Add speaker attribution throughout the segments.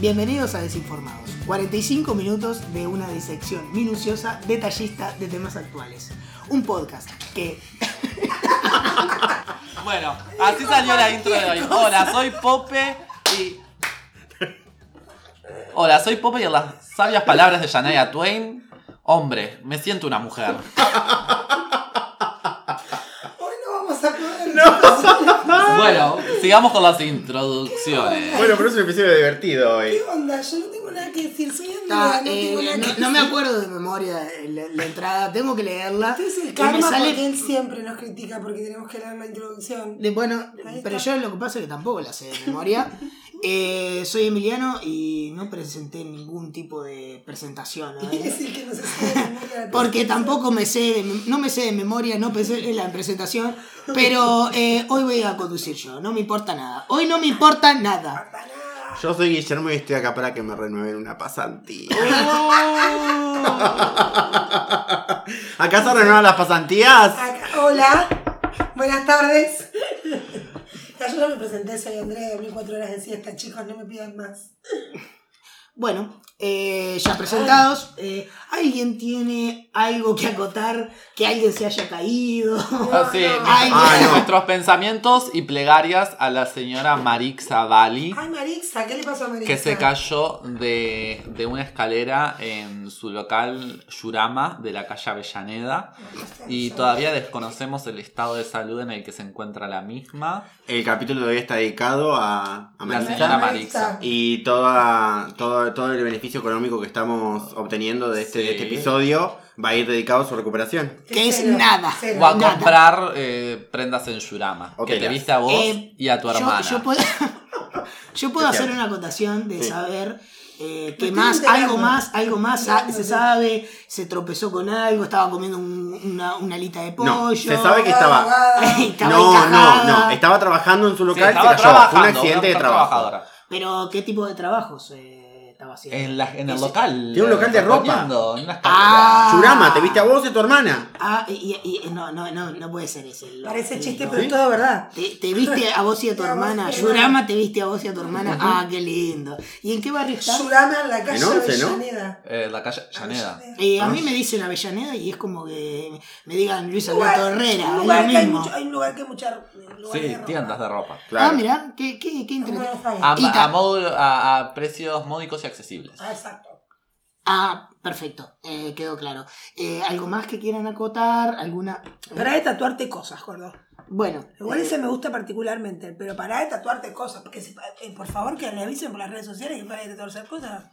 Speaker 1: Bienvenidos a Desinformados, 45 minutos de una disección minuciosa, detallista de temas actuales. Un podcast que...
Speaker 2: Bueno, así salió la intro de hoy. Hola, soy Pope y. Hola, soy Pope y en las sabias palabras de Shania Twain, hombre, me siento una mujer.
Speaker 1: Hoy no vamos a poder...
Speaker 2: Bueno, sigamos con las introducciones.
Speaker 3: Bueno, pero es un episodio divertido hoy.
Speaker 4: ¿Qué onda? Yo no tengo nada que decir, soy
Speaker 1: Ah,
Speaker 4: Andrea, no
Speaker 1: eh,
Speaker 4: tengo nada
Speaker 1: no,
Speaker 4: que
Speaker 1: no me
Speaker 4: decir.
Speaker 1: acuerdo de memoria la, la entrada, tengo que leerla.
Speaker 4: Este es
Speaker 1: Y
Speaker 4: el karma
Speaker 1: me sale-
Speaker 4: porque él siempre nos critica porque tenemos que leer la introducción.
Speaker 1: de- bueno,
Speaker 4: Ahí
Speaker 1: pero yo
Speaker 4: está.
Speaker 1: lo que pasa es que tampoco la sé de memoria. Eh, soy Emiliano y no presenté ningún tipo de presentación. ¿no?
Speaker 4: Y es el que nos hace la memoria de
Speaker 1: Porque
Speaker 4: todo.
Speaker 1: tampoco me sé, de mem- no me sé de memoria, no pensé en la presentación, pero eh, hoy voy a conducir yo, no me importa nada. Hoy no me importa nada.
Speaker 3: Yo soy Guillermo y estoy acá para que me renueven una pasantía. ¿Acá se renuevan las pasantías?
Speaker 4: Acá- hola, buenas tardes. Ya, yo ya me presenté, soy Andrea, dormí cuatro horas de siesta, chicos, no me pidan más.
Speaker 1: Bueno, eh, ya presentados, eh, ¿alguien tiene algo que acotar? ¿Que alguien se haya caído?
Speaker 2: Así,
Speaker 1: Ay,
Speaker 3: Ay, no.
Speaker 2: nuestros pensamientos y plegarias a la señora Marixa Bali,
Speaker 4: Ay, Marixa, ¿qué le pasó a Marixa?
Speaker 2: que se cayó de, de una escalera en su local Yurama de la calle Avellaneda. Y todavía desconocemos el estado de salud en el que se encuentra la misma.
Speaker 3: El capítulo de hoy está dedicado a, a
Speaker 2: La
Speaker 3: Marisa
Speaker 2: señora
Speaker 4: Marixa.
Speaker 2: Marixa.
Speaker 3: y toda, todo, todo el beneficio económico que estamos obteniendo de este, de este
Speaker 2: Sí.
Speaker 3: episodio va a ir dedicado a su recuperación.
Speaker 1: que es
Speaker 4: Cero,
Speaker 1: nada.
Speaker 4: cero.
Speaker 2: O a
Speaker 1: Nada.
Speaker 2: comprar eh, prendas en Yurama.
Speaker 3: O
Speaker 2: que te
Speaker 3: telas.
Speaker 2: viste a vos
Speaker 1: Eh,
Speaker 2: y a tu hermana.
Speaker 1: Yo, yo puedo, yo puedo hacer
Speaker 3: Especial.
Speaker 1: una acotación de
Speaker 3: Sí.
Speaker 1: saber eh,
Speaker 4: Me
Speaker 1: que
Speaker 4: estoy
Speaker 1: más,
Speaker 4: enterando.
Speaker 1: algo más, algo más
Speaker 4: Me estoy
Speaker 1: se
Speaker 4: enterando.
Speaker 1: sabe, se tropezó con algo, estaba comiendo un- una, una alita de pollo.
Speaker 3: No, se sabe que estaba...
Speaker 4: Abogada.
Speaker 1: estaba
Speaker 3: No, no,
Speaker 1: encajada.
Speaker 3: no. Estaba trabajando en su
Speaker 2: Sí,
Speaker 3: local
Speaker 2: estaba
Speaker 3: y se cayó. Fue un
Speaker 2: trabajando,
Speaker 3: accidente de
Speaker 2: una
Speaker 3: trabajo.
Speaker 2: trabajadora.
Speaker 1: Pero, ¿qué tipo de trabajos eh, estaba haciendo?
Speaker 2: En, la- en el local. eh,
Speaker 3: Tiene un local de ropa.
Speaker 2: recorriendo, en una escalera.
Speaker 1: Ah.
Speaker 3: Churama, te viste a vos y a tu hermana.
Speaker 1: Ah, y, y- y- no, no, no, no puede ser ese. el-
Speaker 4: Parece
Speaker 1: el-
Speaker 4: chiste,
Speaker 1: no.
Speaker 4: pero es todo verdad.
Speaker 1: Te, te viste a vos y a tu
Speaker 4: A vos y a
Speaker 1: hermana.
Speaker 4: tu
Speaker 1: Yurama
Speaker 4: hermana.
Speaker 1: te viste a vos y a tu hermana. Ah, qué lindo. ¿Y en qué barrio está?
Speaker 4: Yurama en la calle
Speaker 3: En once, ¿no?
Speaker 4: Avellaneda.
Speaker 2: Eh, la calle Llaneda.
Speaker 1: Eh, a mí me dicen Avellaneda y es como que me digan Luis
Speaker 4: Lugar-
Speaker 1: Alberto Herrera,
Speaker 4: un lugar
Speaker 1: es
Speaker 4: que
Speaker 1: lo
Speaker 4: hay,
Speaker 1: mismo.
Speaker 4: mucho- hay un lugar que hay muchas
Speaker 2: Sí, tiendas Ah. de ropa.
Speaker 1: Ah,
Speaker 3: Claro.
Speaker 1: mirá, qué, qué, qué interesante.
Speaker 2: A,
Speaker 1: Y ta-
Speaker 2: a módulo- a- a precios módicos y accesibles.
Speaker 4: Ah, exacto.
Speaker 1: Ah, perfecto, eh, quedó claro. Eh, ¿Algo más que quieran acotar? ¿Alguna?
Speaker 4: Pará de tatuarte cosas, gordo.
Speaker 1: Bueno,
Speaker 2: Eh.
Speaker 4: Igual ese me gusta particularmente, pero pará de tatuarte cosas. Porque si- eh, por favor que le avisen por las redes sociales que pará de tatuarse cosas.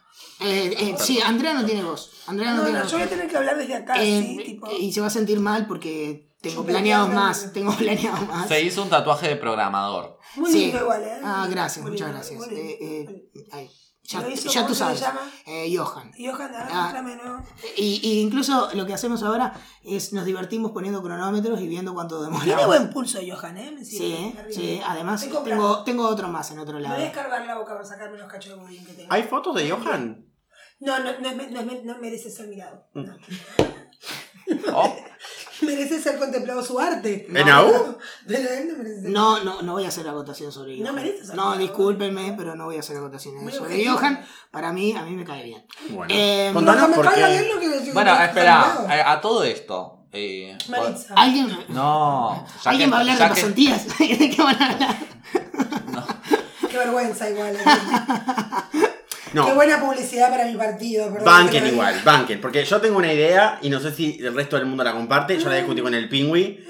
Speaker 1: eh, eh, sí, Andrea no tiene voz. Andrea no,
Speaker 4: No,
Speaker 1: tiene
Speaker 4: no,
Speaker 1: voz.
Speaker 4: yo voy a tener que hablar desde acá,
Speaker 1: Eh,
Speaker 4: sí, tipo.
Speaker 1: Y se va a sentir mal porque tengo
Speaker 4: Yo
Speaker 1: planeados
Speaker 4: pensaba-
Speaker 1: más, tengo planeados más.
Speaker 2: Se hizo un tatuaje de programador.
Speaker 4: Muy
Speaker 1: sí.
Speaker 4: lindo igual, ¿eh?
Speaker 1: Ah, gracias,
Speaker 4: Muy
Speaker 1: muchas
Speaker 4: lindo,
Speaker 1: gracias.
Speaker 4: muy lindo,
Speaker 1: Eh, eh,
Speaker 4: muy lindo.
Speaker 1: ahí. Ya,
Speaker 4: Lo hizo,
Speaker 1: ya tú
Speaker 4: ¿cómo se
Speaker 1: sabes.
Speaker 4: llama?
Speaker 1: Eh, Johan.
Speaker 4: Y ojalá,
Speaker 1: Ah.
Speaker 4: muéstrame, ¿no?
Speaker 1: Y, y incluso lo que hacemos ahora es nos divertimos poniendo cronómetros y viendo cuánto demoramos.
Speaker 4: Tiene buen pulso, Johan, ¿eh? Me
Speaker 1: Sí,
Speaker 4: sigue, me
Speaker 1: sí,
Speaker 4: ríe.
Speaker 1: además
Speaker 4: Estoy comprando.
Speaker 1: tengo, tengo otro más en otro
Speaker 4: Me voy a
Speaker 1: lado.
Speaker 4: escarbar la boca para sacarme los cachos de budín que tengo.
Speaker 3: ¿Hay fotos de Johan?
Speaker 4: No, no, no, es me- no, es me- no merece ser mirado. No.
Speaker 2: Oh,
Speaker 4: merece ser contemplado su arte.
Speaker 3: ¿En AU?
Speaker 4: Pero él no merece ser.
Speaker 1: No, no, no voy a hacer acotación sobre
Speaker 4: No
Speaker 1: Johan.
Speaker 4: merece esa
Speaker 1: No,
Speaker 4: palabra.
Speaker 1: discúlpenme, pero no voy a hacer acotaciones
Speaker 4: Muy
Speaker 1: sobre
Speaker 4: objetivo.
Speaker 1: Johan. Para mí, a mí me cae bien.
Speaker 3: Bueno.
Speaker 1: Eh,
Speaker 4: No,
Speaker 3: Contanos
Speaker 4: me
Speaker 3: por
Speaker 4: caiga
Speaker 3: qué.
Speaker 4: bien lo que-
Speaker 2: Bueno,
Speaker 4: que-
Speaker 2: espera,
Speaker 4: que-
Speaker 2: eh, a todo esto. eh,
Speaker 4: Maritza.
Speaker 1: ¿Alguien,
Speaker 2: No, ya
Speaker 1: Ah. ¿alguien
Speaker 2: que-
Speaker 1: va a hablar
Speaker 2: ya
Speaker 1: de
Speaker 2: que-
Speaker 1: pasantías? ¿De qué van a hablar?
Speaker 4: Qué vergüenza igual. ¿eh? Qué
Speaker 3: No,
Speaker 4: buena publicidad para mi partido. perdón, que
Speaker 3: banquen
Speaker 4: lo diga.
Speaker 3: igual, banquen. Porque yo tengo una idea y no sé si el resto del mundo la comparte. Yo la discutí con el pingüi.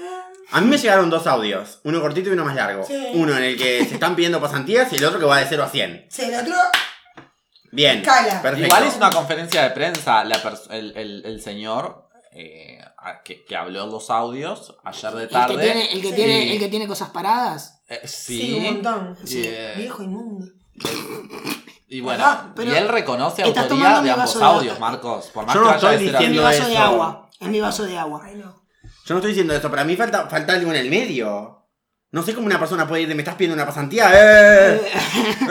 Speaker 3: A mí me llegaron dos audios, uno cortito y uno más largo.
Speaker 4: Sí.
Speaker 3: Uno en el que se están pidiendo pasantías y el otro que va de 0 a 100.
Speaker 4: Sí, el otro.
Speaker 3: Bien.
Speaker 4: Cala.
Speaker 3: Perfecto.
Speaker 2: Igual hizo una conferencia de prensa la pers- el, el- el señor eh, a- que, que habló en los audios ayer de
Speaker 1: El que,
Speaker 2: tarde.
Speaker 1: tiene, el, que
Speaker 4: Sí.
Speaker 1: tiene, el que tiene cosas paradas.
Speaker 2: Eh,
Speaker 4: Sí,
Speaker 2: sí.
Speaker 4: un montón.
Speaker 2: Y,
Speaker 4: Sí,
Speaker 2: eh,
Speaker 4: Viejo inmundo.
Speaker 2: Y bueno,
Speaker 1: Ah, pero
Speaker 2: y él reconoce
Speaker 1: estás
Speaker 2: autoría
Speaker 1: tomando
Speaker 2: de
Speaker 1: mi
Speaker 2: ambos
Speaker 1: vaso de agua.
Speaker 2: audios, Marcos. Por más
Speaker 3: Yo
Speaker 2: que
Speaker 3: no
Speaker 2: vaya
Speaker 3: estoy
Speaker 2: a decir
Speaker 1: En mi
Speaker 3: diciendo
Speaker 1: vaso de
Speaker 3: eso.
Speaker 1: agua. En mi vaso de agua.
Speaker 4: Ay, no.
Speaker 3: Yo no estoy diciendo eso, para mí falta, falta algo en el medio. No sé cómo una persona puede ir de me estás pidiendo una pasantía. ¡Eh!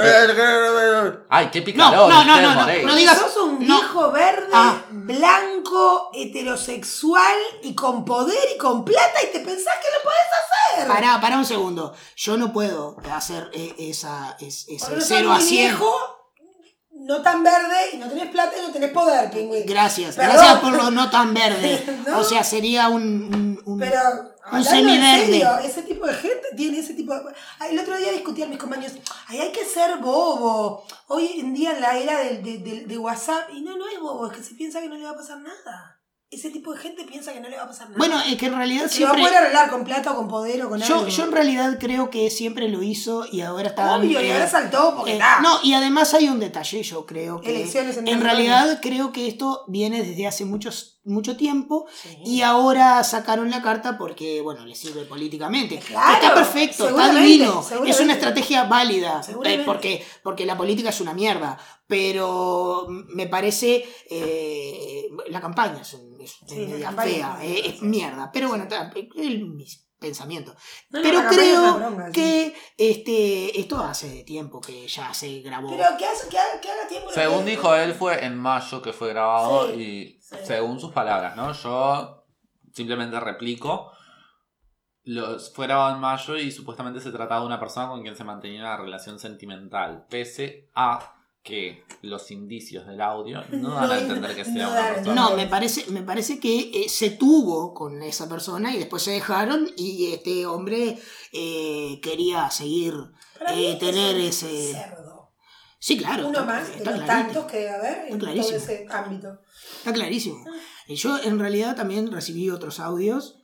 Speaker 3: ¡Eh!
Speaker 2: Ay, qué
Speaker 1: No,
Speaker 2: picarón.
Speaker 1: no, no,
Speaker 2: Esteban
Speaker 1: no, no,
Speaker 2: Moreira.
Speaker 1: no digas.
Speaker 4: Sos un
Speaker 1: no.
Speaker 4: viejo verde,
Speaker 1: Ah.
Speaker 4: blanco, heterosexual y con poder y con plata y te pensás que lo podés hacer.
Speaker 1: Pará, pará un segundo. Yo no puedo hacer eh, esa, es, ese
Speaker 4: Porque no sos
Speaker 1: 0 a
Speaker 4: ni
Speaker 1: 100.
Speaker 4: viejo, no tan verde y no tenés plata y no tenés poder, pingüín.
Speaker 1: Gracias,
Speaker 4: Perdón.
Speaker 1: gracias por lo no tan verde.
Speaker 4: No.
Speaker 1: O sea, sería un. un- un-
Speaker 4: Pero, hablando en
Speaker 1: semiverde.
Speaker 4: serio, ese tipo de gente tiene ese tipo de... Ah, El otro día discutía a mis compañeros, ay, hay que ser bobo. Hoy en día en la era del- de, de- de WhatsApp, y no, no es bobo, es que se piensa que no le va a pasar nada. Ese tipo de gente piensa que no le va a pasar nada.
Speaker 1: Bueno, es que en realidad
Speaker 4: se va a
Speaker 1: siempre.
Speaker 4: poder arreglar con plata o con poder o con
Speaker 1: Yo,
Speaker 4: algo.
Speaker 1: yo en realidad creo que siempre lo hizo y ahora está.
Speaker 4: Obvio, y
Speaker 1: eh,
Speaker 4: ahora saltó porque
Speaker 1: Eh,
Speaker 4: está.
Speaker 1: no, y además hay un detalle, yo creo que
Speaker 4: Elecciones en
Speaker 1: en
Speaker 4: Uruguay.
Speaker 1: realidad creo que esto viene desde hace muchos, mucho tiempo
Speaker 4: Sí.
Speaker 1: y ahora sacaron la carta porque, bueno, le sirve políticamente.
Speaker 4: Eh, Claro,
Speaker 1: está perfecto, está
Speaker 4: seguramente,
Speaker 1: divino, es una
Speaker 4: seguramente.
Speaker 1: estrategia válida,
Speaker 4: Seguramente.
Speaker 1: eh, porque, porque la política es una mierda, pero me parece eh, la campaña es, un- es
Speaker 4: Sí, la
Speaker 1: media
Speaker 4: campaña
Speaker 1: fea,
Speaker 4: es una
Speaker 1: eh, es mierda, pero bueno,
Speaker 4: Sí.
Speaker 1: ta- el- mis pensamientos.
Speaker 4: No, no,
Speaker 1: Pero
Speaker 4: la campaña es una
Speaker 1: creo
Speaker 4: bronca, sí.
Speaker 1: que este, esto hace de tiempo que ya se grabó.
Speaker 4: Pero que, hace- que haga, que haga tiempo. lo
Speaker 2: Según
Speaker 4: que-
Speaker 2: dijo él, fue en mayo que fue grabado
Speaker 4: Sí,
Speaker 2: y
Speaker 4: sí.
Speaker 2: según sus palabras, ¿no? Yo simplemente replico. Lo- fue grabado en mayo y supuestamente se trataba de una persona con quien se mantenía una relación sentimental, pese a que los indicios del audio no dan a
Speaker 4: No,
Speaker 2: entender que
Speaker 4: no
Speaker 2: sea una
Speaker 4: dan,
Speaker 2: persona.
Speaker 1: no, me parece, me parece que eh, se tuvo con esa persona y después se dejaron y este hombre eh, quería seguir.
Speaker 4: Para mí
Speaker 1: eh,
Speaker 4: es
Speaker 1: tener
Speaker 4: un
Speaker 1: ese-
Speaker 4: cerdo.
Speaker 1: Sí, claro.
Speaker 4: Uno
Speaker 1: está-
Speaker 4: más de
Speaker 1: está
Speaker 4: los
Speaker 1: clarito,
Speaker 4: tantos que debe haber en
Speaker 1: Está
Speaker 4: todo
Speaker 1: clarísimo.
Speaker 4: ese ámbito.
Speaker 1: Está clarísimo.
Speaker 4: Ah.
Speaker 1: Y Yo en realidad también recibí otros audios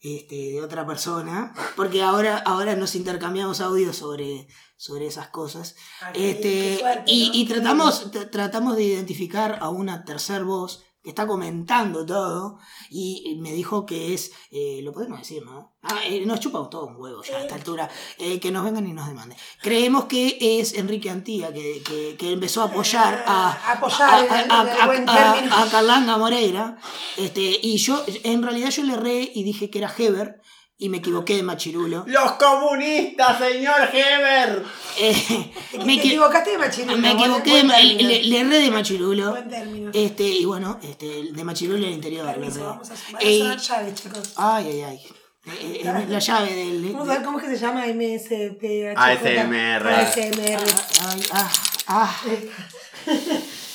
Speaker 1: este, de otra persona, porque ahora, ahora nos intercambiamos audios sobre, sobre esas cosas.
Speaker 4: Ah, qué-
Speaker 1: Este,
Speaker 4: qué suerte,
Speaker 1: y,
Speaker 4: ¿no?
Speaker 1: y tratamos, tra- tratamos de identificar a una tercer voz que está comentando todo y y me dijo que es, eh, lo podemos decir, ¿no? Ah, eh, nos chupa todo un huevo ya a esta altura, eh, que nos vengan y nos demanden. Creemos que es Enrique Antía que, que- que empezó a apoyar a...
Speaker 4: Ah, apoyar
Speaker 1: a-
Speaker 4: en-
Speaker 1: a-
Speaker 4: en el
Speaker 1: a-
Speaker 4: buen
Speaker 1: a-
Speaker 4: término.
Speaker 1: a Carlanga Moreira, este, y yo, en realidad yo le erré y dije que era Heber, y me equivoqué de Machirulo.
Speaker 3: ¡Los comunistas, señor Heber!
Speaker 1: Eh, me,
Speaker 4: Te
Speaker 1: equi-
Speaker 4: equivocaste de machirulo.
Speaker 1: me
Speaker 4: buen-
Speaker 1: equivoqué,
Speaker 4: buen
Speaker 1: de- le,
Speaker 4: término.
Speaker 1: le- le erré de Machirulo.
Speaker 4: Buen término.
Speaker 1: Este, y bueno, este, el de Machirulo en el interior.
Speaker 4: Permiso,
Speaker 1: ¿verdad?
Speaker 4: vamos a sumar
Speaker 1: Ey,
Speaker 4: las llaves, chicos.
Speaker 1: ay, ay, ay. Eh, eh, la llave del.
Speaker 4: Vamos a ver cómo es que se llama MSPH.
Speaker 3: ASMR.
Speaker 4: ASMR.
Speaker 1: Ay, ah, ah,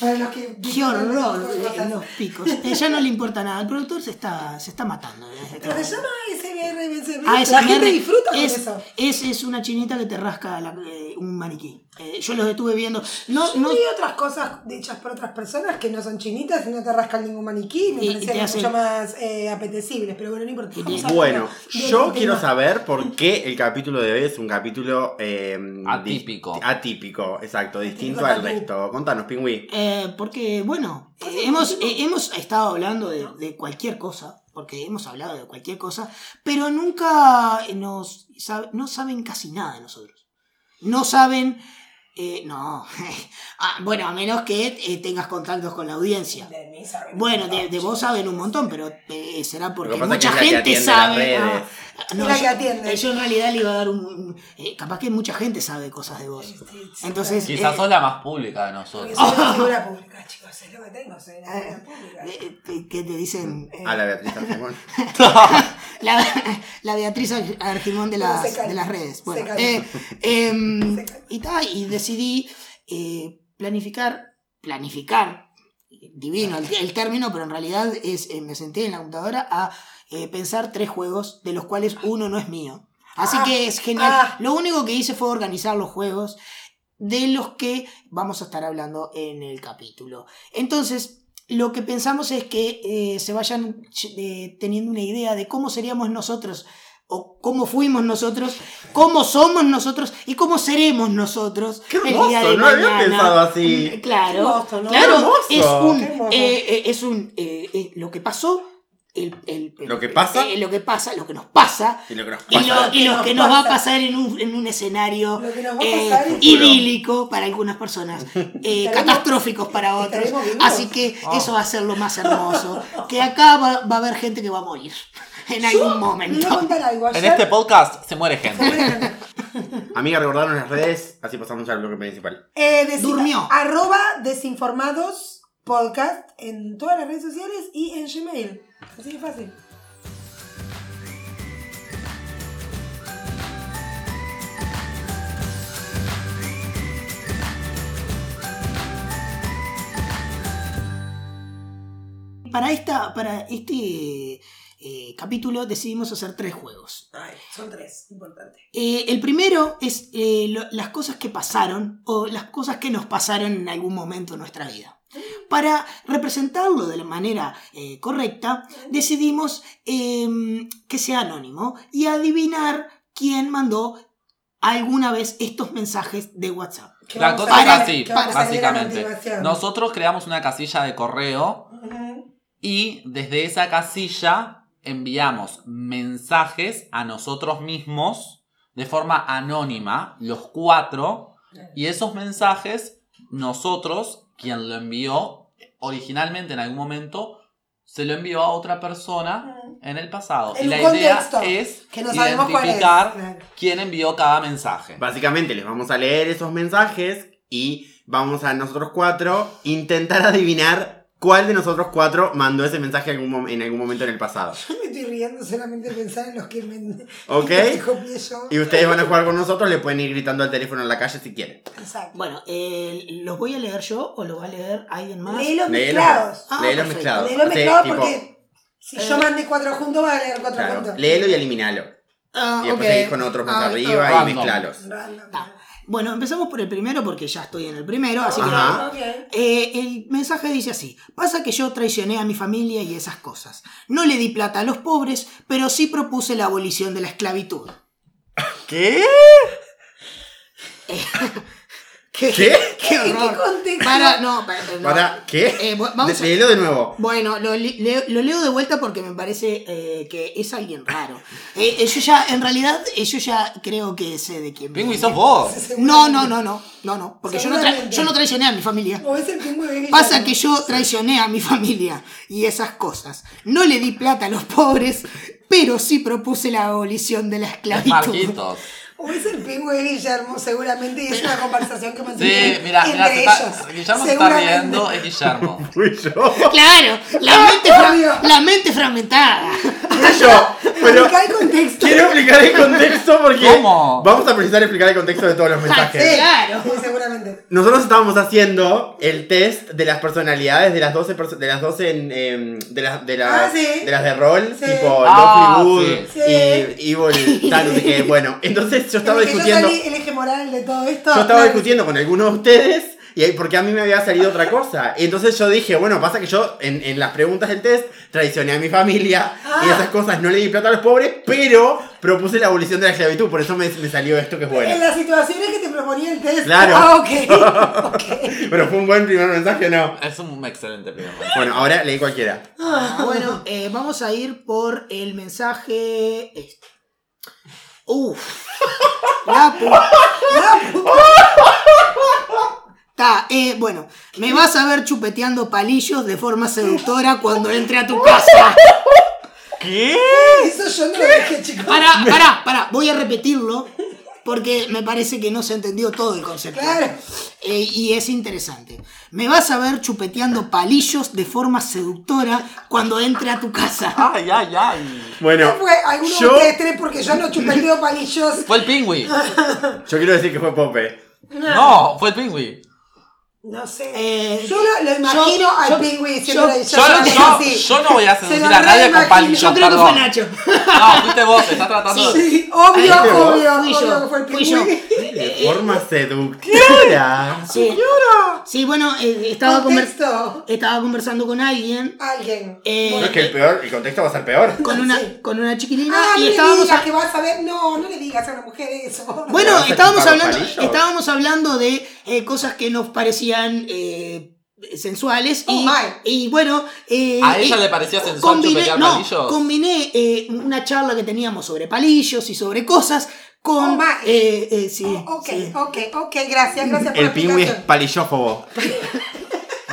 Speaker 4: Para los que...
Speaker 1: qué horror eh, los picos. Eh, ya no le importa nada. El productor se está, se está matando. eh. Ah, desde
Speaker 4: Pero se
Speaker 1: acá.
Speaker 4: llama ASMR, MSMR.
Speaker 1: ASMR
Speaker 4: La gente disfruta con
Speaker 1: es,
Speaker 4: eso.
Speaker 1: Es, es una chinita que te rasca la- eh, un maniquí. Eh, yo los estuve viendo. No,
Speaker 4: Yo
Speaker 1: no,
Speaker 4: vi otras cosas hechas por otras personas que no son chinitas y no te rascan ningún maniquí, me
Speaker 1: Y- y
Speaker 4: parecían
Speaker 1: te hacen-
Speaker 4: mucho más eh, apetecibles, pero bueno, no importa. Vamos a hablar
Speaker 3: Bueno,
Speaker 4: de
Speaker 3: yo
Speaker 4: otro
Speaker 3: quiero
Speaker 4: tema.
Speaker 3: saber por qué el capítulo de hoy es un capítulo eh, di-
Speaker 2: Atípico.
Speaker 3: Atípico, exacto, distinto
Speaker 4: Atípico
Speaker 3: al
Speaker 4: también.
Speaker 3: resto. Contanos, Pingüí.
Speaker 1: Eh, porque, bueno, eh, hemos, eh, hemos estado hablando de, de cualquier cosa, porque hemos hablado de cualquier cosa, pero nunca eh, nos sab- no saben casi nada de nosotros. No saben, eh, no, Ah, bueno, a menos que eh, tengas contactos con la audiencia.
Speaker 4: De mí saben
Speaker 1: Bueno,
Speaker 4: un
Speaker 1: de, de
Speaker 4: montón.
Speaker 1: vos saben un montón, pero eh, será porque
Speaker 3: Lo que pasa es que
Speaker 1: mucha
Speaker 3: es la que
Speaker 1: gente
Speaker 3: atiende
Speaker 1: sabe.
Speaker 3: las
Speaker 1: ah, no,
Speaker 4: Es la que
Speaker 1: yo-
Speaker 4: atiende.
Speaker 1: Yo en realidad le iba a dar un... un- eh, capaz que mucha gente sabe cosas de vos.
Speaker 4: Sí, sí,
Speaker 1: Entonces...
Speaker 2: Quizás
Speaker 1: eh,
Speaker 2: sos la más pública de
Speaker 4: Este, Porque
Speaker 2: nosotros.
Speaker 4: soy una figura pública, chicos, es lo que tengo, soy una
Speaker 1: eh,
Speaker 4: figura pública.
Speaker 1: eh, eh, ¿Qué te dicen? Eh,
Speaker 3: A Ah, la Beatriz Argemón.
Speaker 1: La, la Beatriz Argimón de las,
Speaker 4: Se calla.
Speaker 1: de las redes. Bueno,
Speaker 4: Se calla.
Speaker 1: eh, em,
Speaker 4: Se calla.
Speaker 1: y, ta, y decidí eh, planificar, planificar, divino el, el término, pero en realidad es, eh, me senté en la computadora a eh, pensar tres juegos, de los cuales uno no es mío. Así
Speaker 4: Ah,
Speaker 1: que es genial.
Speaker 4: ah.
Speaker 1: Lo único que hice fue organizar los juegos de los que vamos a estar hablando en el capítulo. Entonces, lo que pensamos es que eh, se vayan ch- eh, teniendo una idea de cómo seríamos nosotros, o cómo fuimos nosotros, cómo somos nosotros y cómo seremos nosotros.
Speaker 3: ¡Qué
Speaker 1: el día
Speaker 3: hermoso!
Speaker 1: de
Speaker 3: No había
Speaker 1: mañana.
Speaker 3: pensado así.
Speaker 1: Mm, Claro,
Speaker 4: Qué hermoso, ¿no?
Speaker 1: claro,
Speaker 3: Qué
Speaker 1: es
Speaker 3: hermoso.
Speaker 1: un,
Speaker 4: Qué hermoso.
Speaker 1: eh, eh, es un eh, eh, lo que pasó, el, el-
Speaker 3: Lo que pasa.
Speaker 1: eh, lo que pasa, lo que nos pasa.
Speaker 3: Y lo que nos
Speaker 1: Y
Speaker 3: pasa.
Speaker 1: lo, y lo
Speaker 4: Nos
Speaker 1: que nos va a
Speaker 4: pasa.
Speaker 1: pasar en un, en un escenario
Speaker 4: Lo que nos va a
Speaker 1: eh,
Speaker 4: pasar es-
Speaker 1: idílico para algunas personas, eh, catastróficos para otros.
Speaker 4: estaremos vivos.
Speaker 1: Así que
Speaker 2: Ah.
Speaker 1: eso va a ser lo más hermoso. Que acá va, va a haber gente que va a morir en algún
Speaker 4: Les voy a
Speaker 1: momento.
Speaker 4: contar algo.
Speaker 2: En
Speaker 4: Ayer,
Speaker 2: este podcast se muere gente.
Speaker 3: Amiga, recordaron las redes, así pasamos al bloque principal.
Speaker 4: eh, desin-
Speaker 1: Durmió.
Speaker 4: Arroba desinformados podcast en todas las redes sociales y en Gmail. Así de fácil.
Speaker 1: para, esta, para este eh, capítulo decidimos hacer tres juegos.
Speaker 4: Ay, son tres, importante.
Speaker 1: Eh, el primero es eh, lo- las cosas que pasaron o las cosas que nos pasaron en algún momento de nuestra vida. Para representarlo de la manera eh, correcta, decidimos em, que sea anónimo y adivinar quién mandó alguna vez estos mensajes de WhatsApp.
Speaker 4: Que
Speaker 2: La
Speaker 4: vamos
Speaker 2: cosa
Speaker 4: a
Speaker 1: es
Speaker 4: leer-
Speaker 2: así,
Speaker 4: que vamos a leer a
Speaker 2: básicamente.
Speaker 4: continuación.
Speaker 2: Nosotros creamos una casilla de correo
Speaker 4: Ujú.
Speaker 2: y desde esa casilla enviamos mensajes a nosotros mismos de forma anónima, los cuatro, y esos mensajes nosotros, quien lo envió originalmente en algún momento, se lo envió a otra persona en el pasado.
Speaker 4: En
Speaker 2: y la
Speaker 4: un
Speaker 2: idea
Speaker 4: contexto
Speaker 2: es
Speaker 4: Que no sabemos cuál es.
Speaker 2: identificar
Speaker 4: Claro.
Speaker 2: quién envió cada mensaje.
Speaker 3: Básicamente les vamos a leer esos mensajes y vamos a nosotros cuatro intentar adivinar cuál de nosotros cuatro mandó ese mensaje algún mom- en algún momento en el pasado.
Speaker 4: Yo me estoy riendo solamente de pensar en los que me.
Speaker 3: ¿Ok?
Speaker 4: que copié yo.
Speaker 3: Y ustedes van a jugar con nosotros, le pueden ir gritando al teléfono en la calle si quieren.
Speaker 4: Exacto.
Speaker 1: Bueno, eh, ¿los voy a leer yo o los va a leer alguien más?
Speaker 4: Leí los
Speaker 3: Léelos,
Speaker 4: mezclados.
Speaker 1: Ah,
Speaker 3: léelos
Speaker 1: perfecto.
Speaker 3: mezclados.
Speaker 4: Léelo
Speaker 3: Sí,
Speaker 4: mezclado
Speaker 3: tipo,
Speaker 4: porque si
Speaker 1: Eh,
Speaker 4: yo mandé cuatro juntos, van a leer cuatro
Speaker 3: claro,
Speaker 4: juntos.
Speaker 3: léelo y eliminalo.
Speaker 1: Ah,
Speaker 3: Y después
Speaker 1: ok.
Speaker 3: seguís con otros más
Speaker 1: Ah,
Speaker 3: arriba
Speaker 1: ah.
Speaker 3: y
Speaker 2: Random.
Speaker 3: mezclalos.
Speaker 4: Random.
Speaker 1: Ah, Bueno, empezamos por el primero porque ya estoy en el primero, así que
Speaker 3: Ajá.
Speaker 4: Ok.
Speaker 1: Eh, el mensaje dice así, pasa que yo traicioné a mi familia y esas cosas. No le di plata a los pobres, pero sí propuse la abolición de la esclavitud.
Speaker 3: ¿Qué?
Speaker 1: ¿Qué?
Speaker 3: ¿Qué?
Speaker 1: ¡Qué
Speaker 4: ¿En qué
Speaker 1: horror!
Speaker 4: contexto?
Speaker 1: Para, no, para, no.
Speaker 3: Para, ¿Qué?
Speaker 1: Eh, bu- vamos
Speaker 3: De-
Speaker 1: a-
Speaker 3: Léelo de nuevo.
Speaker 1: Bueno, lo, li- leo, lo leo de vuelta porque me parece eh, que es alguien raro. Eh, eh, yo ya, en realidad, eh, yo ya creo que sé de quién
Speaker 2: Pingüi,
Speaker 1: viene.
Speaker 2: sos vos.
Speaker 1: No, no, no, no, no, no, porque yo no, tra-
Speaker 4: Seguramente.
Speaker 1: yo no traicioné a mi familia.
Speaker 4: O es el pingüe de Guillermo.
Speaker 1: Pasa que yo traicioné a mi familia y esas cosas. No le di plata a los pobres, pero sí propuse la abolición de la
Speaker 2: Es
Speaker 1: esclavitud.
Speaker 2: Marquitos.
Speaker 4: O es el pingüe de Guillermo, seguramente, y es una conversación que mantiene
Speaker 2: Sí, mira,
Speaker 4: entre
Speaker 2: mira, se está-
Speaker 4: ellos.
Speaker 2: Guillermo se está
Speaker 4: Seguramente.
Speaker 2: riendo, es Guillermo.
Speaker 3: Fui yo.
Speaker 1: Claro, la mente, fra-
Speaker 4: Obvio.
Speaker 1: la mente fragmentada.
Speaker 3: Fui yo. Pero
Speaker 4: Explica el contexto.
Speaker 3: quiero explicar el contexto porque
Speaker 2: ¿Cómo?
Speaker 3: vamos a precisar explicar el contexto de todos los mensajes.
Speaker 1: Ah, Sí, claro.
Speaker 4: Eh, Sí, seguramente.
Speaker 3: Nosotros estábamos haciendo el test de las personalidades de las 12 perso- de las 12 en, em, de las de las
Speaker 4: Ah, sí.
Speaker 3: de las de rol,
Speaker 4: Sí.
Speaker 3: tipo
Speaker 2: Ah,
Speaker 3: Lovely Wood
Speaker 4: sí.
Speaker 3: y Evil tal, no sé qué. Bueno, entonces yo estaba
Speaker 4: En el que
Speaker 3: discutiendo
Speaker 4: Yo salí el eje moral de todo esto.
Speaker 3: yo estaba
Speaker 4: No,
Speaker 3: discutiendo con algunos de ustedes y ahí- porque a mí me había salido otra cosa. Y entonces yo dije, bueno, pasa que yo en, en las preguntas del test traicioné a mi familia y
Speaker 4: Ah.
Speaker 3: esas cosas, no le di plata a los pobres, pero propuse la abolición de la esclavitud, por eso me, me salió esto que es
Speaker 4: En
Speaker 3: bueno.
Speaker 4: las situaciones que te proponía el test.
Speaker 3: Claro.
Speaker 4: Ah, ok. ok.
Speaker 3: Pero fue un buen primer mensaje, ¿no?
Speaker 2: Es un excelente primer momento.
Speaker 3: Bueno, ahora leí cualquiera.
Speaker 1: Ah, Bueno, eh, vamos a ir por el mensaje. este. Uf. La pu- la puta. Ta, eh, bueno, me vas a ver chupeteando palillos de forma seductora cuando entre a tu casa.
Speaker 3: ¿Qué?
Speaker 4: Eso yo no lo dije, chicos.
Speaker 1: Pará, pará, pará, voy a repetirlo porque me parece que no se entendió todo el concepto.
Speaker 4: Claro.
Speaker 1: Eh, y es interesante. Me vas a ver chupeteando palillos de forma seductora cuando entre a tu casa.
Speaker 2: Ay, ay, ay.
Speaker 3: Bueno,
Speaker 4: ¿Qué fue alguno
Speaker 3: yo,
Speaker 4: de ustedes tres porque yo no chupeteo palillos.
Speaker 2: Fue el pingüi.
Speaker 3: yo quiero decir que fue Pope.
Speaker 2: No, fue el pingüi.
Speaker 4: No sé.
Speaker 1: Eh,
Speaker 4: yo lo, lo imagino
Speaker 1: yo-
Speaker 4: al
Speaker 1: yo-
Speaker 4: pingüi
Speaker 1: yo-
Speaker 4: diciendo
Speaker 2: Yo, no- yo- yo no voy a seducir a nadie con palillos.
Speaker 1: Yo creo que fue
Speaker 2: perdón.
Speaker 1: Nacho.
Speaker 2: No, fuiste vos, te estás tratando de.
Speaker 4: Sí, obvio,
Speaker 3: Ahí te voy.
Speaker 4: obvio,
Speaker 1: Fui
Speaker 4: obvio
Speaker 1: yo,
Speaker 4: que fue el
Speaker 1: fui yo.
Speaker 4: pingüi.
Speaker 3: De forma seductora.
Speaker 1: Sí. Sí, bueno, eh, estaba, conver-
Speaker 4: Contexto.
Speaker 1: estaba conversando con alguien,
Speaker 4: Alguien.
Speaker 1: Eh,
Speaker 3: No
Speaker 4: Bueno.
Speaker 3: es que el peor, el contexto va a ser peor.
Speaker 1: con una,
Speaker 4: Ah, Sí.
Speaker 1: con una chiquilina,
Speaker 4: Ah,
Speaker 1: y
Speaker 4: no le
Speaker 1: estábamos.
Speaker 4: digas
Speaker 1: a-
Speaker 4: que vas a ver. No, no le digas a una mujer eso.
Speaker 1: Bueno,
Speaker 3: vas a
Speaker 1: estábamos
Speaker 3: chupar los
Speaker 1: hablando,
Speaker 3: palillos?
Speaker 1: estábamos hablando de eh, cosas que nos parecían eh, sensuales.
Speaker 4: Oh,
Speaker 1: y,
Speaker 4: my.
Speaker 1: y bueno. eh,
Speaker 2: ¿A ella
Speaker 1: eh,
Speaker 2: le parecía sensual
Speaker 1: combiné,
Speaker 2: chupetear
Speaker 1: no,
Speaker 2: palillos?
Speaker 1: combiné eh, una charla que teníamos sobre palillos y sobre cosas con.
Speaker 4: Oh, my. Oh,
Speaker 1: eh, eh, sí,
Speaker 4: Ok,
Speaker 1: sí.
Speaker 4: ok, ok, gracias, gracias por
Speaker 3: El
Speaker 4: la
Speaker 3: pingüe es
Speaker 4: explicación.
Speaker 3: palillófobo.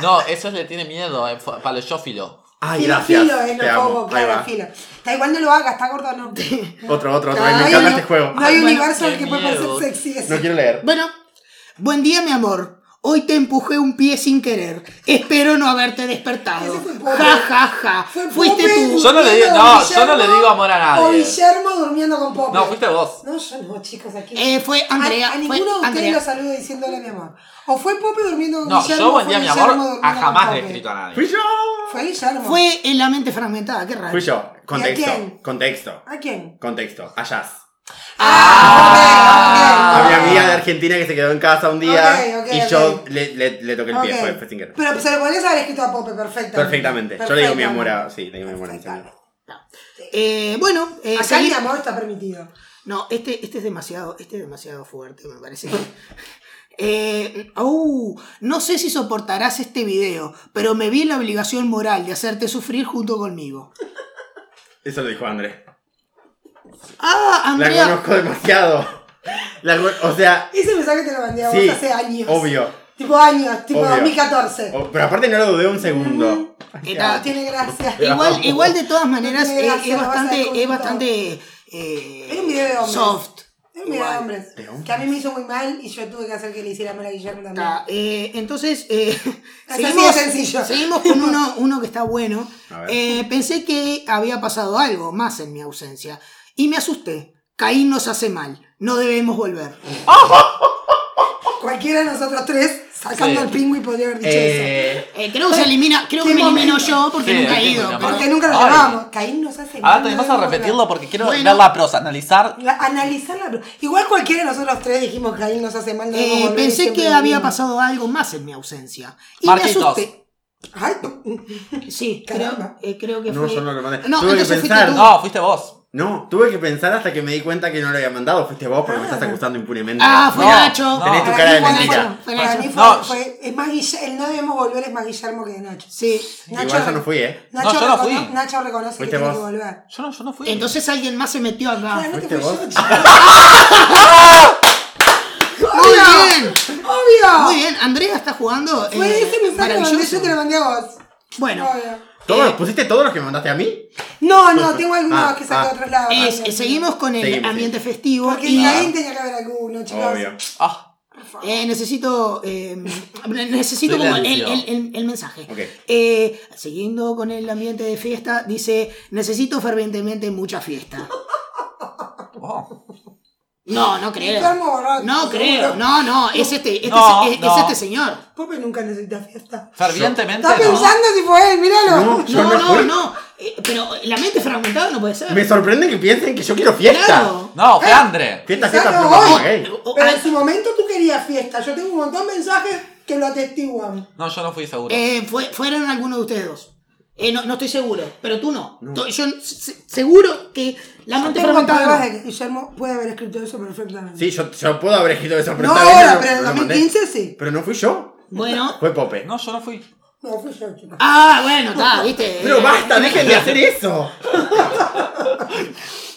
Speaker 2: No, eso le tiene miedo, eh, fue- paleófilo.
Speaker 3: Ay,
Speaker 4: Filo,
Speaker 3: gracias.
Speaker 4: filo, eh, no
Speaker 3: Te amo.
Speaker 4: como,
Speaker 3: Ahí
Speaker 4: claro,
Speaker 3: va.
Speaker 4: filo. Da igual, no lo hagas, está gordo, no. No
Speaker 3: Otro, otro, otro.
Speaker 1: Ay,
Speaker 3: Me encanta
Speaker 1: no.
Speaker 3: este juego.
Speaker 1: Ay,
Speaker 4: hay
Speaker 1: bueno,
Speaker 4: universo en el
Speaker 2: qué
Speaker 4: que puede parecer
Speaker 2: miedo.
Speaker 4: sexy eso.
Speaker 3: No quiero leer.
Speaker 1: Bueno, buen día, mi amor. Hoy te empujé un pie sin querer. Espero no haberte despertado.
Speaker 4: Ese fue Pope.
Speaker 1: Ja, ja, ja.
Speaker 4: Fue
Speaker 1: Fuiste
Speaker 4: Pope
Speaker 1: tú.
Speaker 2: Yo no le digo-
Speaker 4: durmiendo
Speaker 2: no,
Speaker 4: con
Speaker 2: yo no le
Speaker 4: Guillermo
Speaker 2: digo amor a nadie.
Speaker 4: O Guillermo durmiendo con Pope.
Speaker 2: No, fuiste vos.
Speaker 4: No, yo no, chicos, aquí.
Speaker 1: Eh, fue
Speaker 4: A-
Speaker 1: Andrea.
Speaker 4: A,
Speaker 1: fue
Speaker 4: ninguno de ustedes
Speaker 1: Andrea.
Speaker 4: lo saludo diciendo hola, mi amor. O fue Pope durmiendo con
Speaker 2: No,
Speaker 4: Guillermo.
Speaker 2: yo
Speaker 4: o
Speaker 2: buen
Speaker 4: fue
Speaker 2: día, mi
Speaker 4: Guillermo
Speaker 2: amor,
Speaker 4: durmiendo
Speaker 2: a
Speaker 4: con
Speaker 2: jamás
Speaker 4: Pope.
Speaker 2: le he escrito a nadie.
Speaker 3: Fui yo.
Speaker 4: Fue Guillermo.
Speaker 1: Fue en la mente fragmentada, qué raro.
Speaker 3: Fui yo.
Speaker 4: ¿Y a
Speaker 3: Contexto.
Speaker 4: quién?
Speaker 3: Contexto.
Speaker 4: ¿A quién?
Speaker 3: Contexto. A Jazz.
Speaker 4: Ah,
Speaker 3: A mi
Speaker 4: ok, ok.
Speaker 3: amiga de Argentina que se quedó en casa un día
Speaker 4: Ok, ok,
Speaker 3: y
Speaker 4: ok.
Speaker 3: yo le, le- le toqué el pie,
Speaker 4: Ok.
Speaker 3: fue, fue sin querer.
Speaker 4: Pero pues, se lo podrías haber escrito a Pope perfectamente.
Speaker 3: Perfectamente. Yo le digo mi amor a. Sí, le digo mi amor a mis amigos.
Speaker 4: Perfectamente.
Speaker 1: Eh, bueno, eh,
Speaker 4: Acá
Speaker 1: seguí-
Speaker 4: el amor está permitido.
Speaker 1: No, este, este es demasiado, este es demasiado fuerte, me parece. Eh, au, no sé si soportarás este video, pero me vi en la obligación moral de hacerte sufrir junto conmigo.
Speaker 3: Eso lo dijo André.
Speaker 1: Ah,
Speaker 3: La
Speaker 1: Andrea,
Speaker 3: conozco demasiado. La con- o sea,
Speaker 4: Ese mensaje te lo mandé a vos
Speaker 3: sí.
Speaker 4: hace años.
Speaker 3: Obvio.
Speaker 4: Tipo años, tipo
Speaker 3: Obvio.
Speaker 4: 2014.
Speaker 3: O- Oh, pero aparte no lo dudé un segundo. Ay,
Speaker 1: Era-
Speaker 4: No tiene gracia.
Speaker 1: igual, igual de todas maneras
Speaker 4: No
Speaker 1: eh,
Speaker 4: tiene
Speaker 1: es,
Speaker 4: gracia, lo vas a
Speaker 1: bastante,
Speaker 4: descubrir
Speaker 1: es bastante eh,
Speaker 4: Es un video de hombres.
Speaker 1: soft.
Speaker 4: Es un video de hombres.
Speaker 3: ¿De hombres?
Speaker 4: Que a mí me hizo muy mal y yo tuve que hacer que le hiciera mal a Guillermo también.
Speaker 1: Ta, eh, entonces, eh,
Speaker 4: Así de
Speaker 1: seguimos,
Speaker 4: sencillo.
Speaker 1: seguimos con uno, uno que está bueno.
Speaker 3: A ver.
Speaker 1: Eh, pensé que había pasado algo más en mi ausencia y me asusté. Caín nos hace mal, no debemos volver.
Speaker 4: Cualquiera de nosotros tres, sacando
Speaker 2: Sí.
Speaker 4: el pingüi, podría haber dicho eso.
Speaker 3: Eh,
Speaker 1: Eh, creo que se elimina, creo que
Speaker 4: ¿Qué
Speaker 1: me elimino
Speaker 4: momento?
Speaker 1: yo porque
Speaker 2: Sí,
Speaker 1: nunca
Speaker 2: sí,
Speaker 1: he ido.
Speaker 2: sí,
Speaker 1: pero-
Speaker 4: Porque nunca lo
Speaker 2: Ay.
Speaker 4: llevamos. Caín nos
Speaker 3: Ah,
Speaker 4: hace
Speaker 2: Ahora
Speaker 4: mal,
Speaker 2: tenemos
Speaker 4: no
Speaker 2: a
Speaker 4: debemos
Speaker 2: repetirlo porque quiero
Speaker 1: Bueno.
Speaker 2: ver la prosa, analizar.
Speaker 4: hablar. La- analizar la. Igual cualquiera de nosotros tres dijimos Caín nos hace mal. no debemos
Speaker 1: Eh,
Speaker 4: volver, y
Speaker 1: pensé
Speaker 4: siempre
Speaker 1: que
Speaker 4: lo
Speaker 1: había
Speaker 4: mismo.
Speaker 1: pasado algo más en mi ausencia y
Speaker 2: Marquitos.
Speaker 1: me asusté.
Speaker 4: Ay, no.
Speaker 1: Sí, creo,
Speaker 4: Caramba.
Speaker 1: eh, creo que
Speaker 3: No,
Speaker 1: fue.
Speaker 3: yo no lo mandé.
Speaker 1: No,
Speaker 3: Tuve que
Speaker 1: entonces fuiste
Speaker 3: pensar.
Speaker 1: tú.
Speaker 2: No, fuiste vos.
Speaker 3: no, tuve que pensar hasta que me di cuenta que no lo había mandado. Fuiste vos porque me estás acusando impunemente.
Speaker 1: Ah, fue
Speaker 2: No,
Speaker 1: Nacho.
Speaker 2: no.
Speaker 3: Tenés tu
Speaker 4: Para
Speaker 3: cara
Speaker 4: mí
Speaker 3: de
Speaker 4: fue-
Speaker 3: mentira.
Speaker 4: Para, para mí fue,
Speaker 2: No.
Speaker 4: fue- es más Guille- el no debemos volver es más Guillermo que de Nacho.
Speaker 1: Sí.
Speaker 4: Nacho,
Speaker 3: Igual yo
Speaker 4: recono-
Speaker 3: no fui, ¿eh?
Speaker 4: Nacho,
Speaker 2: No, yo no
Speaker 4: recono-
Speaker 2: fui.
Speaker 4: Nacho reconoce que
Speaker 3: Fuiste
Speaker 4: tiene que
Speaker 3: vos.
Speaker 4: volver.
Speaker 2: Yo no, yo no fui.
Speaker 1: Entonces alguien más se metió
Speaker 4: Ah,
Speaker 1: acá.
Speaker 4: no te
Speaker 3: ¿Fuiste
Speaker 4: fui yo,
Speaker 3: vos?
Speaker 4: chico.
Speaker 1: Muy bien.
Speaker 4: ¡Obvio!
Speaker 1: Muy bien, Andrea está jugando.
Speaker 4: Ah. Fue
Speaker 1: eh,
Speaker 4: ese mensaje que mandé, yo te lo mandé a vos.
Speaker 1: Bueno,
Speaker 4: Obvio.
Speaker 3: ¿Todos,
Speaker 1: Eh,
Speaker 3: ¿Pusiste todos los que me mandaste a mí?
Speaker 4: No, no, tengo algunos
Speaker 3: Ah,
Speaker 4: que saqué
Speaker 3: ah.
Speaker 4: a otros lados.
Speaker 1: es-
Speaker 4: Obvio.
Speaker 1: seguimos con el
Speaker 3: Seguimos,
Speaker 1: ambiente
Speaker 3: sí.
Speaker 1: festivo.
Speaker 4: Porque
Speaker 1: Y,
Speaker 4: ahí tenía que haber alguno, chicos.
Speaker 3: Obvio.
Speaker 2: Ah,
Speaker 1: eh, necesito eh, necesito
Speaker 2: Estoy
Speaker 1: como el,
Speaker 2: lacio.
Speaker 1: el- el- el mensaje.
Speaker 3: Ok.
Speaker 1: Eh, siguiendo con el ambiente de fiesta, dice, necesito fervientemente mucha fiesta.
Speaker 2: oh.
Speaker 1: No, no creo.
Speaker 4: Enfermo, borracho,
Speaker 1: No
Speaker 4: seguro.
Speaker 1: creo, no, no, es este, este,
Speaker 2: No,
Speaker 1: es, es
Speaker 2: no.
Speaker 1: este señor.
Speaker 4: Pope nunca necesita fiesta.
Speaker 2: fervientemente.
Speaker 4: Está
Speaker 2: no.
Speaker 4: pensando si fue él, míralo.
Speaker 3: No, yo
Speaker 1: No,
Speaker 3: no,
Speaker 1: no,
Speaker 3: fui.
Speaker 1: no, eh, pero la mente fragmentada no puede
Speaker 3: Me
Speaker 1: ser.
Speaker 3: sorprende que piensen que yo quiero fiesta.
Speaker 1: Claro.
Speaker 2: No, fue André.
Speaker 3: Fiesta,
Speaker 4: Quizá
Speaker 3: fiesta,
Speaker 4: no
Speaker 3: pero
Speaker 4: voy.
Speaker 3: vamos, gay.
Speaker 1: O-
Speaker 4: Pero
Speaker 1: ah,
Speaker 4: en su momento tú querías fiesta. Yo tengo un montón de mensajes que lo atestiguan.
Speaker 2: No, yo no fui seguro.
Speaker 1: Eh, fue- fueron algunos de ustedes dos. Eh, no, no estoy seguro, pero tú no. To- Yo se- seguro que la
Speaker 4: Yo
Speaker 1: mente
Speaker 4: tengo
Speaker 1: fragmentada.
Speaker 4: pruebas
Speaker 1: no.
Speaker 4: de que Guillermo puede haber escrito eso perfectamente.
Speaker 3: Sí, yo, yo puedo haber escrito eso, pero
Speaker 4: No
Speaker 3: está bien,
Speaker 4: ahora,
Speaker 3: lo-
Speaker 4: pero en
Speaker 3: lo mandé.
Speaker 4: 2015 sí.
Speaker 3: Pero no fui yo,
Speaker 1: Bueno.
Speaker 3: fue Pope.
Speaker 2: No, yo no fui.
Speaker 4: No, fui yo, chicos.
Speaker 1: Ah, bueno, está, viste.
Speaker 3: Pero
Speaker 1: Eh,
Speaker 3: basta, dejen de hacer eso.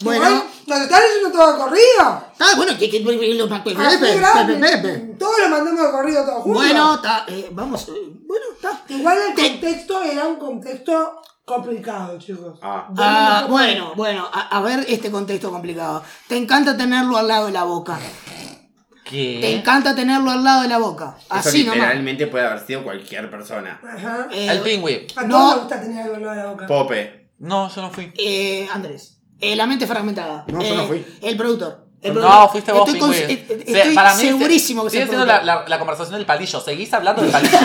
Speaker 1: Bueno.
Speaker 4: Igual, Nos está leyendo todo de corrido.
Speaker 1: Está, bueno, que, que, que- los
Speaker 4: Así
Speaker 1: Pepe,
Speaker 4: grande.
Speaker 1: Pepe, Pepe.
Speaker 4: Todos lo mandamos de corrido todos juntos.
Speaker 1: Bueno, está, eh, vamos. eh, bueno, está.
Speaker 4: Igual el
Speaker 1: Te-
Speaker 4: contexto era un contexto complicado, chicos.
Speaker 3: Ah.
Speaker 1: Ah, bueno, bueno, a, a ver este contexto complicado. Te encanta tenerlo al lado de la boca. Te
Speaker 2: ¿Qué?
Speaker 1: encanta tenerlo al lado de la boca. Así
Speaker 3: Eh. eso
Speaker 1: nomás.
Speaker 3: literalmente puede haber sido cualquier persona.
Speaker 4: Ajá.
Speaker 1: Eh,
Speaker 2: El pingüi.
Speaker 4: A todos
Speaker 1: no.
Speaker 4: nos gusta tener algo al lado de la boca.
Speaker 3: Pope.
Speaker 2: No, yo no fui.
Speaker 1: Eh, Andrés, eh, la mente fragmentada.
Speaker 3: No, yo no
Speaker 1: Eh,
Speaker 3: fui.
Speaker 1: El productor. El
Speaker 2: No,
Speaker 1: productor.
Speaker 2: fuiste vos,
Speaker 1: Estoy, con-
Speaker 2: pingüi.
Speaker 1: eh, eh,
Speaker 2: O sea,
Speaker 1: estoy
Speaker 2: para mí
Speaker 1: segurísimo
Speaker 2: se-
Speaker 1: que
Speaker 2: sigue
Speaker 1: es el
Speaker 2: siendo la,
Speaker 1: productor.
Speaker 2: la- la conversación del palillo. Seguís hablando del palillo.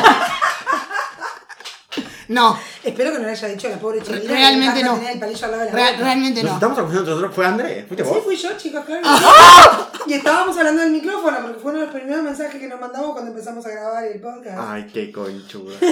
Speaker 1: No,
Speaker 4: Espero que no le haya dicho a la pobre chiquita. que le
Speaker 1: realmente
Speaker 4: encanta
Speaker 1: no.
Speaker 4: tener el palillo al lado de la
Speaker 1: Re-
Speaker 4: boca.
Speaker 1: realmente
Speaker 3: Nos
Speaker 1: no.
Speaker 3: estamos acusando nosotros, fue Andrés, fuiste
Speaker 4: Sí,
Speaker 3: vos.
Speaker 4: fui yo, chicos, claro. Y estábamos hablando del micrófono, porque fue uno de los primeros mensajes que nos mandamos cuando empezamos a grabar el podcast.
Speaker 3: Ay, qué conchuda.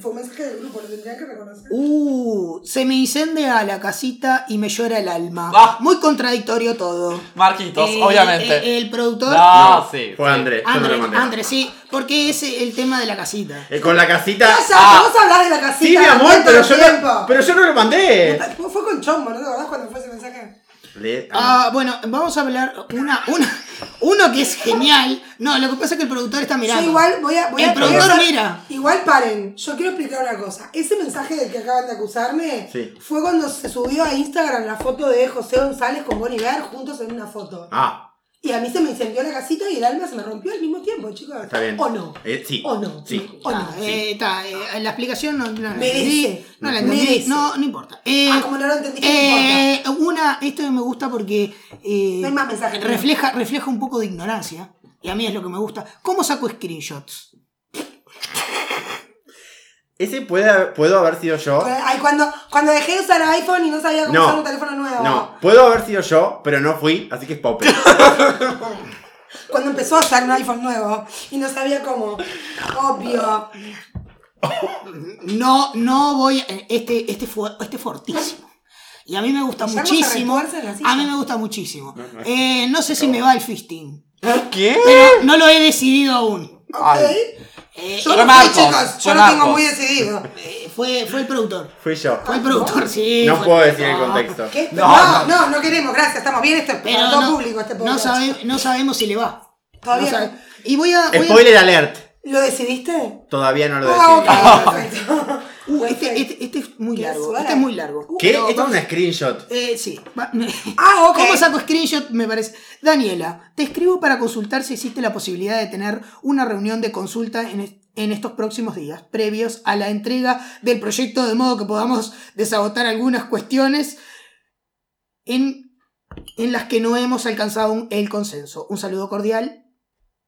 Speaker 4: Fue un mensaje del grupo, lo tendrían que reconocer.
Speaker 1: Uh, se me incendia la casita y me llora el alma.
Speaker 2: Ah.
Speaker 1: Muy contradictorio todo.
Speaker 2: Marquitos,
Speaker 1: Eh,
Speaker 2: obviamente.
Speaker 1: eh, el productor.
Speaker 2: no,
Speaker 3: No,
Speaker 2: Ah, sí.
Speaker 3: Fue
Speaker 2: sí.
Speaker 3: Andrés, yo no lo
Speaker 1: Andrés,
Speaker 3: mandé.
Speaker 1: Andrés, sí, porque es el tema de la casita.
Speaker 3: Eh, con la casita.
Speaker 4: Pasa, vos hablás de la casita.
Speaker 3: ah. Sí, mi amor,
Speaker 4: tanto
Speaker 3: pero yo,
Speaker 4: tiempo.
Speaker 3: no, pero yo no lo mandé.
Speaker 4: Fue- Fue con Chombo, ¿no te acordás cuando fue ese mensaje?
Speaker 3: Le-
Speaker 1: Ah, bueno, vamos a hablar una, una, uno que es genial. No, lo que pasa es que el productor está mirando.
Speaker 4: Yo igual voy a. Voy
Speaker 1: El
Speaker 4: a voy a
Speaker 1: productor
Speaker 4: hacer-
Speaker 1: mira.
Speaker 4: Igual paren, yo quiero explicar una cosa. Ese mensaje del que acaban de acusarme
Speaker 3: Sí.
Speaker 4: fue cuando se subió a Instagram la foto de José González con Bonnie Ver juntos en una foto.
Speaker 3: Ah,
Speaker 4: Y a mí se me incendió la casita y el alma se me rompió al mismo tiempo, chicos.
Speaker 3: Está bien.
Speaker 4: O no.
Speaker 3: Eh, sí.
Speaker 4: O no.
Speaker 3: Sí.
Speaker 4: O no.
Speaker 1: Ah, eh, está, eh, la explicación no, no la
Speaker 4: Merece.
Speaker 1: entendí, no la entendí,
Speaker 4: Merece.
Speaker 1: no, no importa. Eh,
Speaker 4: Ah, como no lo entendí, ¿qué
Speaker 1: eh, una, esto me gusta porque eh,
Speaker 4: No hay más mensajes, ¿no?
Speaker 1: refleja, refleja un poco de ignorancia. Y a mí es lo que me gusta. ¿Cómo saco screenshots?
Speaker 3: Ese puede, puedo haber sido yo.
Speaker 4: importa? Ay, cuando, cuando dejé de usar iPhone y no sabía cómo
Speaker 3: No.
Speaker 4: usar un teléfono nuevo.
Speaker 3: No, puedo haber sido yo, pero no fui, así que es Popper.
Speaker 4: Cuando empezó a usar un iPhone nuevo y no sabía cómo. Obvio.
Speaker 1: No, no voy. a- Este, este fue, este es fortísimo. Y a mí me gusta
Speaker 4: Ya no se
Speaker 1: muchísimo.
Speaker 4: retuerce en la silla.
Speaker 1: A mí me gusta muchísimo.
Speaker 3: No, no.
Speaker 1: Eh, no sé si me va el fisting.
Speaker 3: ¿Qué?
Speaker 1: Pero no lo he decidido aún.
Speaker 4: Ok.
Speaker 2: Ay.
Speaker 1: Eh,
Speaker 4: Yo
Speaker 2: Fue
Speaker 4: no sé,
Speaker 2: Marcos,
Speaker 4: chicos. Yo
Speaker 2: fue
Speaker 4: lo tengo
Speaker 2: Marcos.
Speaker 4: muy decidido.
Speaker 1: eh, fue, fue el productor.
Speaker 3: Fui yo.
Speaker 1: Fue el productor, sí.
Speaker 3: No
Speaker 1: fue
Speaker 3: puedo decir el
Speaker 1: productor.
Speaker 3: contexto.
Speaker 4: ¿Qué?
Speaker 2: No,
Speaker 4: No, no, no queremos, gracias. Estamos bien, esto es
Speaker 1: Pero
Speaker 4: para todo
Speaker 1: no,
Speaker 4: público este
Speaker 1: no,
Speaker 4: podcast.
Speaker 1: sabe- no sabemos si le va.
Speaker 4: Todavía
Speaker 1: No
Speaker 4: no.
Speaker 1: sabe- Y voy a. voy a-
Speaker 3: Spoiler alert.
Speaker 4: ¿Lo decidiste?
Speaker 3: Todavía no lo
Speaker 4: Ah,
Speaker 3: decidí.
Speaker 4: ok, perfecto.
Speaker 1: Uh,
Speaker 4: Perfecto.
Speaker 1: este, este- este es muy
Speaker 4: Qué
Speaker 1: largo.
Speaker 4: suave.
Speaker 1: Este es muy largo.
Speaker 4: Uh,
Speaker 3: ¿Qué?
Speaker 1: Pero
Speaker 3: Esto es
Speaker 1: vamos-
Speaker 3: un screenshot.
Speaker 1: eh, sí. Va-
Speaker 4: Ah, ok.
Speaker 1: ¿Cómo saco screenshot? Me parece. Daniela, te escribo para consultar si existe la posibilidad de tener una reunión de consulta en, es- en estos próximos días, previos a la entrega del proyecto, de modo que podamos desagotar algunas cuestiones en, en las que no hemos alcanzado un- el consenso. Un saludo cordial.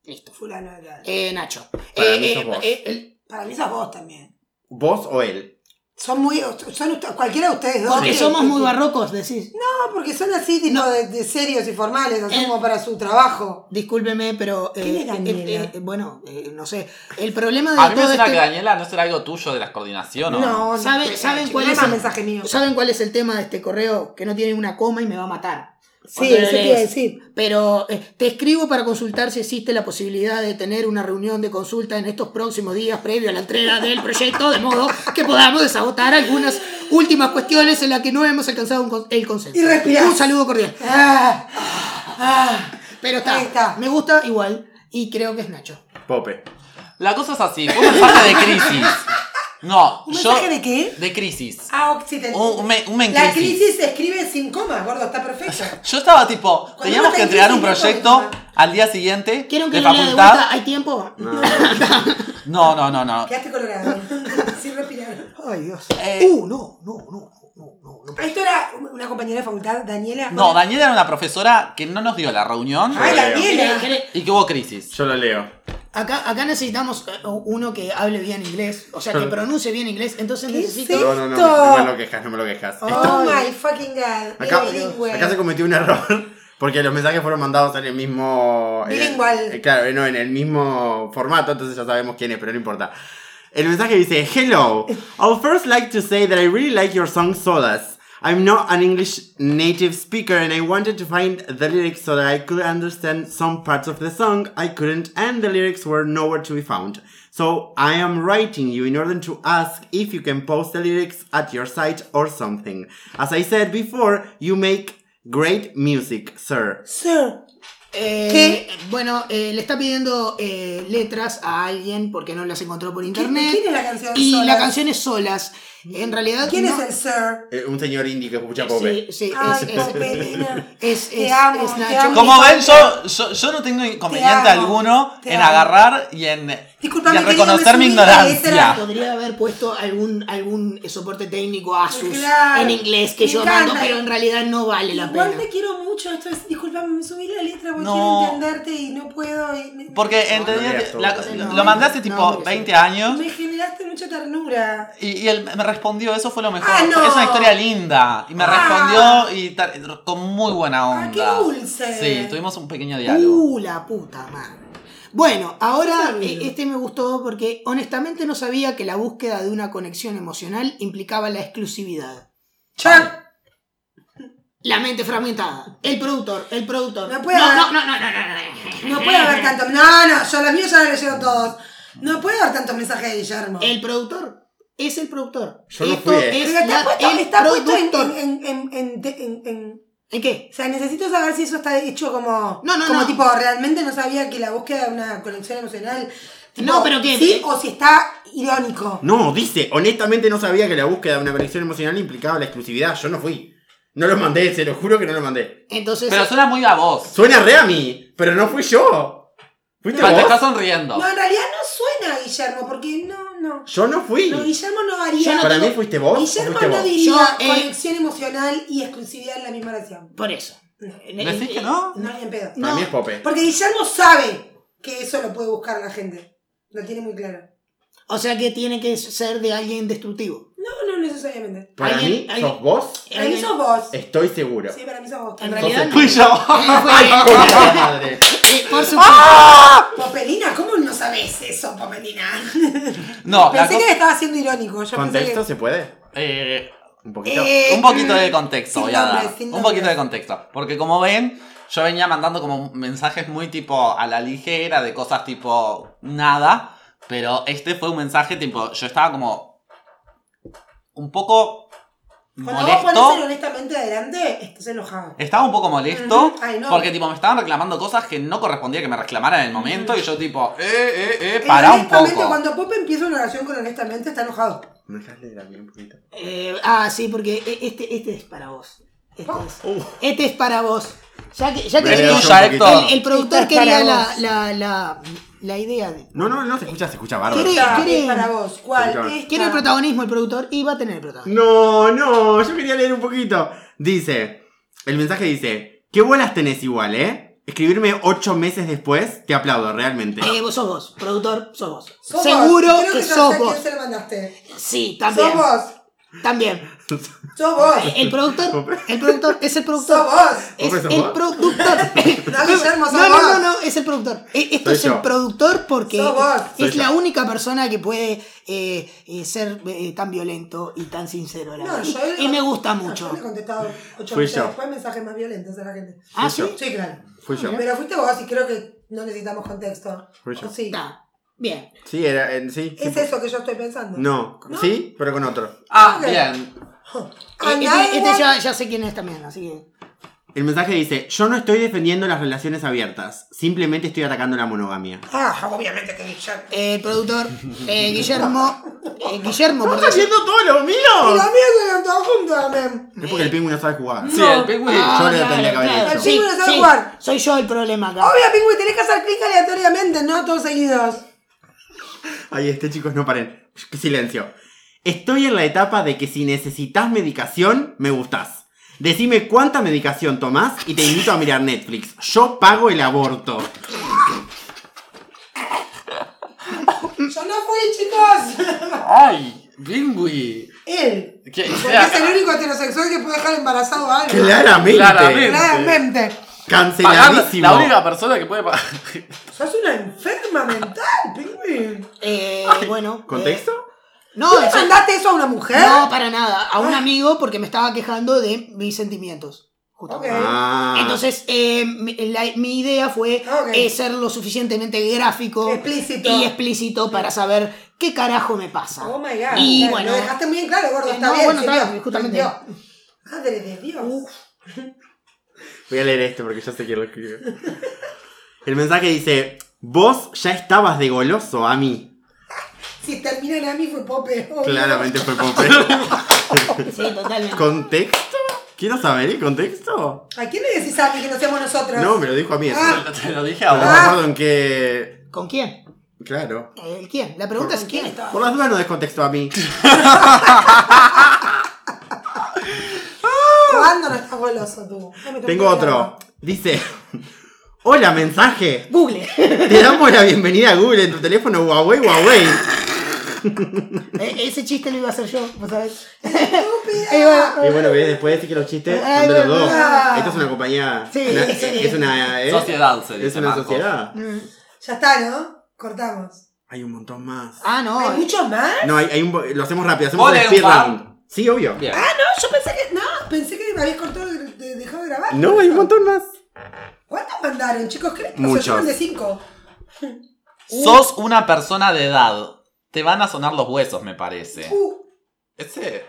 Speaker 1: Listo.
Speaker 4: Fulano de tal.
Speaker 1: Eh, Nacho.
Speaker 3: Para
Speaker 1: Eh,
Speaker 3: mí
Speaker 1: eh,
Speaker 3: sos vos.
Speaker 1: eh, el-
Speaker 4: Para mí sos vos también.
Speaker 3: ¿Vos o él?
Speaker 4: Son muy. Son usted- cualquiera de ustedes dos.
Speaker 1: porque
Speaker 4: Sí.
Speaker 1: somos muy barrocos, decís.
Speaker 4: No, porque son así, tipo,
Speaker 1: No.
Speaker 4: de, de serios y formales, así
Speaker 1: Eh.
Speaker 4: como para su trabajo.
Speaker 1: Discúlpeme, pero.
Speaker 4: ¿Quién
Speaker 1: eh,
Speaker 4: es Daniela?
Speaker 1: eh, eh, bueno, eh, no sé. El problema de
Speaker 2: A mí me
Speaker 1: todo
Speaker 2: suena que
Speaker 1: este-
Speaker 2: Daniela no será algo tuyo de las coordinaciones.
Speaker 1: ¿Saben-
Speaker 4: pero,
Speaker 1: saben
Speaker 4: chico,
Speaker 1: cuál
Speaker 4: no
Speaker 1: es
Speaker 4: más
Speaker 1: el-
Speaker 4: mensaje mío?
Speaker 1: ¿Saben cuál es el tema de este correo? Que no tiene una coma y me va a matar.
Speaker 4: Sí,
Speaker 1: Cuando lo
Speaker 4: eso te iba a
Speaker 1: lees.
Speaker 4: decir.
Speaker 1: Pero eh, te escribo para consultar si existe la posibilidad de tener una reunión de consulta en estos próximos días previo a la entrega del proyecto, de modo que podamos desagotar algunas últimas cuestiones en las que no hemos alcanzado un con- el consenso.
Speaker 4: Y respirás.
Speaker 1: Un saludo cordial.
Speaker 4: Ah, ah.
Speaker 1: Pero está,
Speaker 4: Ahí está.
Speaker 1: me gusta igual y creo que es Nacho.
Speaker 3: Pope.
Speaker 2: La cosa es así, fue un mensaje de crisis. No,
Speaker 4: ¿Un
Speaker 2: yo...
Speaker 4: mensaje de qué?
Speaker 2: De crisis.
Speaker 4: Ah, ok, sí, te
Speaker 2: Oh, Un, un me- un me en
Speaker 4: La
Speaker 2: crisis.
Speaker 4: crisis se escribe sin coma, gordo, está perfecto.
Speaker 2: Yo estaba tipo, teníamos que
Speaker 4: uno está en
Speaker 2: entregar un
Speaker 4: crisis, no
Speaker 2: proyecto
Speaker 4: puede
Speaker 2: al día siguiente
Speaker 1: ¿Quieren que
Speaker 2: de
Speaker 1: lo lea de
Speaker 2: facultad.
Speaker 1: vuelta? ¿Hay tiempo?
Speaker 3: No.
Speaker 2: No, no, no, no.
Speaker 4: Quedaste colorado. sin respirar.
Speaker 1: Ay, Dios.
Speaker 2: Eh,
Speaker 1: uh, no, no, no, no, no, no.
Speaker 4: Esto era una compañera de facultad, Daniela.
Speaker 2: No,
Speaker 4: Hola.
Speaker 2: Daniela era una profesora que no nos dio la reunión
Speaker 4: Ay,
Speaker 1: Quiere-
Speaker 4: Daniela.
Speaker 1: quiere-
Speaker 2: y que hubo crisis.
Speaker 3: Yo lo leo.
Speaker 1: Acá, acá necesitamos eh, uno que hable bien inglés, o sea, que pronuncie bien inglés, entonces
Speaker 4: ¿Qué
Speaker 1: necesito...
Speaker 4: sé?
Speaker 3: No, no, no.
Speaker 4: Esto.
Speaker 3: No me lo quejas, no me lo quejas.
Speaker 4: Oh my fucking god. Era
Speaker 3: Acá,
Speaker 4: bilingüe.
Speaker 3: acá se cometió un error porque los mensajes fueron mandados en el mismo. en el-
Speaker 4: Bilingüal.
Speaker 3: eh, claro, no, en el mismo formato, entonces ya sabemos quién es, pero no importa. El mensaje dice: Hello, I would first like to say that I really like your song Solace. I'm not an English native speaker and I wanted to find the lyrics so that I could understand some parts of the song. I couldn't, and the lyrics were nowhere to be found. So I am writing you in order to ask if you can post the lyrics at your site or something. As I said before, you make great music, sir.
Speaker 4: Sir.
Speaker 1: Eh,
Speaker 4: ¿Qué?
Speaker 1: Bueno, eh, le está pidiendo eh, letras a alguien porque no las encontró por internet.
Speaker 4: quién es la canción
Speaker 1: Y
Speaker 4: Solas?
Speaker 1: la canción es Solas. En realidad...
Speaker 4: ¿Quién
Speaker 1: no-
Speaker 4: es el sir?
Speaker 3: Eh, un señor indie que escucha pop.
Speaker 1: Sí, sí,
Speaker 4: Ay,
Speaker 1: es, es-
Speaker 4: Popelina.
Speaker 1: es-
Speaker 4: Te
Speaker 1: es-
Speaker 4: amo,
Speaker 1: es
Speaker 4: te
Speaker 1: Nacho.
Speaker 4: amo.
Speaker 2: Como ven, yo, yo, yo no tengo inconveniente
Speaker 4: Te amo,
Speaker 2: alguno
Speaker 4: te
Speaker 2: en
Speaker 4: amo.
Speaker 2: agarrar y en, y
Speaker 4: Disculpame,
Speaker 2: en
Speaker 4: querido, me
Speaker 2: reconocer mi
Speaker 4: subí a ese
Speaker 2: ignorancia.
Speaker 1: Podría haber puesto algún, algún soporte técnico Asus
Speaker 4: Claro.
Speaker 1: en inglés que
Speaker 4: Me
Speaker 1: yo
Speaker 4: encanta.
Speaker 1: mando, pero en realidad no vale la
Speaker 4: Igual
Speaker 1: pena.
Speaker 4: te quiero mucho. Esto es, disculpame, me subí la letra porque
Speaker 2: No.
Speaker 4: quiero entenderte y no puedo. y me-
Speaker 2: Porque
Speaker 3: no
Speaker 2: entendí,
Speaker 3: leas todo,
Speaker 2: la-
Speaker 3: Daniela.
Speaker 2: lo mandé hace
Speaker 1: No,
Speaker 2: tipo
Speaker 1: porque sí.
Speaker 2: 20 años
Speaker 4: Me generaste mucha ternura.
Speaker 2: y, y él me respondió, eso fue lo mejor.
Speaker 4: Ah, no.
Speaker 2: porque Es una historia linda. Y me
Speaker 4: Ah.
Speaker 2: respondió y tar- con muy buena
Speaker 4: Ah,
Speaker 2: onda.
Speaker 4: qué dulce.
Speaker 2: Sí, tuvimos un pequeño diálogo.
Speaker 1: Uh, la puta madre. Bueno, ahora
Speaker 4: Qué
Speaker 1: eh,
Speaker 4: lindo.
Speaker 1: este me gustó porque honestamente no sabía que la búsqueda de una conexión emocional implicaba la exclusividad.
Speaker 4: Chan.
Speaker 1: La mente fragmentada. El productor, el productor.
Speaker 4: No puede haber-
Speaker 1: no, no, no, no, no, no, no.
Speaker 4: No puede haber tanto. No, no, yo los míos ya los leyeron todos. No puede haber tanto mensaje de Guillermo.
Speaker 1: El productor es el productor.
Speaker 3: Yo no fui, eh.
Speaker 1: es
Speaker 4: Pero está
Speaker 1: la-
Speaker 4: puesto,
Speaker 1: el
Speaker 4: está puesto en-
Speaker 1: productor.
Speaker 4: en- en- en- en- en
Speaker 1: ¿En qué?
Speaker 4: O sea, necesito saber si eso está hecho como.
Speaker 1: No, no,
Speaker 4: como
Speaker 1: no.
Speaker 4: tipo, realmente no sabía que la búsqueda de una conexión emocional. tipo,
Speaker 1: No, pero que-
Speaker 4: Sí, o si está irónico.
Speaker 3: No, dice, honestamente no sabía que la búsqueda de una conexión emocional implicaba la exclusividad. Yo no fui. No lo mandé, se lo juro que no lo mandé.
Speaker 1: Entonces, eh,
Speaker 2: Pero suena muy a vos.
Speaker 3: Suena re a mí. pero no fui yo. ¿Fuiste
Speaker 2: Te
Speaker 3: vos?
Speaker 2: está sonriendo.
Speaker 4: No, en realidad no suena Guillermo, porque no, no.
Speaker 3: Yo no fui.
Speaker 4: No, Guillermo no haría.
Speaker 1: Yo no
Speaker 3: Para
Speaker 1: tengo-
Speaker 3: mí fuiste vos. o
Speaker 4: Guillermo
Speaker 3: fuiste
Speaker 4: no
Speaker 3: vos.
Speaker 4: diría
Speaker 1: Yo, eh,
Speaker 4: conexión emocional y exclusividad en la misma oración.
Speaker 1: Por eso.
Speaker 2: ¿Me decís que no?
Speaker 4: No hay en pedo.
Speaker 3: Para
Speaker 1: no.
Speaker 3: mí es Pope.
Speaker 4: Porque Guillermo sabe que eso lo puede buscar la gente. Lo tiene muy claro.
Speaker 1: O sea que tiene que ser de alguien destructivo.
Speaker 4: No, no necesariamente.
Speaker 3: Para
Speaker 1: Alguien-
Speaker 3: mí,
Speaker 1: alguien-
Speaker 3: sos vos.
Speaker 4: Para mí
Speaker 1: Alguien-
Speaker 4: sos vos.
Speaker 3: Estoy seguro.
Speaker 4: Sí, para mí sos vos.
Speaker 1: En
Speaker 3: Sos
Speaker 1: realidad
Speaker 3: el-
Speaker 1: no.
Speaker 2: Fui yo.
Speaker 3: pues ¡Ay, con la madre!
Speaker 1: Eh, por supuesto.
Speaker 4: Popelina, ¿cómo no sabes eso, Popelina?
Speaker 2: No, la
Speaker 4: pensé
Speaker 2: co-
Speaker 4: que estaba siendo irónico. Yo
Speaker 3: ¿Contexto
Speaker 4: pensé
Speaker 3: se puede?
Speaker 2: eh,
Speaker 3: Un poquito.
Speaker 4: Eh,
Speaker 2: un poquito de contexto
Speaker 4: sin
Speaker 2: voy a dar.
Speaker 4: nombres, sin
Speaker 2: Un poquito
Speaker 4: nombres.
Speaker 2: de contexto. Porque como ven, yo venía mandando como mensajes muy tipo a la ligera, de cosas tipo nada. Pero este fue un mensaje tipo, yo estaba como un poco
Speaker 4: que. Cuando vos ponés el
Speaker 2: molesto. Eh,
Speaker 4: honestamente adelante, estás enojado.
Speaker 2: Estaba un poco molesto
Speaker 4: Ujú, ay, no.
Speaker 2: porque tipo me estaban reclamando cosas que no correspondía que me reclamaran en el momento y yo tipo, eh, eh, eh,
Speaker 4: El
Speaker 2: pará un
Speaker 4: honestamente,
Speaker 2: poco.
Speaker 4: cuando Pope empieza una oración con honestamente, está enojado.
Speaker 3: ¿Me dejas leer a mí un poquito?
Speaker 1: Eh, ah, sí, porque e- este, este es para vos. Este es,
Speaker 3: Uh,
Speaker 1: este es para vos. Ya que, ya que
Speaker 3: me
Speaker 1: quería-
Speaker 2: Esto
Speaker 3: leo yo un
Speaker 2: ya,
Speaker 3: poquito.
Speaker 2: Héctor.
Speaker 1: el, el productor
Speaker 4: Este es para
Speaker 1: quería la,
Speaker 4: vos.
Speaker 1: la, la, la idea. de-
Speaker 3: No, no, no se escucha, se escucha bárbaro.
Speaker 1: ¿Querés?
Speaker 4: Esta
Speaker 1: quieren-
Speaker 4: es para vos. ¿Cuál?
Speaker 3: Quieren-
Speaker 4: Esta.
Speaker 1: Quiere el protagonismo el productor y va a tener el protagonismo.
Speaker 3: No, no, yo quería leer un poquito. Dice, el mensaje dice, ¿qué bolas tenés igual, eh? Escribirme ocho meses después, te aplaudo, realmente.
Speaker 1: Eh, vos sos vos, productor, sos vos.
Speaker 4: Sos vos.
Speaker 1: Seguro
Speaker 4: Creo
Speaker 1: que
Speaker 4: ya sé
Speaker 1: sos
Speaker 4: a quién
Speaker 1: vos.
Speaker 4: se lo mandaste.
Speaker 1: Sí, también. Eh,
Speaker 4: Sos vos.
Speaker 1: También.
Speaker 4: Sos vos.
Speaker 1: El productor, el productor, es el
Speaker 4: Sos
Speaker 1: productor.
Speaker 4: vos.
Speaker 1: Es
Speaker 3: Vos sos
Speaker 1: el
Speaker 3: vos.
Speaker 1: productor. Eh,
Speaker 4: No, Guillermo,
Speaker 1: No,
Speaker 4: sos
Speaker 1: no,
Speaker 4: vos.
Speaker 1: no, no, es el productor. E- Esto
Speaker 3: Soy
Speaker 1: es el
Speaker 3: yo.
Speaker 1: productor porque
Speaker 4: Sos vos.
Speaker 3: Soy
Speaker 1: es la
Speaker 3: yo.
Speaker 1: única persona que puede eh, eh, ser eh, tan violento y tan sincero. a la
Speaker 4: No,
Speaker 1: vez.
Speaker 4: yo le-
Speaker 1: y me gusta
Speaker 4: No,
Speaker 1: mucho.
Speaker 4: Yo le he contestado ocho
Speaker 3: Fui
Speaker 4: veces
Speaker 3: yo.
Speaker 4: después mensajes más violentos a la gente.
Speaker 1: ah, sí.
Speaker 3: Fui
Speaker 4: Sí, claro.
Speaker 3: Fui yo.
Speaker 4: Pero fuiste vos y creo que no necesitamos contexto.
Speaker 3: Fui yo.
Speaker 4: ¿O Sí.
Speaker 1: Está. Bien.
Speaker 3: Sí, era, eh, sí.
Speaker 4: Es
Speaker 3: sí,
Speaker 4: eso que yo estoy pensando.
Speaker 3: No, sí, pero con otro.
Speaker 2: Ah,
Speaker 4: Ok.
Speaker 2: bien.
Speaker 1: Eh,
Speaker 4: And
Speaker 1: Este,
Speaker 4: I
Speaker 1: este
Speaker 4: want-
Speaker 1: ya, ya sé quién es también, así que.
Speaker 3: El mensaje dice, yo no estoy defendiendo las relaciones abiertas, simplemente estoy atacando la monogamia.
Speaker 4: Ah, obviamente que ya.
Speaker 1: Eh, el productor, eh, Guillermo. eh, Guillermo, por decir-
Speaker 3: haciendo todo lo
Speaker 4: Y los
Speaker 3: mío?
Speaker 4: míos llegan todos juntos también.
Speaker 3: Es porque el pingüino no sabe jugar.
Speaker 2: Sí, el pingüino.
Speaker 1: Ah,
Speaker 3: yo le
Speaker 1: claro,
Speaker 3: tendría que haber
Speaker 1: claro.
Speaker 3: hecho.
Speaker 1: Sí,
Speaker 4: El pingüino sabe
Speaker 1: sí,
Speaker 4: jugar.
Speaker 1: Soy yo el problema acá.
Speaker 4: Obvio, Pingüi, tenés que hacer clic aleatoriamente, no todos seguidos.
Speaker 3: Ahí este, chicos, no paren. Sh- Silencio. Estoy en la etapa de que si necesitas medicación, me gustás. Decime cuánta medicación tomás y te invito a mirar Netflix. Yo pago el aborto.
Speaker 1: Mm.
Speaker 4: Yo no fui, chicos.
Speaker 2: Ay, Pingüi.
Speaker 4: Él.
Speaker 2: Que-
Speaker 4: Porque es el único heterosexual que puede dejar embarazado a alguien.
Speaker 3: Claramente.
Speaker 2: Claramente.
Speaker 4: Claramente.
Speaker 2: Pagar-
Speaker 3: Canceladísimo.
Speaker 2: la única persona que puede pagar.
Speaker 4: Sos una enferma mental, Pingüi.
Speaker 1: Eh, bueno.
Speaker 3: ¿Contexto?
Speaker 1: eh, no,
Speaker 4: ¿Tú le
Speaker 1: eso-
Speaker 4: mandaste eso a una mujer?
Speaker 1: no, para nada. A un amigo porque me estaba quejando de mis sentimientos. Justo.
Speaker 4: Ok.
Speaker 3: Ah.
Speaker 1: Entonces, eh, mi, la- mi idea fue
Speaker 4: Ok.
Speaker 1: eh, ser lo suficientemente gráfico
Speaker 4: Explícito.
Speaker 1: y explícito para saber qué carajo me pasa.
Speaker 4: Oh my god.
Speaker 1: Y
Speaker 4: Dale,
Speaker 1: bueno,
Speaker 4: Lo dejaste muy en claro, gordo.
Speaker 1: Eh,
Speaker 4: Está
Speaker 1: no,
Speaker 4: bien.
Speaker 1: bueno,
Speaker 4: sirvió,
Speaker 1: está bien, justamente.
Speaker 4: sirvió. Madre de Dios.
Speaker 3: Voy a leer este porque ya sé quién lo escribió. El mensaje dice: Vos ya estabas de goloso a mí.
Speaker 4: Si terminan a mí fue Pope. obvio.
Speaker 3: Claramente fue Pope.
Speaker 1: sí, totalmente.
Speaker 3: ¿Contexto? Quiero saber el contexto.
Speaker 4: ¿A quién le decís a mí que no seamos nosotros?
Speaker 3: No, me lo dijo a mí eso.
Speaker 4: Ah.
Speaker 2: Te lo dije a
Speaker 3: Pero no me
Speaker 2: vos.
Speaker 3: acuerdo en qué.
Speaker 1: ¿Con quién?
Speaker 3: Claro.
Speaker 1: ¿El quién? La pregunta es quién estaba.
Speaker 3: Por las dudas no descontexto a mí.
Speaker 4: ¿Cuándo no estás goloso tú? Ya me tocó
Speaker 3: Tengo
Speaker 4: la
Speaker 3: otro.
Speaker 4: mano.
Speaker 3: Dice. Hola, mensaje.
Speaker 1: Google.
Speaker 3: Te damos la bienvenida a Google en tu teléfono Huawei Huawei.
Speaker 1: Eh, Ese chiste lo iba a hacer yo, ¿vos sabés?
Speaker 4: Estúpida.
Speaker 1: Eh, bueno,
Speaker 3: Y bueno, ¿ves? después de decir que los chistes
Speaker 1: Ay,
Speaker 3: son de los dos.
Speaker 4: verdad.
Speaker 3: Esta es una compañía.
Speaker 1: Ah, Sí,
Speaker 3: una-
Speaker 1: sí.
Speaker 3: Es una. ¿eh?
Speaker 2: Sociedad, se
Speaker 3: Es
Speaker 2: dice,
Speaker 3: una
Speaker 2: Marcos.
Speaker 3: sociedad.
Speaker 4: Ya está, ¿no? Cortamos.
Speaker 3: Hay un montón más.
Speaker 1: Ah, no.
Speaker 4: ¿Hay mucho más?
Speaker 3: No, hay, hay un. bo- Lo hacemos rápido, hacemos un
Speaker 2: Ponle un
Speaker 3: speedrun. Sí, obvio.
Speaker 2: Bien.
Speaker 4: Ah, no, yo pensé que. No, pensé que me habías cortado de- de- dejado de grabar.
Speaker 3: No, hay un montón más.
Speaker 4: ¿Cuántos mandaron, chicos? ¿Qué les pasó?
Speaker 3: Muchos.
Speaker 4: Yo mandé cinco.
Speaker 2: Sos una persona de edad. Te van a sonar los huesos, me parece.
Speaker 4: Uh,
Speaker 2: ¿Ese?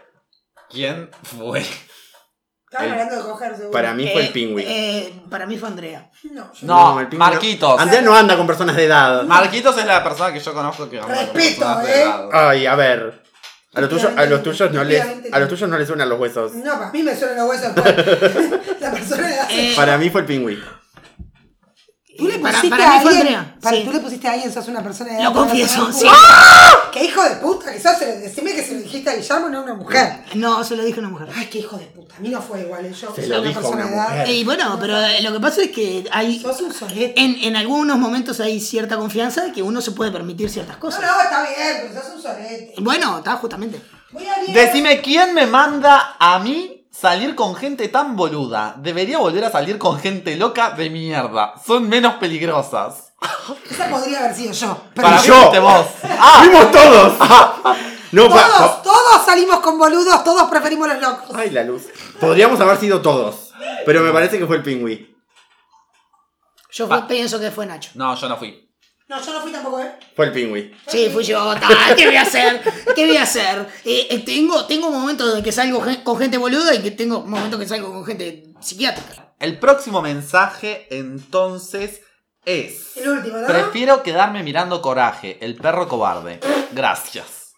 Speaker 2: ¿Quién fue?
Speaker 4: estaban
Speaker 3: El-
Speaker 4: hablando de coger, seguro.
Speaker 3: Eh, Para mí fue
Speaker 1: Eh,
Speaker 3: el pingüi.
Speaker 1: eh, para mí fue Andrea.
Speaker 4: No. yo-
Speaker 2: No,
Speaker 3: el pingüi
Speaker 2: Marquitos.
Speaker 3: Andrea no anda con personas de edad.
Speaker 2: Marquitos es la persona que yo conozco que anda con
Speaker 4: Respeto,
Speaker 2: personas de
Speaker 4: ¿eh?
Speaker 2: edad.
Speaker 3: Ay, a ver. A los tuyos, a los tuyos no les.
Speaker 4: Claramente no.
Speaker 3: A los tuyos no les suenan los huesos.
Speaker 4: No, para mí me suenan los huesos. pues. la persona de hace.
Speaker 1: Eh,
Speaker 3: Para mí fue el pingüi.
Speaker 4: Tú le
Speaker 1: Eh, para-
Speaker 4: pusiste
Speaker 1: para mí
Speaker 4: a
Speaker 1: fue
Speaker 4: alguien.
Speaker 1: Andrea,
Speaker 4: para-
Speaker 1: sí.
Speaker 4: Tú le pusiste a alguien, sos una persona de
Speaker 1: Lo
Speaker 4: alta
Speaker 1: confieso,
Speaker 4: naturaleza.
Speaker 1: sí.
Speaker 4: ¡Qué hijo de puta que sos! Se lo- Decime que se lo dijiste a Guillermo, no a una mujer.
Speaker 1: No, se lo dije a una mujer.
Speaker 4: Ay, qué hijo de puta. A mí no fue igual. ¿eh? Yo
Speaker 3: Se
Speaker 4: soy
Speaker 3: lo
Speaker 4: una
Speaker 3: dijo a
Speaker 4: persona
Speaker 3: una
Speaker 4: de edad.
Speaker 3: mujer.
Speaker 1: Y bueno, pero eh, lo que pasa es que hay.
Speaker 4: Sos un sorete.
Speaker 1: En, en algunos momentos hay cierta confianza de que uno se puede permitir ciertas
Speaker 4: No,
Speaker 1: cosas.
Speaker 4: no, está bien, pero sos un sorete.
Speaker 1: Bueno, está justamente.
Speaker 4: Voy a abrir.
Speaker 5: Decime quién me manda a mí salir con gente tan boluda. Debería volver a salir con gente loca de mierda. Son menos peligrosas.
Speaker 4: Esa podría haber sido yo. Pero
Speaker 5: Para mí
Speaker 3: yo.
Speaker 5: fuiste vos. Ah,
Speaker 3: ¡Vimos todos! No, pa-
Speaker 4: todos,
Speaker 3: pa-
Speaker 4: todos salimos con boludos, todos preferimos los locos.
Speaker 3: Ay, la luz. Podríamos haber sido todos, pero me parece que fue el pingüí.
Speaker 1: Yo
Speaker 2: Va.
Speaker 1: pienso que fue Nacho.
Speaker 2: No, yo no fui.
Speaker 4: No, yo no fui tampoco, ¿eh?
Speaker 3: Fue el pingüí.
Speaker 1: Sí, fui yo. ta, ¿Qué voy a hacer? ¿Qué voy a hacer? Eh, eh, tengo, tengo momentos de que salgo gen- con gente boluda y que tengo momentos que salgo con gente psiquiátrica.
Speaker 5: el próximo mensaje entonces es...
Speaker 4: El último, ¿no?
Speaker 5: Prefiero quedarme mirando Coraje, el perro cobarde. Gracias.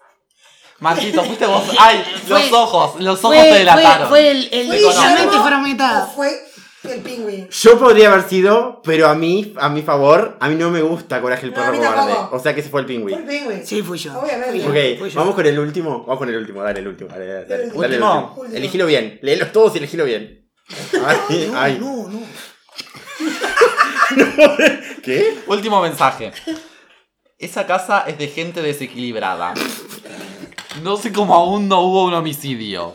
Speaker 5: Martito, fuiste vos. Ay, los
Speaker 1: Fue-
Speaker 5: ojos, los ojos te
Speaker 1: Fue, fue,
Speaker 5: delataron.
Speaker 1: fue el, el-
Speaker 4: ¿Fue
Speaker 1: la
Speaker 4: Guillermo
Speaker 1: mente
Speaker 4: o
Speaker 1: fragmentada.
Speaker 4: fue el pingüín?
Speaker 3: Yo podría haber sido, pero a mí, a mi favor, a mí no me gusta Coraje el
Speaker 4: No, a
Speaker 3: perro
Speaker 4: mí
Speaker 3: cobarde.
Speaker 4: tampoco.
Speaker 3: O sea que se fue el
Speaker 4: Fue el
Speaker 3: pingüí.
Speaker 4: pingüín.
Speaker 1: Sí, fui yo.
Speaker 4: Obviamente.
Speaker 1: Fui yo, fui
Speaker 3: Ok,
Speaker 1: yo.
Speaker 3: vamos con el último. Vamos con el último, dale el último. Dale, dale, dale, dale, dale el
Speaker 5: Último.
Speaker 3: último. Elegilo bien, léelos todos y elegilo bien. Ay,
Speaker 1: No,
Speaker 3: ay.
Speaker 1: no, no.
Speaker 3: ¿Qué?
Speaker 5: Último mensaje. Esa casa es de gente desequilibrada. No sé cómo aún no hubo un homicidio.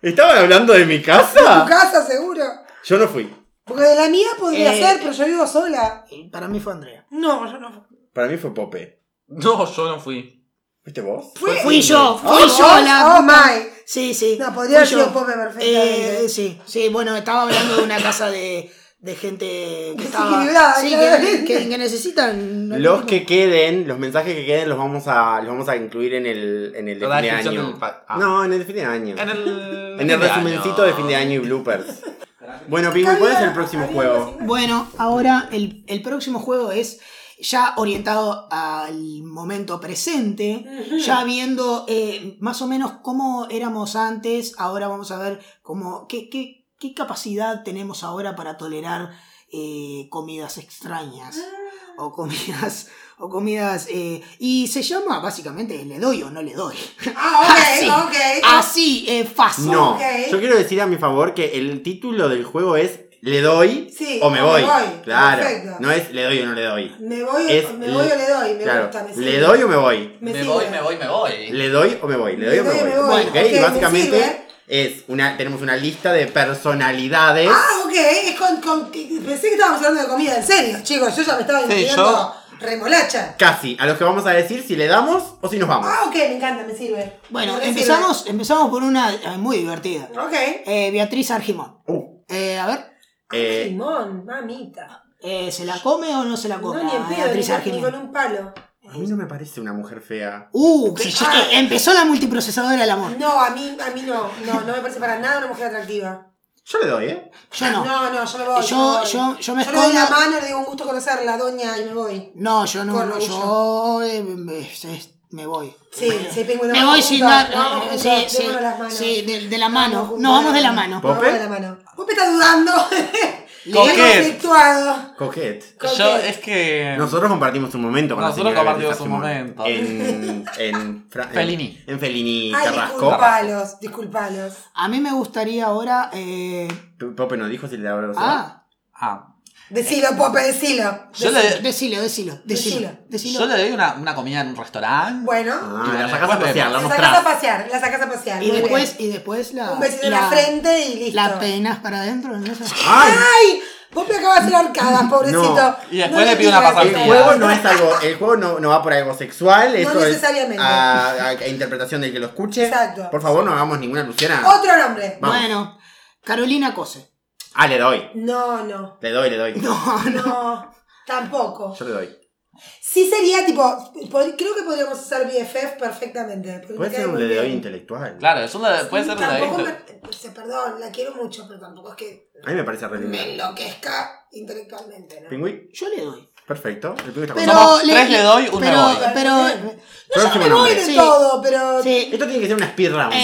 Speaker 3: ¿Estaban hablando de mi
Speaker 4: Tu
Speaker 3: casa?
Speaker 4: casa, seguro.
Speaker 3: Yo no fui.
Speaker 4: Porque de la mía podría
Speaker 1: Eh.
Speaker 4: ser, pero yo vivo sola.
Speaker 1: Eh, Para mí fue Andrea.
Speaker 4: No, yo no.
Speaker 3: Para mí fue Pope.
Speaker 5: No, yo no fui.
Speaker 3: ¿Fuiste vos?
Speaker 4: Fue.
Speaker 1: Fui yo, fui
Speaker 4: Oh,
Speaker 1: yo la.
Speaker 4: oh my.
Speaker 1: Sí, sí.
Speaker 4: No, podría haber
Speaker 1: fui
Speaker 4: sido
Speaker 1: yo.
Speaker 4: Pope perfectamente.
Speaker 1: Eh, sí, sí, bueno, estaba hablando de una casa de, de gente que estaba.
Speaker 4: Desequilibrada,
Speaker 1: Sí, que,
Speaker 4: claramente.
Speaker 1: que- que necesitan.
Speaker 3: Los que queden, los mensajes que queden los vamos a, los vamos a incluir en el, en el de
Speaker 5: Toda
Speaker 3: fin de
Speaker 5: la descripción
Speaker 3: año.
Speaker 5: del pa- ah.
Speaker 3: No, en el de fin de año.
Speaker 5: En el,
Speaker 3: En el resumencito de fin de año y bloopers. Bueno, Pingüi, ¿cuál es el próximo juego?
Speaker 1: Bueno, ahora el, el próximo juego es ya orientado al momento presente, ya viendo eh, más o menos cómo éramos antes, ahora vamos a ver cómo, qué, qué, qué capacidad tenemos ahora para tolerar eh, comidas extrañas o comidas... O comidas. eh, y se llama básicamente le doy o no le doy.
Speaker 4: Ah, ok,
Speaker 1: Así.
Speaker 4: ok.
Speaker 3: Ah,
Speaker 1: Así, eh, fácil.
Speaker 3: No,
Speaker 4: Ok.
Speaker 3: yo quiero decir a mi favor que el título del juego es ¿Le doy
Speaker 4: Sí,
Speaker 3: o me voy? Claro,
Speaker 4: Perfecto.
Speaker 3: no es ¿le doy o no le doy?
Speaker 4: me voy,
Speaker 3: es-
Speaker 4: me voy o le doy. Me
Speaker 3: Claro,
Speaker 4: gusta, me sirve.
Speaker 3: ¿le doy o me voy?
Speaker 4: Me
Speaker 5: Me
Speaker 4: sirve.
Speaker 5: voy, me voy, me voy.
Speaker 3: ¿Le doy o me voy? ¿Le doy o me voy?
Speaker 1: Bueno,
Speaker 3: Ok, y
Speaker 4: me ¿eh?
Speaker 3: básicamente
Speaker 4: sirve.
Speaker 3: es una, tenemos una lista de personalidades.
Speaker 4: Ah, ok. Es con, con- pensé que estábamos hablando de comida. En serio, chicos. Yo ya me estaba imaginando remolacha.
Speaker 3: Casi, a los que vamos a decir si le damos o si nos vamos.
Speaker 4: Ah, ok. Me encanta, me sirve.
Speaker 1: Bueno,
Speaker 4: Me re
Speaker 1: empezamos, empezamos por una eh, muy divertida.
Speaker 4: sirve. Ok.
Speaker 1: Eh, Beatriz Argimón.
Speaker 3: Uh,
Speaker 1: Eh, a ver,
Speaker 3: eh,
Speaker 4: Simón, mamita.
Speaker 1: eh, ¿se la come o no se la
Speaker 4: No,
Speaker 1: come?
Speaker 4: ni en
Speaker 1: a
Speaker 4: pedo, ni
Speaker 1: Beatriz
Speaker 4: con- ni
Speaker 1: Argimón.
Speaker 4: con un palo.
Speaker 3: a mí no me parece una mujer fea.
Speaker 1: Uh, que- eh, empezó la multiprocesadora del amor.
Speaker 4: No, a mí, a mí no. No, no me parece para nada una mujer atractiva.
Speaker 3: Yo le doy, ¿eh?
Speaker 1: Yo no.
Speaker 4: No, no, yo me voy.
Speaker 1: Yo-
Speaker 4: me voy.
Speaker 1: yo- yo me
Speaker 4: le doy la
Speaker 1: escondo.
Speaker 4: mano, le digo un gusto conocerla, doña, y me voy.
Speaker 1: No, yo no.
Speaker 4: Con
Speaker 1: no,
Speaker 4: orgullo.
Speaker 1: yo eh, me, se- me voy.
Speaker 4: Sí, sí, pingüino.
Speaker 1: Me voy
Speaker 4: vamos
Speaker 1: sin
Speaker 4: juntos,
Speaker 1: dar.
Speaker 4: vamos
Speaker 1: eh,
Speaker 4: juntos,
Speaker 1: sí, sí,
Speaker 4: démonos las manos.
Speaker 1: sí, de, de la
Speaker 4: Vamos
Speaker 1: mano.
Speaker 4: juntos,
Speaker 1: Nos vamos de la mano.
Speaker 4: Nos vamos de la mano. ¿Vos me estás dudando?
Speaker 5: Coquet.
Speaker 4: Está conflictuado.
Speaker 3: Coquette.
Speaker 5: Yo,
Speaker 4: Coquet.
Speaker 5: es que.
Speaker 3: Nosotros compartimos un momento con la
Speaker 5: Em, Nosotros
Speaker 3: señora
Speaker 5: compartimos
Speaker 3: Beatriz
Speaker 5: un
Speaker 3: Argimón.
Speaker 5: momento.
Speaker 3: En, en, Fra- en-
Speaker 5: Fellini.
Speaker 3: En Fellini,
Speaker 4: Ay,
Speaker 3: Carrasco.
Speaker 4: disculpalos, disculpalos.
Speaker 1: A mí me gustaría ahora. eh,
Speaker 3: P- Pope nos dijo si le daba o no.
Speaker 1: ah,
Speaker 5: Ah,
Speaker 4: Decilo, Pope, decilo.
Speaker 5: yo, le,
Speaker 1: decilo, decilo, decilo.
Speaker 4: Decilo.
Speaker 1: decilo.
Speaker 5: yo le doy una, una comida en un restaurante.
Speaker 4: Bueno,
Speaker 3: Ah, la
Speaker 5: Bueno,
Speaker 3: sacas a
Speaker 5: después
Speaker 3: pasear, la
Speaker 4: la sacás a
Speaker 3: mostrás.
Speaker 4: pasear, la sacás a pasear.
Speaker 1: Y
Speaker 4: muy
Speaker 1: después,
Speaker 4: bien.
Speaker 1: y después la.
Speaker 4: un besito
Speaker 1: la,
Speaker 4: en la frente y listo.
Speaker 1: la peinas para adentro. ¿no?
Speaker 3: ¡Ay!
Speaker 4: ¡Ay! Vos me acabas de hacer arcadas, pobrecito.
Speaker 3: No,
Speaker 5: y después le
Speaker 4: le
Speaker 5: pido una
Speaker 4: digas
Speaker 5: pasantía.
Speaker 3: El
Speaker 4: eso.
Speaker 3: juego no es algo, el juego no, no va por algo sexual, esto es
Speaker 4: necesariamente.
Speaker 3: a, a- a interpretación del que lo escuche.
Speaker 4: Exacto.
Speaker 3: Por favor, no hagamos ninguna alusión a.
Speaker 4: Otro nombre.
Speaker 3: Vamos.
Speaker 1: Bueno, Carolina Cose.
Speaker 3: Ah, le doy.
Speaker 4: No, no.
Speaker 3: Le doy, le doy.
Speaker 1: No,
Speaker 4: No. Tampoco.
Speaker 3: Yo le doy.
Speaker 4: Sí sería tipo. pod- Creo que podríamos hacer BFF perfectamente. porque me
Speaker 3: Puede ser
Speaker 4: cae
Speaker 3: un
Speaker 4: muy
Speaker 3: le doy
Speaker 4: bien.
Speaker 3: intelectual.
Speaker 5: Claro, es una, puede
Speaker 4: Sí,
Speaker 5: ser una
Speaker 4: tampoco me- se- Perdón, la quiero mucho, pero tampoco es que
Speaker 3: A mí me parece re
Speaker 4: me
Speaker 3: lindo.
Speaker 4: enloquezca intelectualmente, ¿no?
Speaker 3: Pingüí,
Speaker 1: yo le doy.
Speaker 3: perfecto. El pingüí está
Speaker 1: Pero
Speaker 3: contento.
Speaker 5: Somos tres le doy, un me
Speaker 1: pero-
Speaker 5: voy.
Speaker 1: Pero.
Speaker 4: No, yo no
Speaker 3: Próximo
Speaker 4: me voy
Speaker 3: nombre.
Speaker 4: de
Speaker 1: Sí.
Speaker 4: todo, pero.
Speaker 1: sí,
Speaker 3: Esto tiene que ser una speedrun.
Speaker 1: Eh,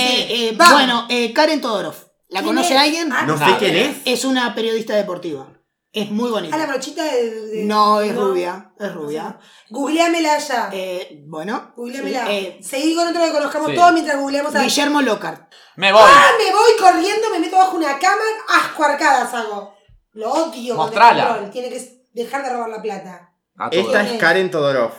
Speaker 1: eh,
Speaker 4: Vamos.
Speaker 1: bueno, eh, Karen Todorov. ¿La
Speaker 4: ¿Quién
Speaker 1: conoce
Speaker 4: es?
Speaker 1: alguien?
Speaker 4: Ah,
Speaker 3: No sé
Speaker 5: Nada.
Speaker 3: quién es.
Speaker 1: Es una periodista deportiva. Es muy bonita.
Speaker 4: Ah, la brochita de. de-
Speaker 1: No, es rubia, es rubia.
Speaker 4: Googleamela ya.
Speaker 1: Eh, bueno,
Speaker 4: Googleamela.
Speaker 1: eh,
Speaker 4: Seguí con otro que conozcamos
Speaker 2: sí.
Speaker 4: todos mientras googleamos a.
Speaker 1: Guillermo Lockhart.
Speaker 5: Me voy.
Speaker 4: ¡Ah! Me voy corriendo, me meto bajo una cama, asco arcadas hago. Lo odio. con
Speaker 5: Mostrala.
Speaker 4: descontrol. Tiene que dejar de robar la plata.
Speaker 2: A todo.
Speaker 3: Esta
Speaker 4: bien.
Speaker 3: es Karen Todorov.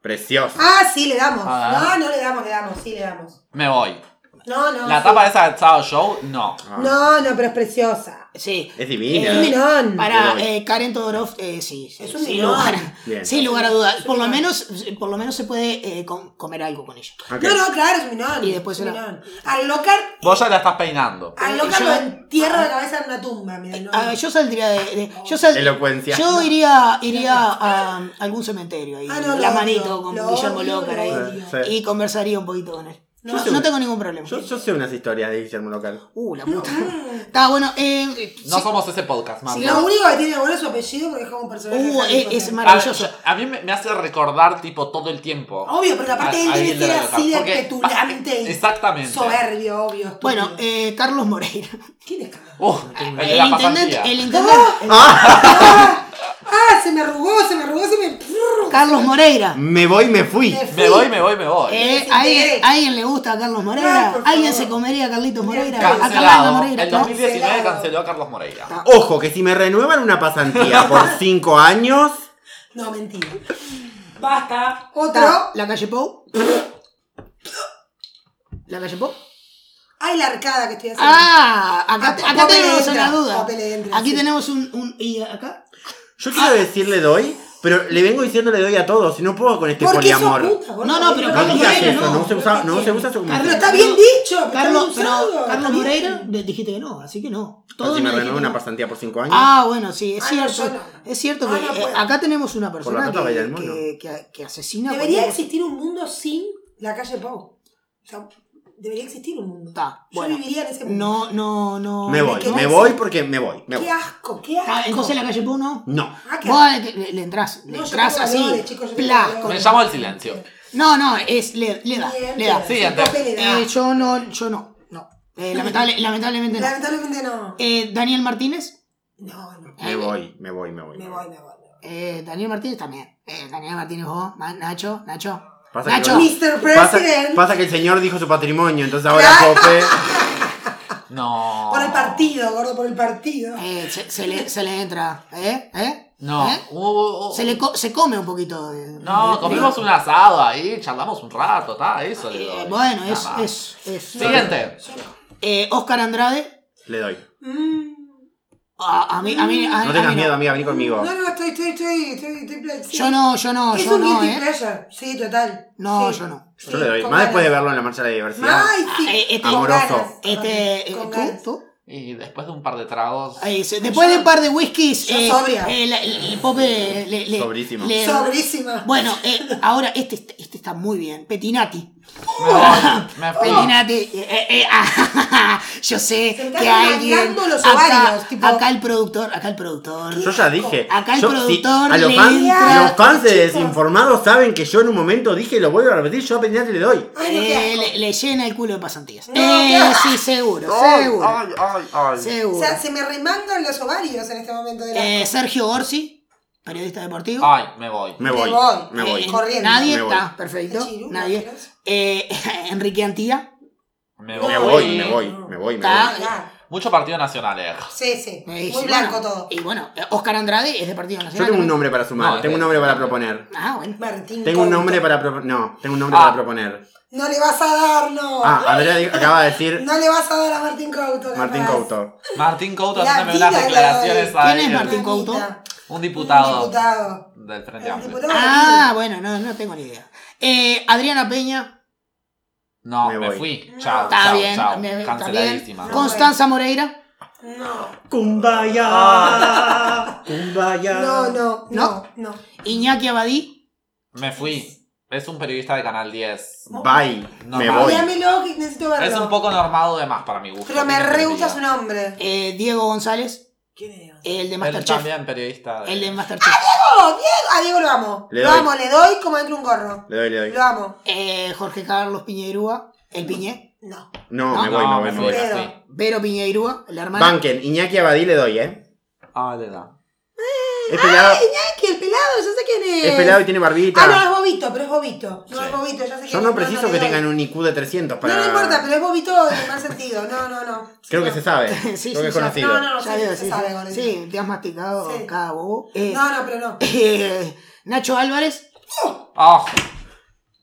Speaker 3: Preciosa.
Speaker 4: Ah, sí, le damos.
Speaker 5: Ah.
Speaker 4: No, no le damos, le damos, sí, le damos.
Speaker 5: Me voy.
Speaker 4: No, no.
Speaker 5: La
Speaker 4: sí.
Speaker 5: tapa de esa del Sábado Show, no.
Speaker 3: Ah,
Speaker 4: No, no, pero es preciosa.
Speaker 1: Sí.
Speaker 3: Es divina.
Speaker 4: Es un minón.
Speaker 1: Para
Speaker 3: Pero-
Speaker 1: eh, Karen Todorov, eh, sí. sí,
Speaker 4: Es un
Speaker 1: sin
Speaker 4: minón.
Speaker 1: lugar,
Speaker 3: Bien.
Speaker 1: sin lugar a dudas. Por lo menos, por lo menos se puede eh, com- comer algo con ella.
Speaker 3: Ok.
Speaker 4: No, no, claro, es un minón.
Speaker 1: Y después
Speaker 4: es un
Speaker 1: era-
Speaker 4: minón. Al locar,
Speaker 5: Vos ya la estás peinando.
Speaker 4: al
Speaker 1: Eh,
Speaker 4: locar
Speaker 1: yo-
Speaker 4: lo entierro la cabeza en una tumba, mira, no.
Speaker 1: Ah, yo saldría de. de- yo, sal-
Speaker 3: Elocuencia.
Speaker 1: yo iría, iría a algún cementerio ahí,
Speaker 4: Ah, no, lo
Speaker 1: la
Speaker 4: odio,
Speaker 1: manito con
Speaker 4: lo
Speaker 1: Guillermo
Speaker 4: odio,
Speaker 1: Lócar
Speaker 4: lo
Speaker 1: ahí.
Speaker 4: odio.
Speaker 3: Sí, sí.
Speaker 1: Y conversaría un poquito con él.
Speaker 4: No,
Speaker 1: No,
Speaker 3: yo-
Speaker 1: tengo ningún problema.
Speaker 3: Yo, yo sé unas historias de Guillermo Local.
Speaker 1: Uh, la puta. Está bueno. eh,
Speaker 5: No
Speaker 1: sí.
Speaker 5: somos ese podcast, mamá.
Speaker 4: Si lo único que tiene bueno es su apellido porque es como un personaje.
Speaker 1: Uh,
Speaker 4: de Harry
Speaker 1: es-
Speaker 4: Potter.
Speaker 1: es maravilloso.
Speaker 5: Ah, A, a mí me, me hace recordar, tipo, todo el tiempo.
Speaker 4: Obvio, pero Oh, aparte
Speaker 5: A-
Speaker 4: él
Speaker 5: a
Speaker 4: debe
Speaker 5: alguien de
Speaker 4: ser
Speaker 5: la época.
Speaker 4: así de
Speaker 5: Porque-
Speaker 4: petulante y
Speaker 5: Exactamente.
Speaker 4: soberbio, obvio. estúpido.
Speaker 1: Bueno, eh, Carlos Moreira.
Speaker 4: ¿Quién es Carlos?
Speaker 5: Uh, el de la
Speaker 1: El intendente.
Speaker 5: pasantía.
Speaker 1: El intendente.
Speaker 4: ¡Ah! ¡Ah! Se me arrugó, se me arrugó, se me.
Speaker 1: Carlos Moreira.
Speaker 3: Me voy, me fui.
Speaker 4: Me fui.
Speaker 5: Me voy, me voy, me voy.
Speaker 1: Eh, ¿a
Speaker 4: Sí, sí.
Speaker 1: ¿alguien, a alguien le gusta a Carlos
Speaker 4: Ay,
Speaker 1: Moreira?
Speaker 4: por
Speaker 1: ¿Alguien
Speaker 4: favor.
Speaker 1: se comería a Carlitos Moreira? A Carlando
Speaker 5: Cancelado.
Speaker 1: Moreira.
Speaker 5: El
Speaker 1: claro.
Speaker 5: 2019
Speaker 4: Cancelado.
Speaker 5: canceló a Carlos Moreira.
Speaker 3: Ojo, que si me renuevan una pasantía por cinco años.
Speaker 4: No, mentira.
Speaker 5: Basta.
Speaker 4: Otro.
Speaker 1: La calle Pou. La calle Pou.
Speaker 4: Ay, la arcada que estoy haciendo.
Speaker 1: Ah, acá,
Speaker 4: Ah,
Speaker 1: acá
Speaker 4: Pope le
Speaker 1: tenemos
Speaker 4: entra,
Speaker 1: una duda.
Speaker 4: Pope le entra,
Speaker 1: Aquí
Speaker 4: sí.
Speaker 1: tenemos un, un- ¿Y acá?
Speaker 3: Yo
Speaker 4: Ah.
Speaker 3: quiero decirle doy, pero le vengo diciendo le doy a todos, y no puedo con este
Speaker 4: ¿Por qué sos
Speaker 3: poliamor.
Speaker 4: puta, gordo?
Speaker 1: No, no, pero
Speaker 3: No
Speaker 1: Carlos
Speaker 3: digas
Speaker 1: Moreira,
Speaker 3: eso,
Speaker 1: no.
Speaker 3: no, se usa, no se usa su
Speaker 4: Pero
Speaker 1: Carlos,
Speaker 4: está bien dicho. pero está
Speaker 1: Carlos,
Speaker 4: bien
Speaker 1: pero
Speaker 4: usado, está
Speaker 1: Carlos
Speaker 4: bien.
Speaker 1: Moreira le dijiste que no, así que no. Todos
Speaker 3: Si me
Speaker 1: le
Speaker 3: renuevan
Speaker 1: dijiste
Speaker 3: una
Speaker 1: que no.
Speaker 3: pasantía por cinco años.
Speaker 1: Ah, bueno, sí, es
Speaker 4: Ah, no,
Speaker 1: cierto.
Speaker 4: yo no.
Speaker 1: Es cierto
Speaker 4: Ah,
Speaker 1: que
Speaker 4: no
Speaker 1: eh,
Speaker 4: puedo.
Speaker 1: acá tenemos una
Speaker 3: la
Speaker 1: persona
Speaker 3: nota baila
Speaker 1: que,
Speaker 3: el mono.
Speaker 1: que- que- que asesina.
Speaker 4: Debería
Speaker 1: cualquier-
Speaker 4: existir un mundo sin la calle Pau. O sea, debería existir un mundo.
Speaker 1: Está,
Speaker 4: Yo
Speaker 1: bueno.
Speaker 4: viviría en ese mundo.
Speaker 1: No, no, no.
Speaker 3: me voy,
Speaker 4: ¿de qué
Speaker 3: me
Speaker 4: vas?
Speaker 3: voy porque me voy. Me voy.
Speaker 4: Qué asco, qué asco.
Speaker 1: Ah, entonces la calle Pou no.
Speaker 3: No.
Speaker 4: Ah, qué
Speaker 1: Vos le, le- le entrás, le
Speaker 4: No, yo
Speaker 1: entrás
Speaker 4: tengo
Speaker 1: así.
Speaker 4: valores, chicos, yo tengo
Speaker 1: plas,
Speaker 4: valores.
Speaker 1: con-
Speaker 5: Me llamo al silencio.
Speaker 1: No, no, es, le, le da,
Speaker 4: Bien,
Speaker 1: le da.
Speaker 4: bien.
Speaker 5: Siguiente.
Speaker 4: Sin papel le da.
Speaker 1: Eh, yo no, yo no, no. Eh, lamentable- lamentablemente no.
Speaker 4: Lamentablemente no.
Speaker 1: Eh, Daniel Martínez.
Speaker 4: No, no.
Speaker 3: Me voy, me voy, me voy.
Speaker 4: Me
Speaker 3: me
Speaker 4: voy,
Speaker 3: voy.
Speaker 4: me voy. me voy.
Speaker 1: Eh, Daniel Martínez también. Eh, Daniel Martínez vos, Ma- Nacho, Nacho.
Speaker 3: Pasa que
Speaker 1: Nacho.
Speaker 3: no-
Speaker 4: Mr.
Speaker 3: Pasa,
Speaker 4: President.
Speaker 3: pasa que el señor dijo su patrimonio, entonces ahora Pope.
Speaker 5: No.
Speaker 4: Por el partido, gordo, por el partido.
Speaker 1: Eh, se, se le, se le entra. ¿Eh? ¿Eh?
Speaker 5: No.
Speaker 1: ¿Eh?
Speaker 5: Uh, uh,
Speaker 1: Se, le co- se come un poquito. de-
Speaker 5: No,
Speaker 1: de-
Speaker 5: comimos un asado ahí, charlamos un rato, está, eso le
Speaker 1: Eh,
Speaker 5: doy.
Speaker 1: bueno,
Speaker 5: Nada
Speaker 1: es,
Speaker 5: más.
Speaker 1: es, es-
Speaker 5: Siguiente.
Speaker 1: Eh, Oscar Andrade.
Speaker 3: Le doy.
Speaker 4: Mm.
Speaker 1: A, a mí, a mí, a-
Speaker 3: No
Speaker 1: a
Speaker 3: tengas
Speaker 1: mí
Speaker 3: miedo, amiga, vení conmigo.
Speaker 4: No, no, estoy, estoy, estoy, estoy, estoy pla- sí.
Speaker 1: Yo no, yo no,
Speaker 4: Es
Speaker 1: yo
Speaker 4: un
Speaker 1: no,
Speaker 4: guilty
Speaker 1: ¿eh?
Speaker 4: pleasure. Sí, total.
Speaker 1: No,
Speaker 4: Sí.
Speaker 1: yo no.
Speaker 3: Yo le doy.
Speaker 4: con
Speaker 3: Más después de
Speaker 4: ganas.
Speaker 3: verlo en la marcha de la diversidad.
Speaker 4: Ay, sí.
Speaker 1: Ah, eh, este-
Speaker 4: Con
Speaker 3: Amoroso.
Speaker 4: ganas.
Speaker 1: Este, eh,
Speaker 4: Con
Speaker 1: ¿tú?
Speaker 4: ganas.
Speaker 1: ¿Tú?
Speaker 5: Y después de un par de tragos.
Speaker 1: Ahí dice, después de un par de whiskies,
Speaker 4: Yo
Speaker 1: eh,
Speaker 4: sobria.
Speaker 1: eh, la- el, Pope le, le-
Speaker 3: Sobrísimo.
Speaker 1: le-
Speaker 4: Sobrísima.
Speaker 1: Eh, bueno, eh, ahora este, está- este está muy bien. Petinati.
Speaker 5: Me voy, me fui.
Speaker 1: Petinati. eh, eh, ah, yo sé
Speaker 4: Oh. Se me
Speaker 1: que
Speaker 4: están
Speaker 1: alguien.
Speaker 4: arrancando los ovarios,
Speaker 1: acá,
Speaker 4: tipo-
Speaker 1: acá el productor, acá el productor.
Speaker 3: Yo ya dije.
Speaker 1: Acá el
Speaker 3: yo-
Speaker 1: productor
Speaker 3: a los
Speaker 1: le
Speaker 3: fans,
Speaker 1: entra-
Speaker 3: los fans de
Speaker 4: Chicos.
Speaker 3: desinformados saben que yo en un momento dije, lo vuelvo a repetir, yo a Peñate le doy.
Speaker 4: Ay, no, qué
Speaker 1: eh,
Speaker 4: asco.
Speaker 1: le, le llena el culo de pasantías.
Speaker 4: No, qué
Speaker 1: eh,
Speaker 4: asco.
Speaker 1: sí, seguro, seguro.
Speaker 4: O
Speaker 1: seguro.
Speaker 4: sea, se me remangan los ovarios en este momento de la.
Speaker 1: Eh, Sergio Gorsi, periodista deportivo.
Speaker 5: Ay, me voy.
Speaker 3: Me voy. Ah, Me
Speaker 1: Eh,
Speaker 3: voy.
Speaker 4: corriendo.
Speaker 1: Nadie
Speaker 3: Me voy.
Speaker 1: está, perfecto.
Speaker 4: Chiru,
Speaker 1: Nadie.
Speaker 4: mentiroso.
Speaker 1: Eh, Enrique Antía.
Speaker 5: Me voy.
Speaker 3: Me voy, me voy, me voy, me
Speaker 1: Está.
Speaker 3: voy.
Speaker 4: Ah,
Speaker 5: Mucho partido nacional, eh.
Speaker 4: sí, sí.
Speaker 1: Eh,
Speaker 4: Muy
Speaker 1: y
Speaker 4: blanco
Speaker 1: bueno,
Speaker 4: todo.
Speaker 1: Y bueno, Oscar Andrade es de Partido
Speaker 3: Yo
Speaker 1: Nacional.
Speaker 3: tengo un
Speaker 1: también.
Speaker 3: nombre para
Speaker 5: No,
Speaker 3: sumar,
Speaker 5: es
Speaker 3: tengo un
Speaker 5: de-
Speaker 3: nombre para proponer.
Speaker 1: Ah, bueno.
Speaker 4: Martín.
Speaker 3: Tengo un
Speaker 4: Couto.
Speaker 3: nombre para proponer. No, tengo un nombre
Speaker 5: Ah.
Speaker 3: para proponer.
Speaker 4: No le vas a dar, no.
Speaker 3: Ah, Andrea di- acaba de decir
Speaker 4: No le vas a dar a Martín Couto. capaz.
Speaker 3: Martín Couto.
Speaker 5: Martín Couto
Speaker 4: La
Speaker 5: haciéndome
Speaker 4: vida
Speaker 5: unas
Speaker 4: que
Speaker 5: declaraciones
Speaker 4: doy.
Speaker 5: ahí.
Speaker 1: ¿Quién es Martín? Couto?
Speaker 4: Mamita.
Speaker 5: Un diputado.
Speaker 4: Un diputado.
Speaker 5: Del Frente
Speaker 4: El
Speaker 5: Amplio.
Speaker 4: diputado.
Speaker 1: Ah, bueno, no, no tengo ni idea. Eh, Adriana Peña,
Speaker 5: No,
Speaker 3: Me
Speaker 5: me,
Speaker 3: voy.
Speaker 5: fui. Chao,
Speaker 1: está
Speaker 5: chao,
Speaker 1: bien.
Speaker 5: chao.
Speaker 1: me- está bien.
Speaker 5: Canceladísima.
Speaker 4: Con-
Speaker 1: Constanza Moreira,
Speaker 4: No.
Speaker 3: Kumbaya. Kumbaya.
Speaker 4: No, no, no,
Speaker 1: ¿No?
Speaker 4: no.
Speaker 1: Iñaki Abadí.
Speaker 5: Me fui. Es un periodista de Canal 10.
Speaker 3: Bye.
Speaker 5: No,
Speaker 3: me
Speaker 5: no.
Speaker 3: voy.
Speaker 4: Dígamelo que necesito verlo.
Speaker 5: Es un poco normado de más para mi gusto.
Speaker 4: Pero me
Speaker 5: tiene
Speaker 4: re gusta su
Speaker 5: sentido.
Speaker 4: nombre.
Speaker 1: eh, Diego González,
Speaker 4: ¿Quién es?
Speaker 1: el de
Speaker 5: Él
Speaker 1: Masterchef.
Speaker 5: también periodista. de-
Speaker 1: El de Masterchef.
Speaker 4: ¡Oh, Diego! A Diego lo amo.
Speaker 3: Le
Speaker 4: lo
Speaker 3: doy.
Speaker 4: amo, le doy como dentro un gorro.
Speaker 3: Le doy, le doy.
Speaker 4: Lo amo.
Speaker 1: Eh, Jorge Carlos Piñeirúa, el Piñé.
Speaker 4: No.
Speaker 3: No,
Speaker 1: No,
Speaker 3: me voy, me voy,
Speaker 5: me
Speaker 3: me voy.
Speaker 5: fui, me
Speaker 4: Pero-
Speaker 5: fui.
Speaker 1: Vero Piñeirúa, la hermana.
Speaker 3: Banken, Iñaki Abadí le doy, ¿eh?
Speaker 5: Ah, le da.
Speaker 3: Es pelado,
Speaker 4: Ay, que el pelado, yo sé quién es.
Speaker 3: Ah. es pelado y tiene
Speaker 4: Ah, no, es
Speaker 3: barbita.
Speaker 4: Bobito, pero es Bobito. No
Speaker 3: Sí.
Speaker 4: es Bobito, ya sé
Speaker 3: Yo no preciso que tengan un IQ de 300 para...
Speaker 4: No, no importa, pero es Bobito en más sentido. No, no, no.
Speaker 3: Creo que
Speaker 4: No.
Speaker 3: se sabe.
Speaker 1: Sí,
Speaker 3: Creo
Speaker 1: sí,
Speaker 3: que es
Speaker 1: ya.
Speaker 3: conocido.
Speaker 4: No, no, no,
Speaker 1: Ya
Speaker 4: sí,
Speaker 1: veo,
Speaker 4: se
Speaker 1: sí,
Speaker 4: sabe,
Speaker 1: sí.
Speaker 4: Gordon.
Speaker 1: Sí, te has masticado
Speaker 4: Sí.
Speaker 1: cada bobo. Eh,
Speaker 4: No, no, pero no.
Speaker 1: eh, Nacho Álvarez.
Speaker 2: ¡Ah!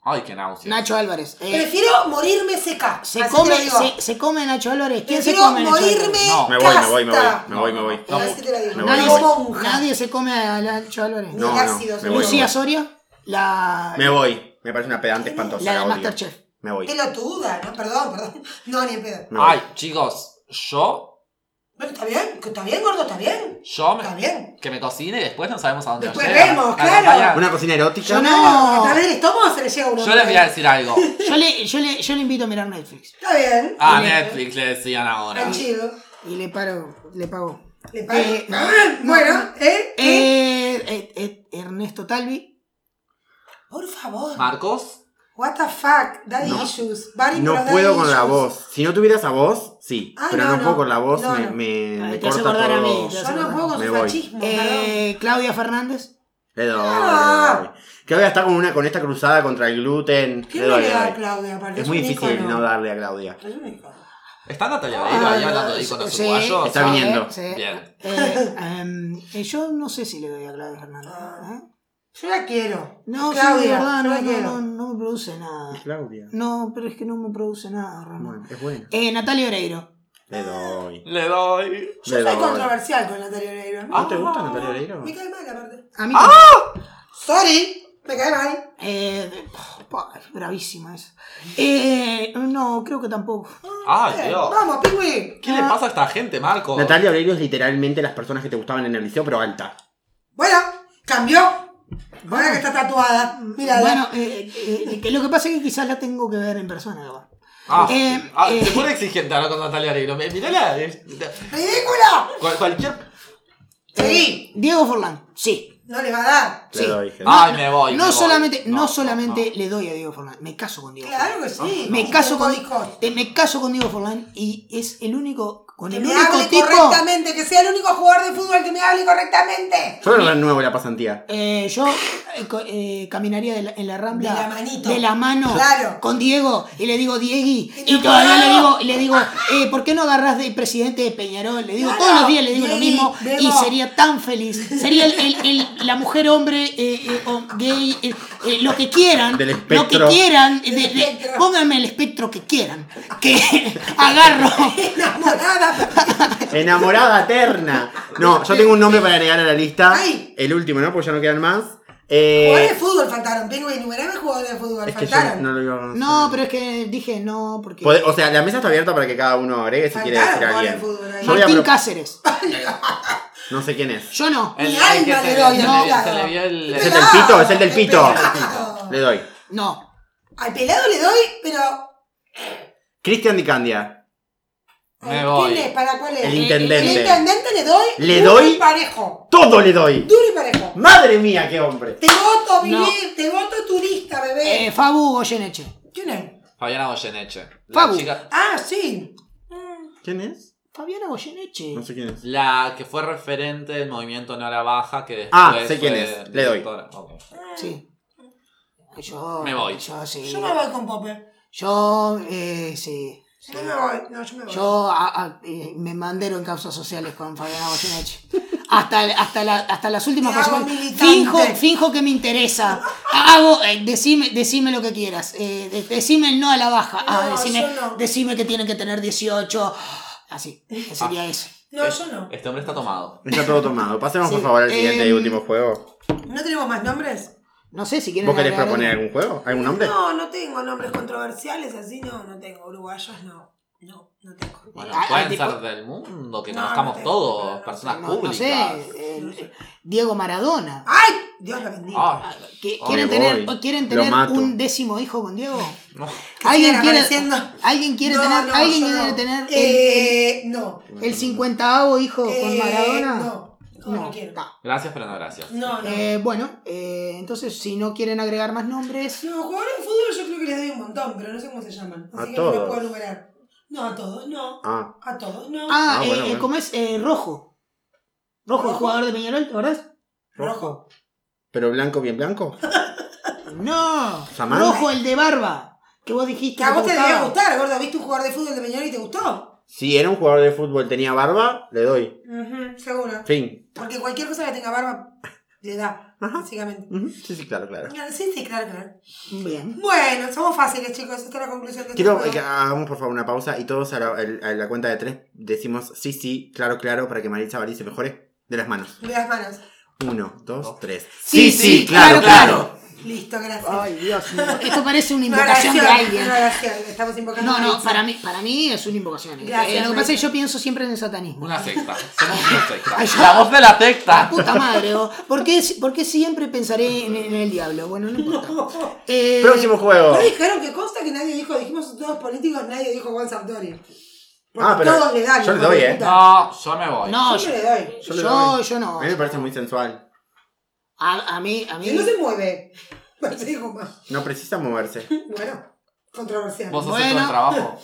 Speaker 2: ¡Ay, qué náusea!
Speaker 1: Nacho Álvarez. eh,
Speaker 4: Prefiero morirme seca.
Speaker 1: se,
Speaker 4: así te
Speaker 1: come,
Speaker 4: lo digo.
Speaker 1: se, se come Nacho Álvarez. ¿Quién se
Speaker 4: Prefiero
Speaker 1: come a Nacho
Speaker 4: morirme
Speaker 1: Álvarez?
Speaker 2: No,
Speaker 3: Me voy, me voy, me voy.
Speaker 4: Basta.
Speaker 3: Me voy, me voy.
Speaker 2: No,
Speaker 4: Así te lo digo.
Speaker 3: me voy,
Speaker 1: Nadie,
Speaker 3: me
Speaker 4: Como
Speaker 1: se-
Speaker 3: voy.
Speaker 4: monja.
Speaker 1: nadie se come a Nacho Álvarez.
Speaker 4: No,
Speaker 3: No, no,
Speaker 4: ácido,
Speaker 3: me voy.
Speaker 1: Lucía
Speaker 3: me voy.
Speaker 1: Soria, la,
Speaker 3: Me voy. Me parece una pedante espantosa.
Speaker 1: la de
Speaker 3: odio.
Speaker 1: Masterchef.
Speaker 3: Me voy.
Speaker 4: Pelotuda, ¿no? Perdón, perdón. No, ni en pedo.
Speaker 3: Me voy.
Speaker 2: ¡Ay, chicos! Yo,
Speaker 4: Bueno, está bien, que está bien, gordo, está bien.
Speaker 2: yo
Speaker 4: Está
Speaker 2: me,
Speaker 4: bien.
Speaker 2: que me cocine y después no sabemos a dónde nos
Speaker 4: Después
Speaker 2: lleva.
Speaker 4: vemos,
Speaker 2: La
Speaker 4: claro.
Speaker 2: campaña-
Speaker 3: Una cocina erótica.
Speaker 1: Yo no.
Speaker 4: Claro, a través del estómago se le llega uno.
Speaker 2: Yo les voy a decir algo.
Speaker 1: Yo le, yo, le, yo le invito a mirar Netflix.
Speaker 4: Está bien.
Speaker 2: A
Speaker 1: Bien.
Speaker 2: Netflix le decían ahora.
Speaker 4: Está chido.
Speaker 1: Y le paro, le pago.
Speaker 4: Le pago.
Speaker 1: Eh,
Speaker 4: Ah, bueno, ¿eh? ¿eh?
Speaker 1: Eh, eh, eh, Ernesto Talvi.
Speaker 4: Por favor.
Speaker 2: ah. Marcos,
Speaker 4: What the fuck, daddy
Speaker 3: No.
Speaker 4: issues. Bari,
Speaker 3: No
Speaker 4: pero
Speaker 3: puedo
Speaker 4: daddy
Speaker 3: con la
Speaker 4: issues.
Speaker 3: voz. Si no tuviera esa voz, sí.
Speaker 4: Ah,
Speaker 3: pero
Speaker 4: no,
Speaker 3: no,
Speaker 4: no.
Speaker 3: puedo con la voz,
Speaker 4: No,
Speaker 3: me,
Speaker 4: no.
Speaker 3: me,
Speaker 1: Ay,
Speaker 3: me
Speaker 1: te hace
Speaker 3: corta
Speaker 1: acordar a mí,
Speaker 3: todo.
Speaker 1: te hace
Speaker 4: Yo no puedo con
Speaker 3: Me
Speaker 4: su
Speaker 3: voy.
Speaker 4: fascismo, perdón.
Speaker 1: Eh, Claudia Fernández.
Speaker 3: Le doy,
Speaker 4: Ah.
Speaker 3: le doy. Claudia está con una con esta cruzada contra el gluten.
Speaker 4: ¿Qué
Speaker 3: Le
Speaker 4: no
Speaker 3: doy,
Speaker 4: le
Speaker 3: le
Speaker 4: da a
Speaker 3: doy.
Speaker 4: Claudia? aparte?
Speaker 3: Es muy
Speaker 4: un
Speaker 3: difícil
Speaker 4: ícono.
Speaker 3: no darle a Claudia.
Speaker 4: Es un ícono.
Speaker 2: ¿está Natalia Beiro ahí
Speaker 1: Ah,
Speaker 2: hablando de
Speaker 1: sí,
Speaker 2: iconos
Speaker 1: sí,
Speaker 2: uruguayos?
Speaker 3: Está
Speaker 2: Ah,
Speaker 1: sí,
Speaker 3: viniendo.
Speaker 1: sí.
Speaker 2: Bien.
Speaker 1: Eh, em, eh, yo no sé si le doy a Claudia Fernández. ¿eh?
Speaker 4: Yo la quiero.
Speaker 1: No, sí, de
Speaker 4: Claudia,
Speaker 1: verdad,
Speaker 4: yo
Speaker 1: no,
Speaker 4: la
Speaker 1: no,
Speaker 4: quiero.
Speaker 1: no, no me produce nada.
Speaker 3: Claudia.
Speaker 1: No, pero es que no me produce nada, Ramón.
Speaker 3: Bueno, es buena.
Speaker 1: Eh, Natalia Oreiro.
Speaker 3: Le doy.
Speaker 2: Le doy.
Speaker 4: Yo
Speaker 3: Le
Speaker 4: soy
Speaker 3: doy.
Speaker 4: controversial con Natalia Oreiro.
Speaker 3: ¿No te gusta Natalia Oreiro?
Speaker 4: Me cae mal, aparte.
Speaker 1: A mí también.
Speaker 4: Sorry, me cae mal.
Speaker 1: Eh, pa, es bravísima esa. Eh, no, creo que tampoco.
Speaker 2: ¡Ay,
Speaker 4: Eh,
Speaker 2: Dios!
Speaker 4: Vamos, pingüí.
Speaker 2: ¿Qué le pasa a esta gente, Marcos?
Speaker 3: Natalia Oreiro es literalmente las personas que te gustaban en el liceo, pero alta.
Speaker 4: Bueno, cambió. Ahora que está tatuada. Mira,
Speaker 1: Bueno, eh, eh, que lo que pasa es que quizás la tengo que ver en persona. capaz.
Speaker 2: Ah,
Speaker 1: Eh,
Speaker 2: ah,
Speaker 1: eh.
Speaker 2: se pone exigente ahora con Natalia Oreiro. Mi- Mirala. eh,
Speaker 4: ¡Ridícula!
Speaker 2: cual- Cualquier.
Speaker 1: Eh,
Speaker 4: Sí,
Speaker 1: Diego Forlán, sí.
Speaker 4: no le va a dar.
Speaker 3: Le
Speaker 1: Sí. Ah,
Speaker 3: doy. le doy.
Speaker 2: Ay, me voy.
Speaker 1: no
Speaker 2: me voy.
Speaker 1: solamente, no,
Speaker 2: no,
Speaker 1: solamente
Speaker 2: no.
Speaker 1: le doy a Diego Forlán, me caso con Diego.
Speaker 4: Claro que sí.
Speaker 1: Forlán. Me caso con
Speaker 4: Dijo.
Speaker 1: eh, me caso con Diego Forlán y es el único con
Speaker 4: Que
Speaker 1: el
Speaker 4: me
Speaker 1: único
Speaker 4: hable
Speaker 1: tipo
Speaker 4: correctamente, que sea el único jugador de fútbol que me hable correctamente.
Speaker 3: Yo no renuevo la pasantía.
Speaker 1: eh, yo eh, co- eh, caminaría de la- en la rambla
Speaker 4: De la manito.
Speaker 1: de la mano
Speaker 4: Claro.
Speaker 1: con Diego y le digo Diegui
Speaker 4: Y
Speaker 1: y
Speaker 4: te
Speaker 1: todavía le digo
Speaker 4: paro.
Speaker 1: le digo eh, ¿por qué no agarrás de presidente de Peñarol? Le digo
Speaker 4: Claro,
Speaker 1: todos los días le digo lo
Speaker 4: Diegui,
Speaker 1: mismo y
Speaker 4: Diego.
Speaker 1: sería tan feliz sería el, el- el- la mujer hombre eh, eh, o gay eh, eh, lo que quieran
Speaker 3: Del
Speaker 1: lo que
Speaker 3: espectro.
Speaker 1: quieran eh,
Speaker 4: Del
Speaker 1: de- de-
Speaker 4: espectro.
Speaker 1: pónganme el espectro que quieran que agarro
Speaker 3: Eh.
Speaker 4: Enamorada.
Speaker 3: Enamorada eterna. No, yo tengo un nombre para agregar a la lista.
Speaker 4: Ay.
Speaker 3: El último, ¿no? Porque ya no quedan más. Eh,
Speaker 4: Jugadores de fútbol faltaron. Pingüí, numerame jugadores de fútbol.
Speaker 3: es que yo
Speaker 4: faltaron.
Speaker 3: no lo iba a conocer.
Speaker 1: no pero es que dije no porque
Speaker 3: Pode- O sea, la mesa está abierta para que cada uno agregue si quiere
Speaker 4: Faltaron
Speaker 3: decir a
Speaker 4: jugadores
Speaker 3: alguien.
Speaker 4: de fútbol ahí.
Speaker 3: Yo voy a
Speaker 1: ¿eh? Martín
Speaker 3: pro-
Speaker 1: Cáceres
Speaker 3: No sé quién es.
Speaker 1: yo no
Speaker 2: El,
Speaker 4: Mi
Speaker 2: el que
Speaker 4: alma
Speaker 2: se,
Speaker 4: le doy
Speaker 2: se
Speaker 4: al
Speaker 2: le vio-
Speaker 4: pelado.
Speaker 2: se le vio el.
Speaker 3: ¿Es el del pito? ¿Es el del pito? Le doy.
Speaker 1: no
Speaker 4: Al pelado le doy, pero.
Speaker 3: Cristian Di Candia.
Speaker 2: Me
Speaker 4: ¿quién
Speaker 2: voy.
Speaker 4: es? ¿Para cuál es?
Speaker 3: El
Speaker 4: El
Speaker 3: intendente.
Speaker 4: intendente le doy.
Speaker 3: Le
Speaker 4: duro
Speaker 3: doy-
Speaker 4: y parejo.
Speaker 3: Todo le doy.
Speaker 4: Duro y parejo.
Speaker 3: Madre mía, qué hombre.
Speaker 4: Te voto,
Speaker 1: No.
Speaker 4: vivir, te voto turista, bebé.
Speaker 1: Eh, Fabu Goyeneche.
Speaker 4: ¿Quién es?
Speaker 2: Fabiana Goyeneche. La
Speaker 1: Fabu.
Speaker 2: chica.
Speaker 4: Ah, sí.
Speaker 3: ¿Quién es?
Speaker 1: Fabiana Goyeneche.
Speaker 3: No sé quién es.
Speaker 2: La que fue referente del movimiento en hora baja que después.
Speaker 3: Ah, sé quién
Speaker 2: fue
Speaker 3: es. Le doy.
Speaker 2: directora. Ok.
Speaker 1: Sí. Yo.
Speaker 2: Me voy.
Speaker 1: Yo sí.
Speaker 4: Yo me voy con Popper.
Speaker 1: Yo, eh, sí. Sí.
Speaker 4: Yo me voy. No, yo me voy.
Speaker 1: Yo a- a- eh, me mandero en causas sociales con Fabiana Goyeneche. Hasta, el- hasta, la- hasta las últimas
Speaker 4: Te hago
Speaker 1: consecuencias.
Speaker 4: militante.
Speaker 1: Finjo, finjo que me interesa. Hago, eh, decime, decime lo que quieras. Eh, de- decime el no a la baja. Ah,
Speaker 4: No,
Speaker 1: decime,
Speaker 4: yo no.
Speaker 1: decime que tienen que tener 18. Así.
Speaker 3: Ah.
Speaker 1: Sería eso.
Speaker 4: No, yo no.
Speaker 2: Este hombre está tomado.
Speaker 3: Está todo tomado. Pasemos por
Speaker 1: Sí,
Speaker 3: favor al siguiente y
Speaker 1: em,
Speaker 3: último juego.
Speaker 4: ¿No tenemos más nombres?
Speaker 1: No sé si quieren.
Speaker 3: ¿Vos querés
Speaker 1: agregar
Speaker 3: proponer
Speaker 1: algo.
Speaker 3: algún juego? ¿Algún nombre?
Speaker 4: No, no tengo nombres controversiales, así no, no tengo. Uruguayos no. No, no tengo.
Speaker 2: Bueno,
Speaker 1: Ah, ah,
Speaker 2: pueden
Speaker 1: tipo-
Speaker 2: ser del mundo, que
Speaker 4: No,
Speaker 2: conozcamos
Speaker 4: no te- no,
Speaker 2: todos,
Speaker 4: no,
Speaker 2: personas
Speaker 1: No, no
Speaker 2: públicas.
Speaker 1: sé. eh, Ah. Diego Maradona.
Speaker 4: ¡Ay! Dios la bendiga.
Speaker 2: Ay,
Speaker 1: ¿Qui-
Speaker 2: Oh,
Speaker 1: ¿Quieren
Speaker 3: me
Speaker 1: tener,
Speaker 3: voy.
Speaker 1: ¿quieren
Speaker 3: Lo
Speaker 1: tener
Speaker 3: mato.
Speaker 1: un décimo hijo con Diego?
Speaker 2: no.
Speaker 4: Que
Speaker 1: ¿Alguien
Speaker 4: sigan
Speaker 1: quiere,
Speaker 4: apareciendo.
Speaker 1: ¿alguien quiere
Speaker 4: No,
Speaker 1: tener,
Speaker 4: no,
Speaker 1: ¿alguien
Speaker 4: yo
Speaker 1: quiere
Speaker 4: no.
Speaker 1: tener el-
Speaker 4: Eh, no.
Speaker 1: el, el 50avo hijo con
Speaker 4: Eh,
Speaker 1: Maradona?
Speaker 4: No, no, no quiero.
Speaker 1: va.
Speaker 2: Gracias, pero no gracias.
Speaker 4: No, no.
Speaker 1: Eh, bueno, eh, entonces si no quieren agregar más nombres,
Speaker 4: No, jugadores de fútbol yo creo que les doy un montón, pero no sé cómo se llaman. Así
Speaker 3: A
Speaker 4: que no
Speaker 3: todos.
Speaker 4: los puedo enumerar. No, a todos no.
Speaker 3: Ah,
Speaker 4: A todos no.
Speaker 1: ah,
Speaker 3: Ah,
Speaker 1: eh,
Speaker 3: bueno,
Speaker 1: eh,
Speaker 3: bueno.
Speaker 1: ¿cómo es Eh, Rojo? Rojo, el
Speaker 4: Rojo.
Speaker 1: jugador de Peñarol, ¿verdad? Rojo.
Speaker 3: ¿Pero blanco, bien blanco?
Speaker 1: No.
Speaker 3: Samantha.
Speaker 1: Rojo, el de barba. Que vos dijiste.
Speaker 4: Que a vos te
Speaker 1: gustaba.
Speaker 4: debía gustar, gordo. ¿Viste un jugador de fútbol de Peñarol y te gustó?
Speaker 3: Si era un jugador de fútbol, tenía barba, le doy.
Speaker 4: Ujú, seguro.
Speaker 3: Fin.
Speaker 4: Porque cualquier cosa que tenga barba le da, básicamente.
Speaker 3: Ujú, Sí, sí, claro, claro.
Speaker 4: Claro, Sí, sí, claro, claro.
Speaker 1: Bien.
Speaker 4: Bueno, somos fáciles, chicos. Esta es la conclusión de
Speaker 3: Quiero eh,
Speaker 4: este
Speaker 3: que
Speaker 4: juego.
Speaker 3: hagamos por favor una pausa y todos a la, el- a la cuenta de tres decimos sí, sí, claro, claro, para que Maritza Barí se mejore de las manos.
Speaker 4: De las manos.
Speaker 3: Uno, dos, tres.
Speaker 1: Sí, sí, claro, claro.
Speaker 4: Listo, gracias.
Speaker 1: Ay, Dios mío. Esto parece una
Speaker 4: Una
Speaker 1: invocación de
Speaker 4: oración,
Speaker 1: alguien.
Speaker 4: una oración. Estamos invocando
Speaker 1: No,
Speaker 4: a
Speaker 1: no,
Speaker 4: Maritza.
Speaker 1: para mí, para mí es una invocación. eh.
Speaker 4: Gracias,
Speaker 1: Eh, lo que pasa
Speaker 4: Maritza.
Speaker 1: es que yo pienso siempre en el satanismo.
Speaker 2: Una secta. Somos una secta.
Speaker 5: La voz de la
Speaker 1: La
Speaker 5: tecta.
Speaker 1: puta madre, oh. ¿Por, qué, por qué siempre pensaré en, en el diablo? Bueno, no importa. Eh,
Speaker 3: Próximo juego.
Speaker 4: No dijeron que consta que nadie dijo, dijimos todos políticos, nadie dijo Juan Sampdoria. Porque
Speaker 3: Ah, pero
Speaker 4: todos le dan.
Speaker 3: yo le
Speaker 4: hijo
Speaker 3: doy,
Speaker 4: de
Speaker 3: eh.
Speaker 4: puta.
Speaker 2: No, yo me voy.
Speaker 1: No,
Speaker 4: Yo
Speaker 1: yo,
Speaker 4: le doy.
Speaker 3: le
Speaker 1: yo-
Speaker 3: doy.
Speaker 1: yo no.
Speaker 3: A mí me parece muy sensual.
Speaker 1: A, a mí, a mí.
Speaker 4: Que no se mueve. No se dijo más.
Speaker 3: No precisa moverse.
Speaker 4: Bueno, controversial.
Speaker 2: Vos haces
Speaker 1: Bueno.
Speaker 2: todo el trabajo.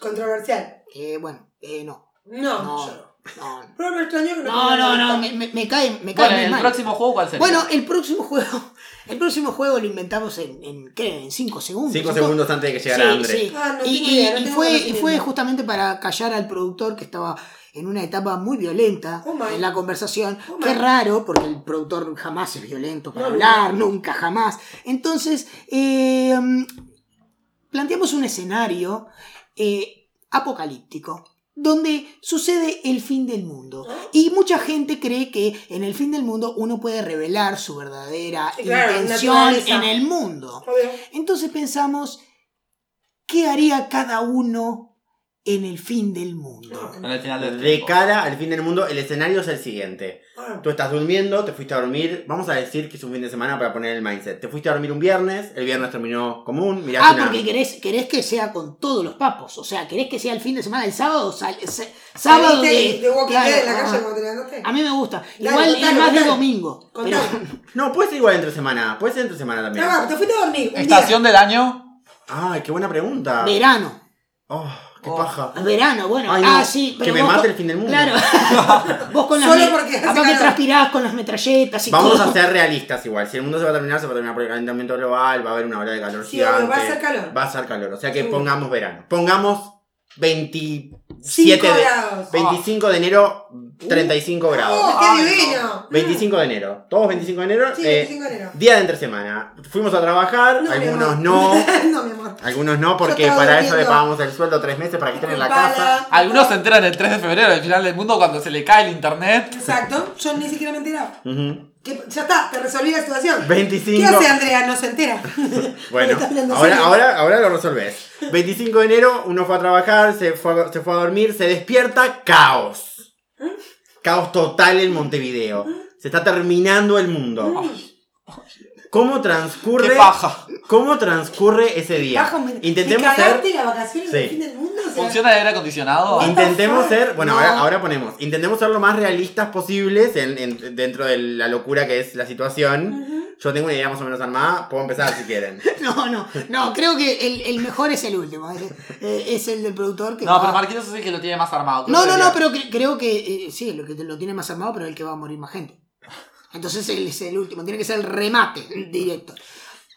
Speaker 4: Controversial.
Speaker 1: Eh, bueno, eh, no.
Speaker 4: No,
Speaker 1: No.
Speaker 4: yo no.
Speaker 1: No,
Speaker 4: Pero me extrañó que no.
Speaker 1: no, no, no, me,
Speaker 4: me...
Speaker 1: me- me cae, me cae
Speaker 2: Bueno,
Speaker 1: muy
Speaker 2: ¿el
Speaker 1: mal.
Speaker 2: próximo juego cuál sería?
Speaker 1: Bueno, el próximo juego, el próximo juego lo inventamos en, en ¿qué? En cinco segundos.
Speaker 3: Cinco
Speaker 1: Cinco-
Speaker 3: segundos antes de que
Speaker 1: Sí,
Speaker 3: llegara André.
Speaker 1: sí.
Speaker 4: Ah, no
Speaker 1: y,
Speaker 4: tengo
Speaker 1: y-
Speaker 4: idea, no
Speaker 1: y
Speaker 4: tengo
Speaker 1: fue, y
Speaker 4: conocimiento.
Speaker 1: fue justamente para callar al productor que estaba en una etapa muy violenta
Speaker 4: Oh my.
Speaker 1: en la conversación.
Speaker 4: Oh my.
Speaker 1: Qué raro, porque el productor jamás es violento para
Speaker 4: No,
Speaker 1: hablar, nunca, jamás. Entonces, eh, planteamos un escenario eh, apocalíptico donde sucede el fin del mundo.
Speaker 4: Oh.
Speaker 1: Y mucha gente cree que en el fin del mundo uno puede revelar su verdadera
Speaker 4: Sí, claro,
Speaker 1: intención
Speaker 4: naturaleza.
Speaker 1: en el mundo.
Speaker 4: Obvio.
Speaker 1: Entonces pensamos, ¿qué haría cada uno en el fin del mundo?
Speaker 2: En el final del
Speaker 3: De
Speaker 2: tiempo.
Speaker 3: cara al fin del mundo, el escenario es el siguiente.
Speaker 4: Ah,
Speaker 3: Tú estás durmiendo, te fuiste a dormir. Vamos a decir que es un fin de semana para poner el mindset. Te fuiste a dormir un viernes, el viernes terminó común, miraste
Speaker 1: Ah,
Speaker 3: una-
Speaker 1: porque querés, querés que sea con todos los papos. O sea, querés que sea el fin de semana, el sábado. sal- se- sábado de,
Speaker 4: ¿Saliste de, Walking
Speaker 1: claro,
Speaker 4: Dead en la calle
Speaker 1: ah,
Speaker 4: cuando te levantaste?
Speaker 1: A mí me gusta.
Speaker 4: Dale,
Speaker 1: Igual
Speaker 4: contalo,
Speaker 1: es más de
Speaker 4: contalo.
Speaker 1: domingo. Pero,
Speaker 4: Contalo.
Speaker 3: No, puede ser igual entre semana. Puede ser entre semana también.
Speaker 4: No, te fuiste a dormir. Un
Speaker 5: Estación del año.
Speaker 3: Ay, qué buena pregunta.
Speaker 1: verano.
Speaker 3: Oh, qué
Speaker 5: Oh.
Speaker 3: paja.
Speaker 1: Verano, bueno.
Speaker 3: Ay, no,
Speaker 1: ah, sí.
Speaker 3: que
Speaker 1: pero
Speaker 3: me
Speaker 1: vos
Speaker 3: mate
Speaker 1: con-
Speaker 3: el fin del mundo.
Speaker 1: Claro. vos con las.
Speaker 4: Solo
Speaker 1: me-
Speaker 4: porque hace
Speaker 1: capaz que
Speaker 4: calor.
Speaker 1: transpirás con las metralletas y
Speaker 3: Vamos
Speaker 1: todo.
Speaker 3: a ser realistas igual. Si el mundo se va a terminar, se va a terminar por el calentamiento global, va a haber una ola de calor
Speaker 4: Sí,
Speaker 3: gigante.
Speaker 4: obvio, va a ser calor.
Speaker 3: Va a ser calor. O sea que
Speaker 4: Sí.
Speaker 3: pongamos verano. Pongamos 27
Speaker 4: Cinco
Speaker 3: de...
Speaker 4: grados. Uh.
Speaker 3: 25 de enero, 35 grados.
Speaker 4: ¡Oh,
Speaker 1: Ay,
Speaker 4: qué
Speaker 1: no.
Speaker 4: divino!
Speaker 3: 25 de enero. Todos 25 de enero.
Speaker 4: Sí,
Speaker 3: eh,
Speaker 4: 25 de enero.
Speaker 3: Día de entre semana. Fuimos a trabajar,
Speaker 4: No, mi
Speaker 3: algunos
Speaker 4: amor.
Speaker 3: no.
Speaker 4: no, mi amor.
Speaker 3: Algunos no, porque
Speaker 4: estaba
Speaker 3: para eso
Speaker 4: durmiendo.
Speaker 3: le pagamos el sueldo tres meses para que estén en la
Speaker 4: Bala.
Speaker 3: casa.
Speaker 5: Algunos se enteran el 3 de febrero del final del mundo cuando se le cae el internet.
Speaker 4: Exacto, yo ni siquiera me enteraba.
Speaker 3: Ujú.
Speaker 4: Que- ya está, te resolví la situación.
Speaker 3: 25.
Speaker 4: ¿Qué hace Andrea? No se entera. Porque
Speaker 3: Bueno,
Speaker 4: está hablando
Speaker 3: ahora,
Speaker 4: serio.
Speaker 3: ahora, ahora lo resolvés. 25 de enero, uno fue a trabajar, se fue a, se fue a dormir, se despierta, caos. Caos total en Montevideo. Se está terminando el mundo. ¿Cómo
Speaker 5: ¡Qué
Speaker 3: transcurre?
Speaker 5: paja!
Speaker 3: ¿Cómo transcurre ese día?
Speaker 4: Baja un-
Speaker 3: Intentemos
Speaker 4: ¿Te cagaste
Speaker 3: ser.
Speaker 4: las vacaciones
Speaker 3: Sí.
Speaker 4: del fin del mundo? O sea,
Speaker 5: ¿Funciona el aire acondicionado?
Speaker 4: What the
Speaker 3: Intentemos
Speaker 4: fuck?
Speaker 3: ser, bueno,
Speaker 1: No.
Speaker 3: ahora, ahora ponemos, intentemos ser lo más realistas posibles en- en- dentro de la locura que es la situación. Yo tengo una idea más o menos armada, puedo empezar si quieren.
Speaker 1: No, no, no, creo que el, el mejor es el último. Es, eh, es el del productor que.
Speaker 5: No,
Speaker 1: va-
Speaker 5: pero Marquitos es el que lo tiene más armado.
Speaker 1: no, no, no,
Speaker 5: pero...
Speaker 1: pero cre- creo que eh, sí, lo que lo tiene más armado, pero el que va a morir más gente. Entonces él es el último, tiene que ser el remate directo.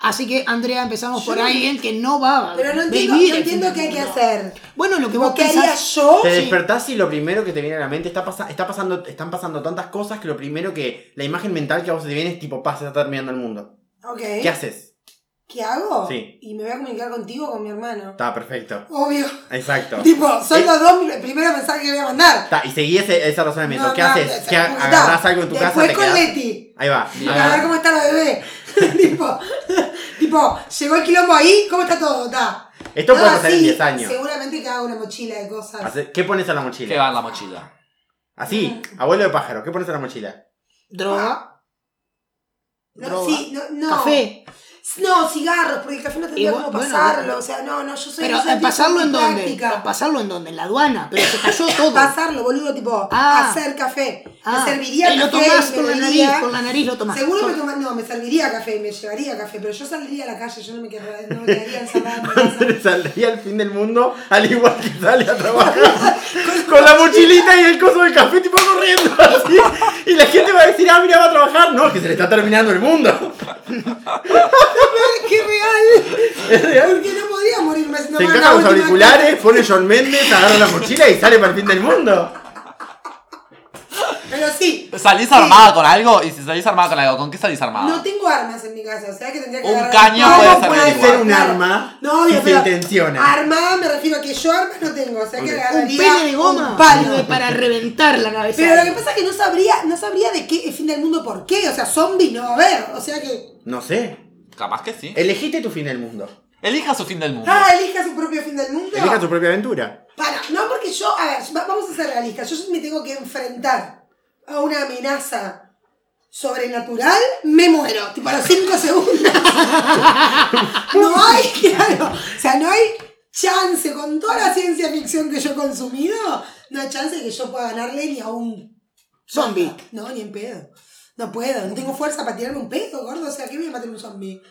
Speaker 1: Así que, Andrea, empezamos por alguien que no va a
Speaker 4: Pero no entiendo,
Speaker 1: vivir
Speaker 4: no
Speaker 1: el fin
Speaker 4: entiendo
Speaker 1: del
Speaker 4: qué hay que
Speaker 1: mundo.
Speaker 4: hacer.
Speaker 1: Bueno, lo que vos
Speaker 4: Lo que haría
Speaker 1: pensás...
Speaker 4: yo.
Speaker 3: Te
Speaker 1: Sí.
Speaker 3: despertás y lo primero que te viene a la mente está, pasa- está pasando, están pasando tantas cosas que lo primero que la imagen mental que a vos se te viene es tipo, pasa, está terminando el mundo.
Speaker 4: Ok.
Speaker 3: ¿Qué haces?
Speaker 4: ¿Qué hago?
Speaker 3: Sí.
Speaker 4: Y me voy a comunicar contigo o con mi hermano.
Speaker 3: Está perfecto.
Speaker 4: Obvio.
Speaker 3: Exacto.
Speaker 4: Tipo, son
Speaker 3: Eh,
Speaker 4: los dos el primer mensaje que voy a mandar.
Speaker 3: Está, y seguí ese, ese razonamiento.
Speaker 4: No,
Speaker 3: ¿Qué
Speaker 4: no,
Speaker 3: haces?
Speaker 4: no,
Speaker 3: ¿Qué
Speaker 4: porque
Speaker 3: a-
Speaker 4: está.
Speaker 3: agarrás algo en tu casa?
Speaker 4: Después
Speaker 3: Te
Speaker 4: con
Speaker 3: quedás? Ah.
Speaker 4: Leti.
Speaker 3: Ahí va.
Speaker 4: A ver cómo está la bebé. tipo, tipo, llegó el quilombo ahí, ¿cómo está todo? Está.
Speaker 3: Esto puede
Speaker 4: Ah,
Speaker 3: pasar en
Speaker 4: sí,
Speaker 3: 10 años.
Speaker 4: Seguramente que haga una mochila de cosas.
Speaker 3: Hace- ¿Qué pones a la
Speaker 2: ¿Qué
Speaker 3: mochila?
Speaker 2: va en la mochila?
Speaker 3: Así, abuelo de pájaro, ¿qué pones a la mochila?
Speaker 1: Droga,
Speaker 4: No,
Speaker 1: droga,
Speaker 4: sí, no, no.
Speaker 1: café,
Speaker 4: No, cigarros, porque el café no tendría
Speaker 1: Y
Speaker 4: cómo
Speaker 1: bueno, bueno,
Speaker 4: pasarlo.
Speaker 1: bueno.
Speaker 4: O sea, no, no, yo soy
Speaker 1: Pero
Speaker 4: de esa
Speaker 1: eh, pasarlo en
Speaker 4: tipo
Speaker 1: dónde?
Speaker 4: práctica.
Speaker 1: Pasarlo en dónde? En la aduana. Pero se cayó todo.
Speaker 4: Pasarlo, boludo, tipo,
Speaker 1: Ah.
Speaker 4: hacer café.
Speaker 1: Ah,
Speaker 4: me serviría
Speaker 1: y lo
Speaker 4: café.
Speaker 1: tomás
Speaker 4: y me
Speaker 1: con la nariz,
Speaker 4: bebería.
Speaker 1: con la nariz lo tomás.
Speaker 4: Seguro
Speaker 1: Con-
Speaker 4: me tomaría, no, me serviría café, me llevaría café, pero yo saldría a la calle, yo no me quedaría, no me quedaría encerrada en mi casa.
Speaker 3: Saldría al fin del mundo al igual que sale a trabajar con la mochilita y el coso del café tipo corriendo así. y la gente va a decir ah mira va a trabajar no es que se le está terminando el mundo
Speaker 4: ¡Qué real!
Speaker 3: es real
Speaker 4: Porque no podría morirme si no
Speaker 3: se
Speaker 4: me
Speaker 3: encajan los
Speaker 4: la última
Speaker 3: auriculares pone John Mendes agarra la mochila y sale para el fin del mundo
Speaker 4: cosa. Pero sí,
Speaker 2: ¿Salís armada con algo? Y si salís armada con algo, ¿con qué salís armada?
Speaker 4: no tengo armas en mi casa, o sea que tendría que
Speaker 2: Un
Speaker 4: agarrar-
Speaker 2: caño
Speaker 4: ¿Cómo
Speaker 2: puede
Speaker 3: puede
Speaker 2: igual.
Speaker 3: ser un
Speaker 4: Claro.
Speaker 3: arma
Speaker 4: No,
Speaker 3: si
Speaker 4: obvio,
Speaker 3: se
Speaker 4: pero
Speaker 3: intenciona
Speaker 4: Armada me refiero a que yo armas no tengo, o sea que
Speaker 1: Un
Speaker 4: agarraría
Speaker 1: pene de goma
Speaker 4: un palo.
Speaker 1: sirve para reventar la cabeza.
Speaker 4: Pero lo que pasa es que no sabría, no sabría de qué fin del mundo por qué. O sea, zombie no va a haber. O sea que.
Speaker 3: no sé
Speaker 2: Capaz que sí.
Speaker 3: elegiste tu fin del mundo
Speaker 2: Eh, Elija su fin del mundo.
Speaker 4: Ah, elija su propio fin del mundo.
Speaker 3: elija tu propia aventura
Speaker 4: Para, no, porque yo, a ver, va- vamos a ser realistas. Yo me tengo que enfrentar a una amenaza sobrenatural, me muero. Tipo a los 5 segundos. no hay, claro. O sea, no hay chance con toda la ciencia ficción que yo he consumido. No hay chance de que yo pueda ganarle ni a un
Speaker 1: Zombie.
Speaker 4: No, ni en pedo. No puedo, no tengo fuerza para tirarme un pedo, gordo. O sea, ¿qué voy a matar un zombie?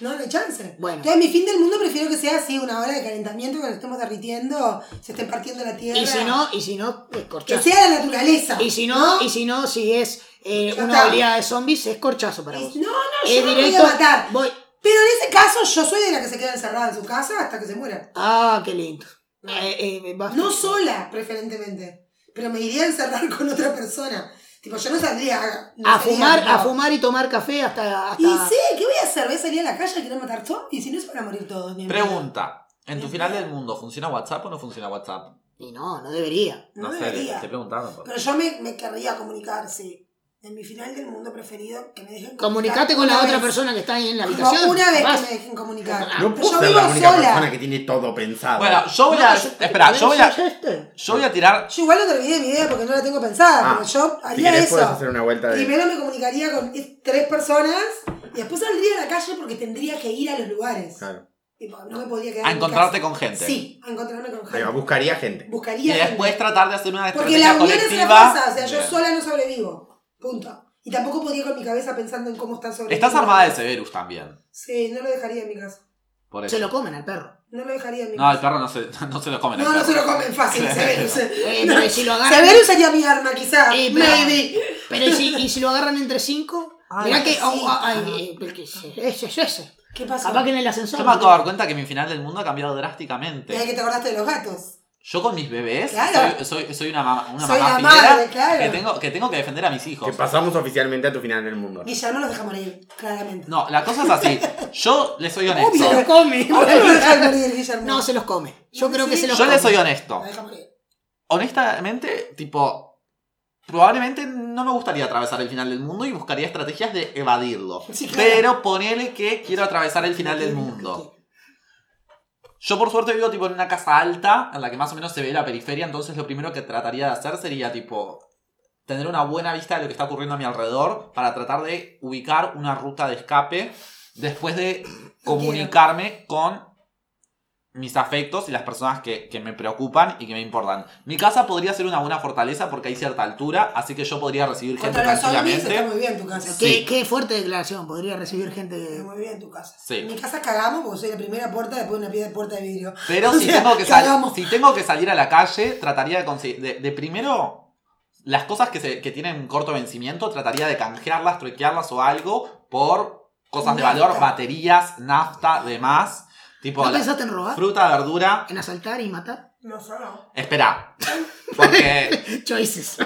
Speaker 4: No, no hay chance.
Speaker 1: Bueno.
Speaker 4: Entonces, mi fin del mundo prefiero que sea así, una hora de calentamiento, que nos estemos derritiendo, se estén partiendo la tierra.
Speaker 1: Y si no, y si no, eh,
Speaker 4: Que
Speaker 1: corchazo.
Speaker 4: sea la naturaleza.
Speaker 1: Y si no,
Speaker 4: ¿no?
Speaker 1: y si no, si es eh,
Speaker 4: Ya
Speaker 1: una
Speaker 4: está.
Speaker 1: oleada de zombies, es corchazo para vos.
Speaker 4: Y- No, no,
Speaker 1: es
Speaker 4: yo no me voy a matar.
Speaker 1: voy-
Speaker 4: Pero en ese caso, yo soy de la que se queda encerrada en su casa hasta que se muera.
Speaker 1: Ah, qué lindo. Eh, eh, vas-
Speaker 4: No sola, preferentemente. Pero me iría a encerrar con otra persona. Tipo, yo no saldría. no
Speaker 1: a
Speaker 4: sería,
Speaker 1: fumar,
Speaker 4: no.
Speaker 1: a fumar y tomar café hasta. hasta...
Speaker 4: Y sí, ¿qué voy a hacer? ¿Voy a salir a la calle a querer matar todo? Y si no, Eh, se van a morir todos. ni en pedo.
Speaker 2: Pregunta. ¿En tu final del mundo funciona WhatsApp o no funciona WhatsApp?
Speaker 1: Y no, no debería.
Speaker 4: No,
Speaker 2: sé, te
Speaker 4: debería.
Speaker 2: estoy preguntando.
Speaker 4: Pero yo me, me querría comunicar, sí. En mi final del mundo preferido, que me dejen
Speaker 1: Comunicate
Speaker 4: comunicar
Speaker 1: con la
Speaker 4: una
Speaker 1: otra
Speaker 4: vez.
Speaker 1: persona que está ahí en la
Speaker 4: Tipo,
Speaker 1: habitación.
Speaker 4: una vez
Speaker 1: Vas.
Speaker 4: que me dejen comunicar.
Speaker 1: Ah,
Speaker 3: no
Speaker 4: Pero
Speaker 3: puedo
Speaker 4: yo
Speaker 3: ser la
Speaker 4: vivo
Speaker 3: única
Speaker 4: sola.
Speaker 3: persona que tiene todo pensado
Speaker 2: Bueno, yo voy a. Espera, yo voy a.
Speaker 1: este?
Speaker 2: Yo voy a tirar.
Speaker 4: Yo igual no terminé mi idea porque no la tengo pensada,
Speaker 3: Ah,
Speaker 4: pero yo
Speaker 3: si
Speaker 4: haría
Speaker 3: querés puedes
Speaker 4: eso.
Speaker 3: hacer una vuelta de
Speaker 4: Primero me comunicaría con es- tres personas y después saldría a la calle porque tendría que ir a los lugares.
Speaker 3: Claro.
Speaker 4: Tipo, no me podría quedar.
Speaker 2: A
Speaker 4: en mi
Speaker 2: encontrarte
Speaker 4: casa.
Speaker 2: con gente.
Speaker 4: Sí, a encontrarme con
Speaker 3: Ahí va,
Speaker 4: gente.
Speaker 3: buscaría gente
Speaker 2: Y
Speaker 4: Buscaría.
Speaker 2: después
Speaker 4: gente.
Speaker 2: tratar de hacer una
Speaker 4: Porque
Speaker 2: estrategia
Speaker 4: la unión es la
Speaker 2: colectiva.
Speaker 4: fuerza, o sea, yo
Speaker 2: Bien.
Speaker 4: sola no sobrevivo. Punto. Y tampoco podría ir con mi cabeza pensando en cómo están sobreviviendo.
Speaker 2: Estás armada de Severus también.
Speaker 4: Sí, no lo dejaría en mi casa.
Speaker 2: Por eso.
Speaker 1: Se lo comen al perro.
Speaker 4: No lo dejaría en mi
Speaker 2: No, el
Speaker 4: casa.
Speaker 2: perro no se, no se lo comen.
Speaker 4: No, no se lo comen fácil, Severus.
Speaker 1: Eh,
Speaker 4: No.
Speaker 1: pero y si lo agarran.
Speaker 4: Severus sería mi arma, quizá.
Speaker 1: Sí, pero-
Speaker 4: Maybe.
Speaker 1: Pero y si, y si lo agarran entre cinco.
Speaker 4: Ay,
Speaker 1: mirá que.
Speaker 4: sí.
Speaker 1: au- au- ay, eh, porque se- ese, ese, ese.
Speaker 4: ¿Qué pasó?
Speaker 1: Capaz que en el ascensor.
Speaker 2: Yo me acabo de dar cuenta que mi final del mundo ha cambiado
Speaker 4: Mirá que
Speaker 2: drásticamente.
Speaker 4: te acordaste de los gatos.
Speaker 2: Yo con mis bebés
Speaker 4: Claro.
Speaker 2: soy, soy, soy una mamá, una
Speaker 4: Soy
Speaker 2: mamá
Speaker 4: la
Speaker 2: fiera
Speaker 4: madre, claro.
Speaker 2: que, tengo, que tengo que defender a mis hijos.
Speaker 3: que pasamos oficialmente a tu final del mundo
Speaker 4: Guillermo los deja morir, claramente.
Speaker 2: No, la cosa es así. Yo les soy honesto.
Speaker 1: Se los come.
Speaker 4: No, no deja morir, Guillermo.
Speaker 1: No, se los come. Yo
Speaker 4: No,
Speaker 1: creo que
Speaker 4: sí.
Speaker 1: se los
Speaker 2: Yo
Speaker 1: come.
Speaker 2: les soy honesto.
Speaker 4: Lo deja morir.
Speaker 2: Honestamente, tipo. Probablemente no me gustaría atravesar el final del mundo y buscaría estrategias de evadirlo.
Speaker 4: Sí, claro.
Speaker 2: Pero ponele que quiero atravesar el final del mundo. Yo por suerte vivo tipo en una casa alta en la que más o menos se ve la periferia, entonces lo primero que trataría de hacer sería tipo tener una buena vista de lo que está ocurriendo a mi alrededor para tratar de ubicar una ruta de escape después de comunicarme con mis afectos y las personas que, que me preocupan y que me importan. Mi casa podría ser una buena fortaleza porque hay cierta altura, así que yo podría recibir gente
Speaker 4: Contra los zombies está
Speaker 2: tranquilamente.
Speaker 4: muy bien tu casa.
Speaker 1: Qué,
Speaker 2: Sí.
Speaker 1: qué fuerte declaración. Podría recibir gente.
Speaker 4: Está
Speaker 1: de-
Speaker 4: muy bien tu casa.
Speaker 2: Sí.
Speaker 4: En mi casa cagamos porque soy la primera puerta después una piedra de puerta de vidrio.
Speaker 2: Pero
Speaker 4: O
Speaker 2: si,
Speaker 4: sea,
Speaker 2: tengo que sal-
Speaker 4: cagamos.
Speaker 2: si tengo que salir a la calle, trataría de conseguir. De, de primero, las cosas que, se, que tienen corto vencimiento, trataría de canjearlas, truquearlas o algo por cosas de
Speaker 4: Nafta.
Speaker 2: valor, baterías, nafta, demás. Tipo,
Speaker 1: ¿No
Speaker 2: la-
Speaker 1: pensaste en
Speaker 4: ¿eh?
Speaker 1: robar?
Speaker 2: fruta, verdura.
Speaker 1: ¿En asaltar y matar?
Speaker 4: No solo.
Speaker 2: Espera. Porque
Speaker 1: Choices.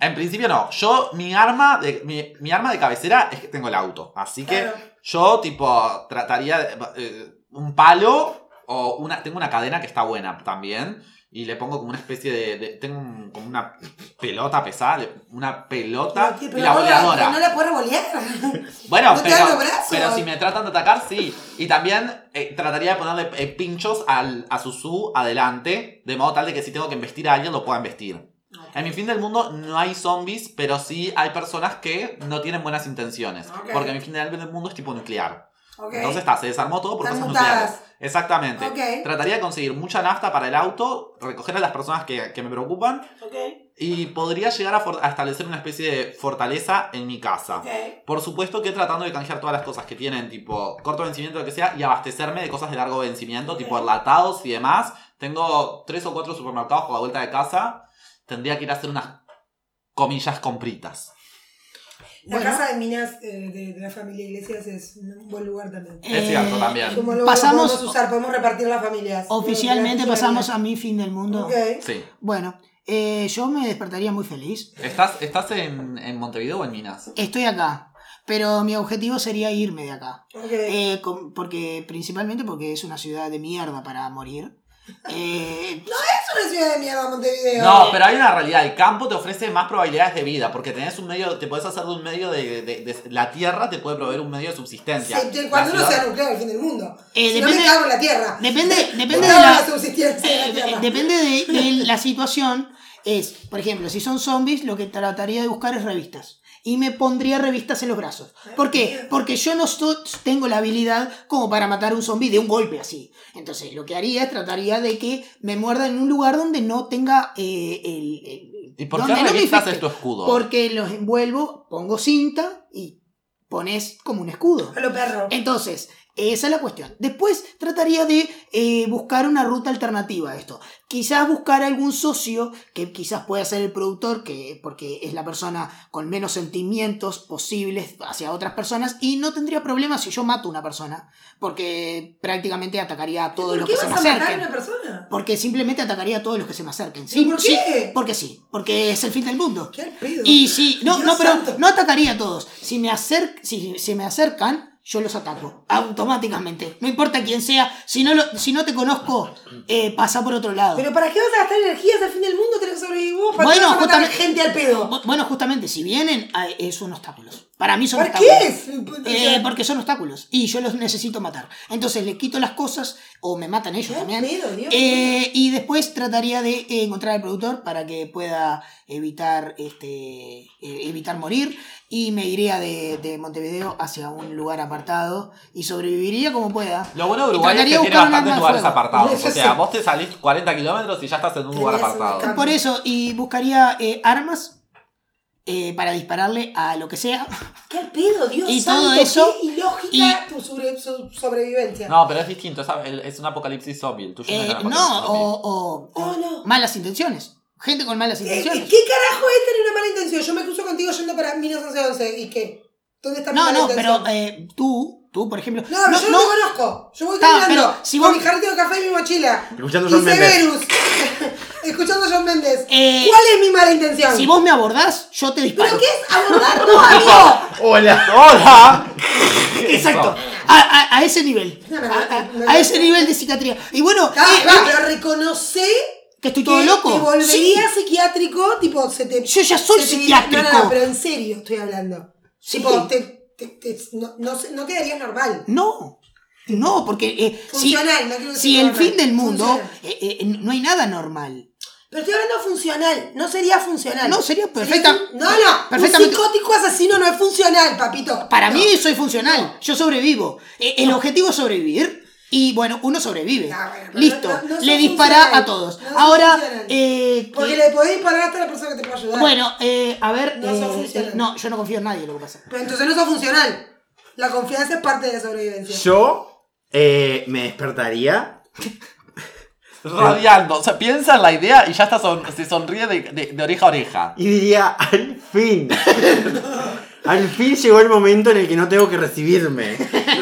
Speaker 2: en principio no. Yo, mi arma de, mi, mi arma de cabecera es que tengo el auto. Así que
Speaker 4: Claro.
Speaker 2: Yo, tipo, trataría de, eh, un palo o una. Tengo una cadena que está buena también. Y le pongo como una especie de. de- tengo un- como una pelota pesada, le- una pelota
Speaker 4: No,
Speaker 2: y la
Speaker 4: no
Speaker 2: boleadora.
Speaker 4: No la puedo revolear.
Speaker 2: bueno,
Speaker 4: no te
Speaker 2: pero,
Speaker 4: dan los brazos.
Speaker 2: pero si me tratan de atacar, sí. Y también eh, trataría de ponerle eh, pinchos al, a Susu adelante, de modo tal de que si tengo que investir a alguien, lo pueda investir. En mi fin del mundo no hay zombies, pero sí hay personas que no tienen buenas intenciones.
Speaker 4: Ok.
Speaker 2: Porque mi fin del mundo es tipo nuclear.
Speaker 4: Ok.
Speaker 2: Entonces este, está, se desarmó todo por
Speaker 4: Están
Speaker 2: cosas
Speaker 4: mutadas.
Speaker 2: nucleares. Exactamente.
Speaker 4: Ok.
Speaker 2: Trataría de conseguir mucha nafta para el auto, recoger a las personas que, que me preocupan
Speaker 4: ok,
Speaker 2: y podría llegar a, for- a establecer una especie de fortaleza en mi casa.
Speaker 4: ok.
Speaker 2: Por supuesto que tratando de canjear todas las cosas que tienen, tipo corto vencimiento, lo que sea, y abastecerme de cosas de largo vencimiento, tipo enlatados y demás. Tengo tres o cuatro supermercados por la vuelta de casa. Tendría que ir a hacer unas comillas compritas.
Speaker 4: La
Speaker 1: Bueno.
Speaker 4: casa de minas eh, de, de la familia Iglesias es un buen lugar también.
Speaker 2: Es cierto también.
Speaker 4: Como lo
Speaker 1: Eh, pasamos-
Speaker 4: podemos usar, podemos repartir las familias.
Speaker 1: Oficialmente
Speaker 4: Las
Speaker 1: pasamos
Speaker 4: familias.
Speaker 1: a mi fin del mundo.
Speaker 4: Ok.
Speaker 2: Sí.
Speaker 1: Bueno, eh, yo me despertaría muy feliz.
Speaker 2: ¿Estás, estás en, en Montevideo o en Minas?
Speaker 1: Estoy acá, pero mi objetivo sería irme de acá.
Speaker 4: ok.
Speaker 1: Eh, con- porque principalmente porque es una ciudad de mierda para morir. Eh,
Speaker 4: es una ciudad de mierda Montevideo.
Speaker 2: No, pero hay una realidad. El campo te ofrece más probabilidades de vida porque tenés un medio, te puedes hacer de un medio de, de- de- La tierra te puede proveer un medio de subsistencia.
Speaker 4: Siempre y cuando
Speaker 2: La
Speaker 4: no
Speaker 2: ciudad-
Speaker 4: sea nuclear el fin del mundo.
Speaker 1: Eh,
Speaker 4: si no
Speaker 1: depende-
Speaker 4: me cago en la tierra.
Speaker 1: depende, depende
Speaker 4: Me
Speaker 1: de
Speaker 4: cago en la
Speaker 1: la, eh,
Speaker 4: subsistencia de la tierra.
Speaker 1: depende de, de la situación. Es, por ejemplo, si son zombies, lo que trataría de buscar es revistas. Y me pondría revistas en los brazos. ¿Por qué? Porque yo no so- tengo la habilidad como para matar a un zombie de un golpe así. Entonces, lo que haría es trataría de que me muerda en un lugar donde no tenga eh, el, el-
Speaker 2: ¿Y por
Speaker 1: donde
Speaker 2: qué
Speaker 1: no me
Speaker 2: revistas
Speaker 1: infecte.
Speaker 2: es tu escudo?
Speaker 1: Porque los envuelvo, pongo cinta y pones como un escudo.
Speaker 4: A los perros.
Speaker 1: Entonces, esa es la cuestión. Después trataría de eh, buscar una ruta alternativa a esto. Quizás buscar algún socio que quizás pueda ser el productor, que, porque es la persona con menos sentimientos posibles hacia otras personas y no tendría problema si yo mato a una persona, porque prácticamente atacaría a todos
Speaker 4: ¿Por
Speaker 1: los
Speaker 4: qué
Speaker 1: que se me
Speaker 4: vas a matar a
Speaker 1: acerquen.
Speaker 4: una persona?
Speaker 1: Porque simplemente atacaría a todos los que se me acerquen.
Speaker 4: ¿Y por
Speaker 1: sí,
Speaker 4: qué?
Speaker 1: porque sí, porque es el fin del mundo.
Speaker 4: ¿Qué al pedo?
Speaker 1: Y si, no,
Speaker 4: Dios
Speaker 1: no, pero
Speaker 4: santo.
Speaker 1: no atacaría a todos. Si me, acer- si, si me acercan, yo los ataco automáticamente. No importa quién sea, si no, lo- si no te conozco, eh, pasa por otro lado.
Speaker 4: ¿Pero para qué vas a gastar energías al fin del mundo? Tenés que sobrevivir vos. ¿Para
Speaker 1: Bueno,
Speaker 4: qué vas a matar
Speaker 1: justamente-
Speaker 4: gente al pedo?
Speaker 1: Bu- bueno, justamente, si vienen, ah, eh, son obstáculos. Para mí son
Speaker 4: ¿Para qué
Speaker 1: obstáculos.
Speaker 4: es?
Speaker 1: Eh, porque son obstáculos y yo los necesito matar. Entonces les quito las cosas o me matan ellos
Speaker 4: Qué
Speaker 1: también.
Speaker 4: pedo, Dios
Speaker 1: Eh, y después trataría de eh, encontrar al productor para que pueda evitar este eh, evitar morir y me iría de, de Montevideo hacia un lugar apartado y sobreviviría como pueda.
Speaker 2: Lo bueno de
Speaker 1: Y
Speaker 2: Uruguay es
Speaker 1: trataría
Speaker 2: que
Speaker 1: de
Speaker 2: tiene
Speaker 1: buscar un
Speaker 2: bastantes
Speaker 1: arma de
Speaker 2: lugares
Speaker 1: fuego.
Speaker 2: apartados. O
Speaker 4: Sí,
Speaker 2: sea,
Speaker 4: sí.
Speaker 2: vos te salís 40 kilómetros y ya estás en un lugar
Speaker 4: Tenías un
Speaker 2: apartado.
Speaker 4: campo.
Speaker 1: Por eso, y buscaría eh, armas eh, para dispararle a lo que sea.
Speaker 4: ¿Qué al pedo, Dios
Speaker 1: Y
Speaker 4: santo?
Speaker 1: todo eso-
Speaker 4: Qué ilógica tu sobre- so- sobrevivencia.
Speaker 2: No, pero es distinto. Es, el- es un apocalipsis zombie. El tuyo no
Speaker 1: Eh,
Speaker 2: es un apocalipsis
Speaker 1: no,
Speaker 2: zombie.
Speaker 1: o, o- o
Speaker 4: Ah, No, no.
Speaker 1: malas intenciones. Gente con malas
Speaker 4: ¿Qué,
Speaker 1: intenciones.
Speaker 4: Eh, qué carajo es tener una mala intención? Yo me cruzo contigo yendo para 1911 y qué? ¿Dónde está mi
Speaker 1: No,
Speaker 4: mala
Speaker 1: no,
Speaker 4: intención?
Speaker 1: pero eh, tú, tú, por ejemplo.
Speaker 4: No, no, yo no, te conozco. Yo voy
Speaker 1: Está,
Speaker 4: caminando
Speaker 1: pero si
Speaker 4: con
Speaker 1: vos-
Speaker 4: mi jarrito de café y mi mochila.
Speaker 3: Escuchando
Speaker 4: y
Speaker 3: John Mendes.
Speaker 4: Severus. Escuchando John Mendes.
Speaker 1: Eh,
Speaker 4: ¿Cuál es mi mala intención?
Speaker 1: Si vos me abordás, yo te disparo.
Speaker 4: ¿Pero qué es abordar? No, amigo.
Speaker 3: Hola.
Speaker 2: ¡Hola!
Speaker 1: Exacto. A, a- a ese nivel.
Speaker 4: No,
Speaker 1: A,
Speaker 4: no, no, no,
Speaker 1: a-
Speaker 4: no.
Speaker 1: a ese nivel de psiquiatría. Y bueno,
Speaker 4: Ah,
Speaker 1: eh,
Speaker 4: va,
Speaker 1: eh,
Speaker 4: pero reconocé
Speaker 1: que estoy todo
Speaker 4: que
Speaker 1: loco.
Speaker 4: Te volvería
Speaker 1: Sí.
Speaker 4: psiquiátrico, tipo, se te.
Speaker 1: Yo ya soy
Speaker 4: se te-
Speaker 1: psiquiátrico.
Speaker 4: No, no, pero en serio estoy hablando.
Speaker 1: Sí.
Speaker 4: Tipo, te, te- te- no, no, se- no quedaría normal.
Speaker 1: No. No, porque eh, si,
Speaker 4: Funcional, no quiero decir
Speaker 1: si el
Speaker 4: normal.
Speaker 1: fin del mundo
Speaker 4: Funcional.
Speaker 1: eh, eh, no hay nada normal.
Speaker 4: Pero estoy hablando funcional, no sería funcional.
Speaker 1: No, sería perfecta-
Speaker 4: un- no, no,
Speaker 1: perfectamente-
Speaker 4: un psicótico asesino no es funcional, papito.
Speaker 1: Para
Speaker 4: No.
Speaker 1: mí soy funcional, yo sobrevivo. Eh, El objetivo es sobrevivir y bueno, uno sobrevive.
Speaker 4: Ah, bueno, pero
Speaker 1: Listo,
Speaker 4: no- no
Speaker 1: le
Speaker 4: son
Speaker 1: dispara
Speaker 4: funcionales.
Speaker 1: a todos.
Speaker 4: No son
Speaker 1: Ahora,
Speaker 4: funcionales.
Speaker 1: eh,
Speaker 4: Porque
Speaker 1: que-
Speaker 4: le podés disparar hasta la persona que te puede ayudar.
Speaker 1: bueno, eh, a ver,
Speaker 4: No son
Speaker 1: eh,
Speaker 4: funcionales.
Speaker 1: no, yo no confío en nadie lo que pasa.
Speaker 4: Pero entonces no sos funcional. La confianza es parte de la sobrevivencia.
Speaker 3: Yo eh, me despertaría.
Speaker 2: Radiando. O sea, piensa en la idea y ya está son- se sonríe de, de- de oreja a oreja.
Speaker 3: Y diría, al fin. al fin llegó el momento en el que no tengo que recibirme.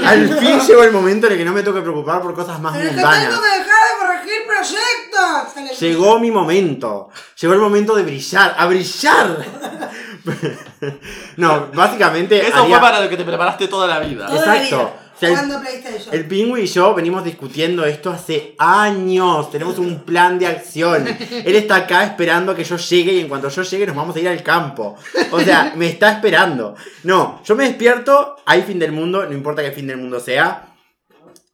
Speaker 3: Al fin llegó el momento en el que no me tengo que preocupar por cosas más
Speaker 4: Pero es que
Speaker 3: mundanas.
Speaker 4: tengo que dejar de corregir proyectos. Sale el-
Speaker 3: Llegó mi momento. Llegó el momento de brillar. ¡A brillar! no, básicamente.
Speaker 2: Eso
Speaker 3: Eh, haría-
Speaker 2: fue para lo que te preparaste toda la vida.
Speaker 4: Toda la
Speaker 3: exacto.
Speaker 4: vida,
Speaker 3: O sea, el-
Speaker 4: jugando PlayStation.
Speaker 3: El pingüino y yo venimos discutiendo esto hace años. Tenemos un plan de acción. Él está acá esperando a que yo llegue y en cuanto yo llegue nos vamos a ir al campo. O sea, me está esperando. No, yo me despierto, hay fin del mundo, no importa qué fin del mundo sea.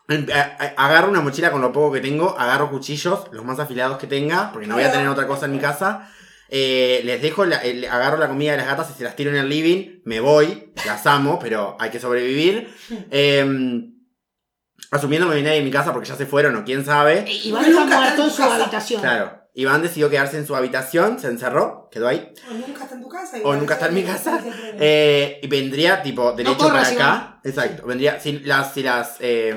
Speaker 3: Em- a- a- Agarro una mochila con lo poco que tengo, agarro cuchillos, los más afilados que tenga, porque no voy a tener otra cosa en mi casa. Eh, les dejo, la- el- agarro la comida de las gatas y se las tiro en el living. Me voy, las amo, pero hay que sobrevivir. Eh, asumiendo que viene de mi casa porque ya se fueron o quién sabe.
Speaker 1: Y Iván está
Speaker 4: Nunca está
Speaker 1: muerto
Speaker 4: en
Speaker 1: en
Speaker 4: tu
Speaker 1: su
Speaker 4: casa.
Speaker 1: habitación.
Speaker 3: Claro. Iván decidió quedarse en su habitación, se encerró, quedó ahí.
Speaker 4: O nunca está en tu casa.
Speaker 3: O nunca está en mi casa.
Speaker 4: Eh,
Speaker 3: Eh, y vendría tipo derecho para
Speaker 1: corras,
Speaker 3: acá. Exacto. Vendría, si las, si las eh,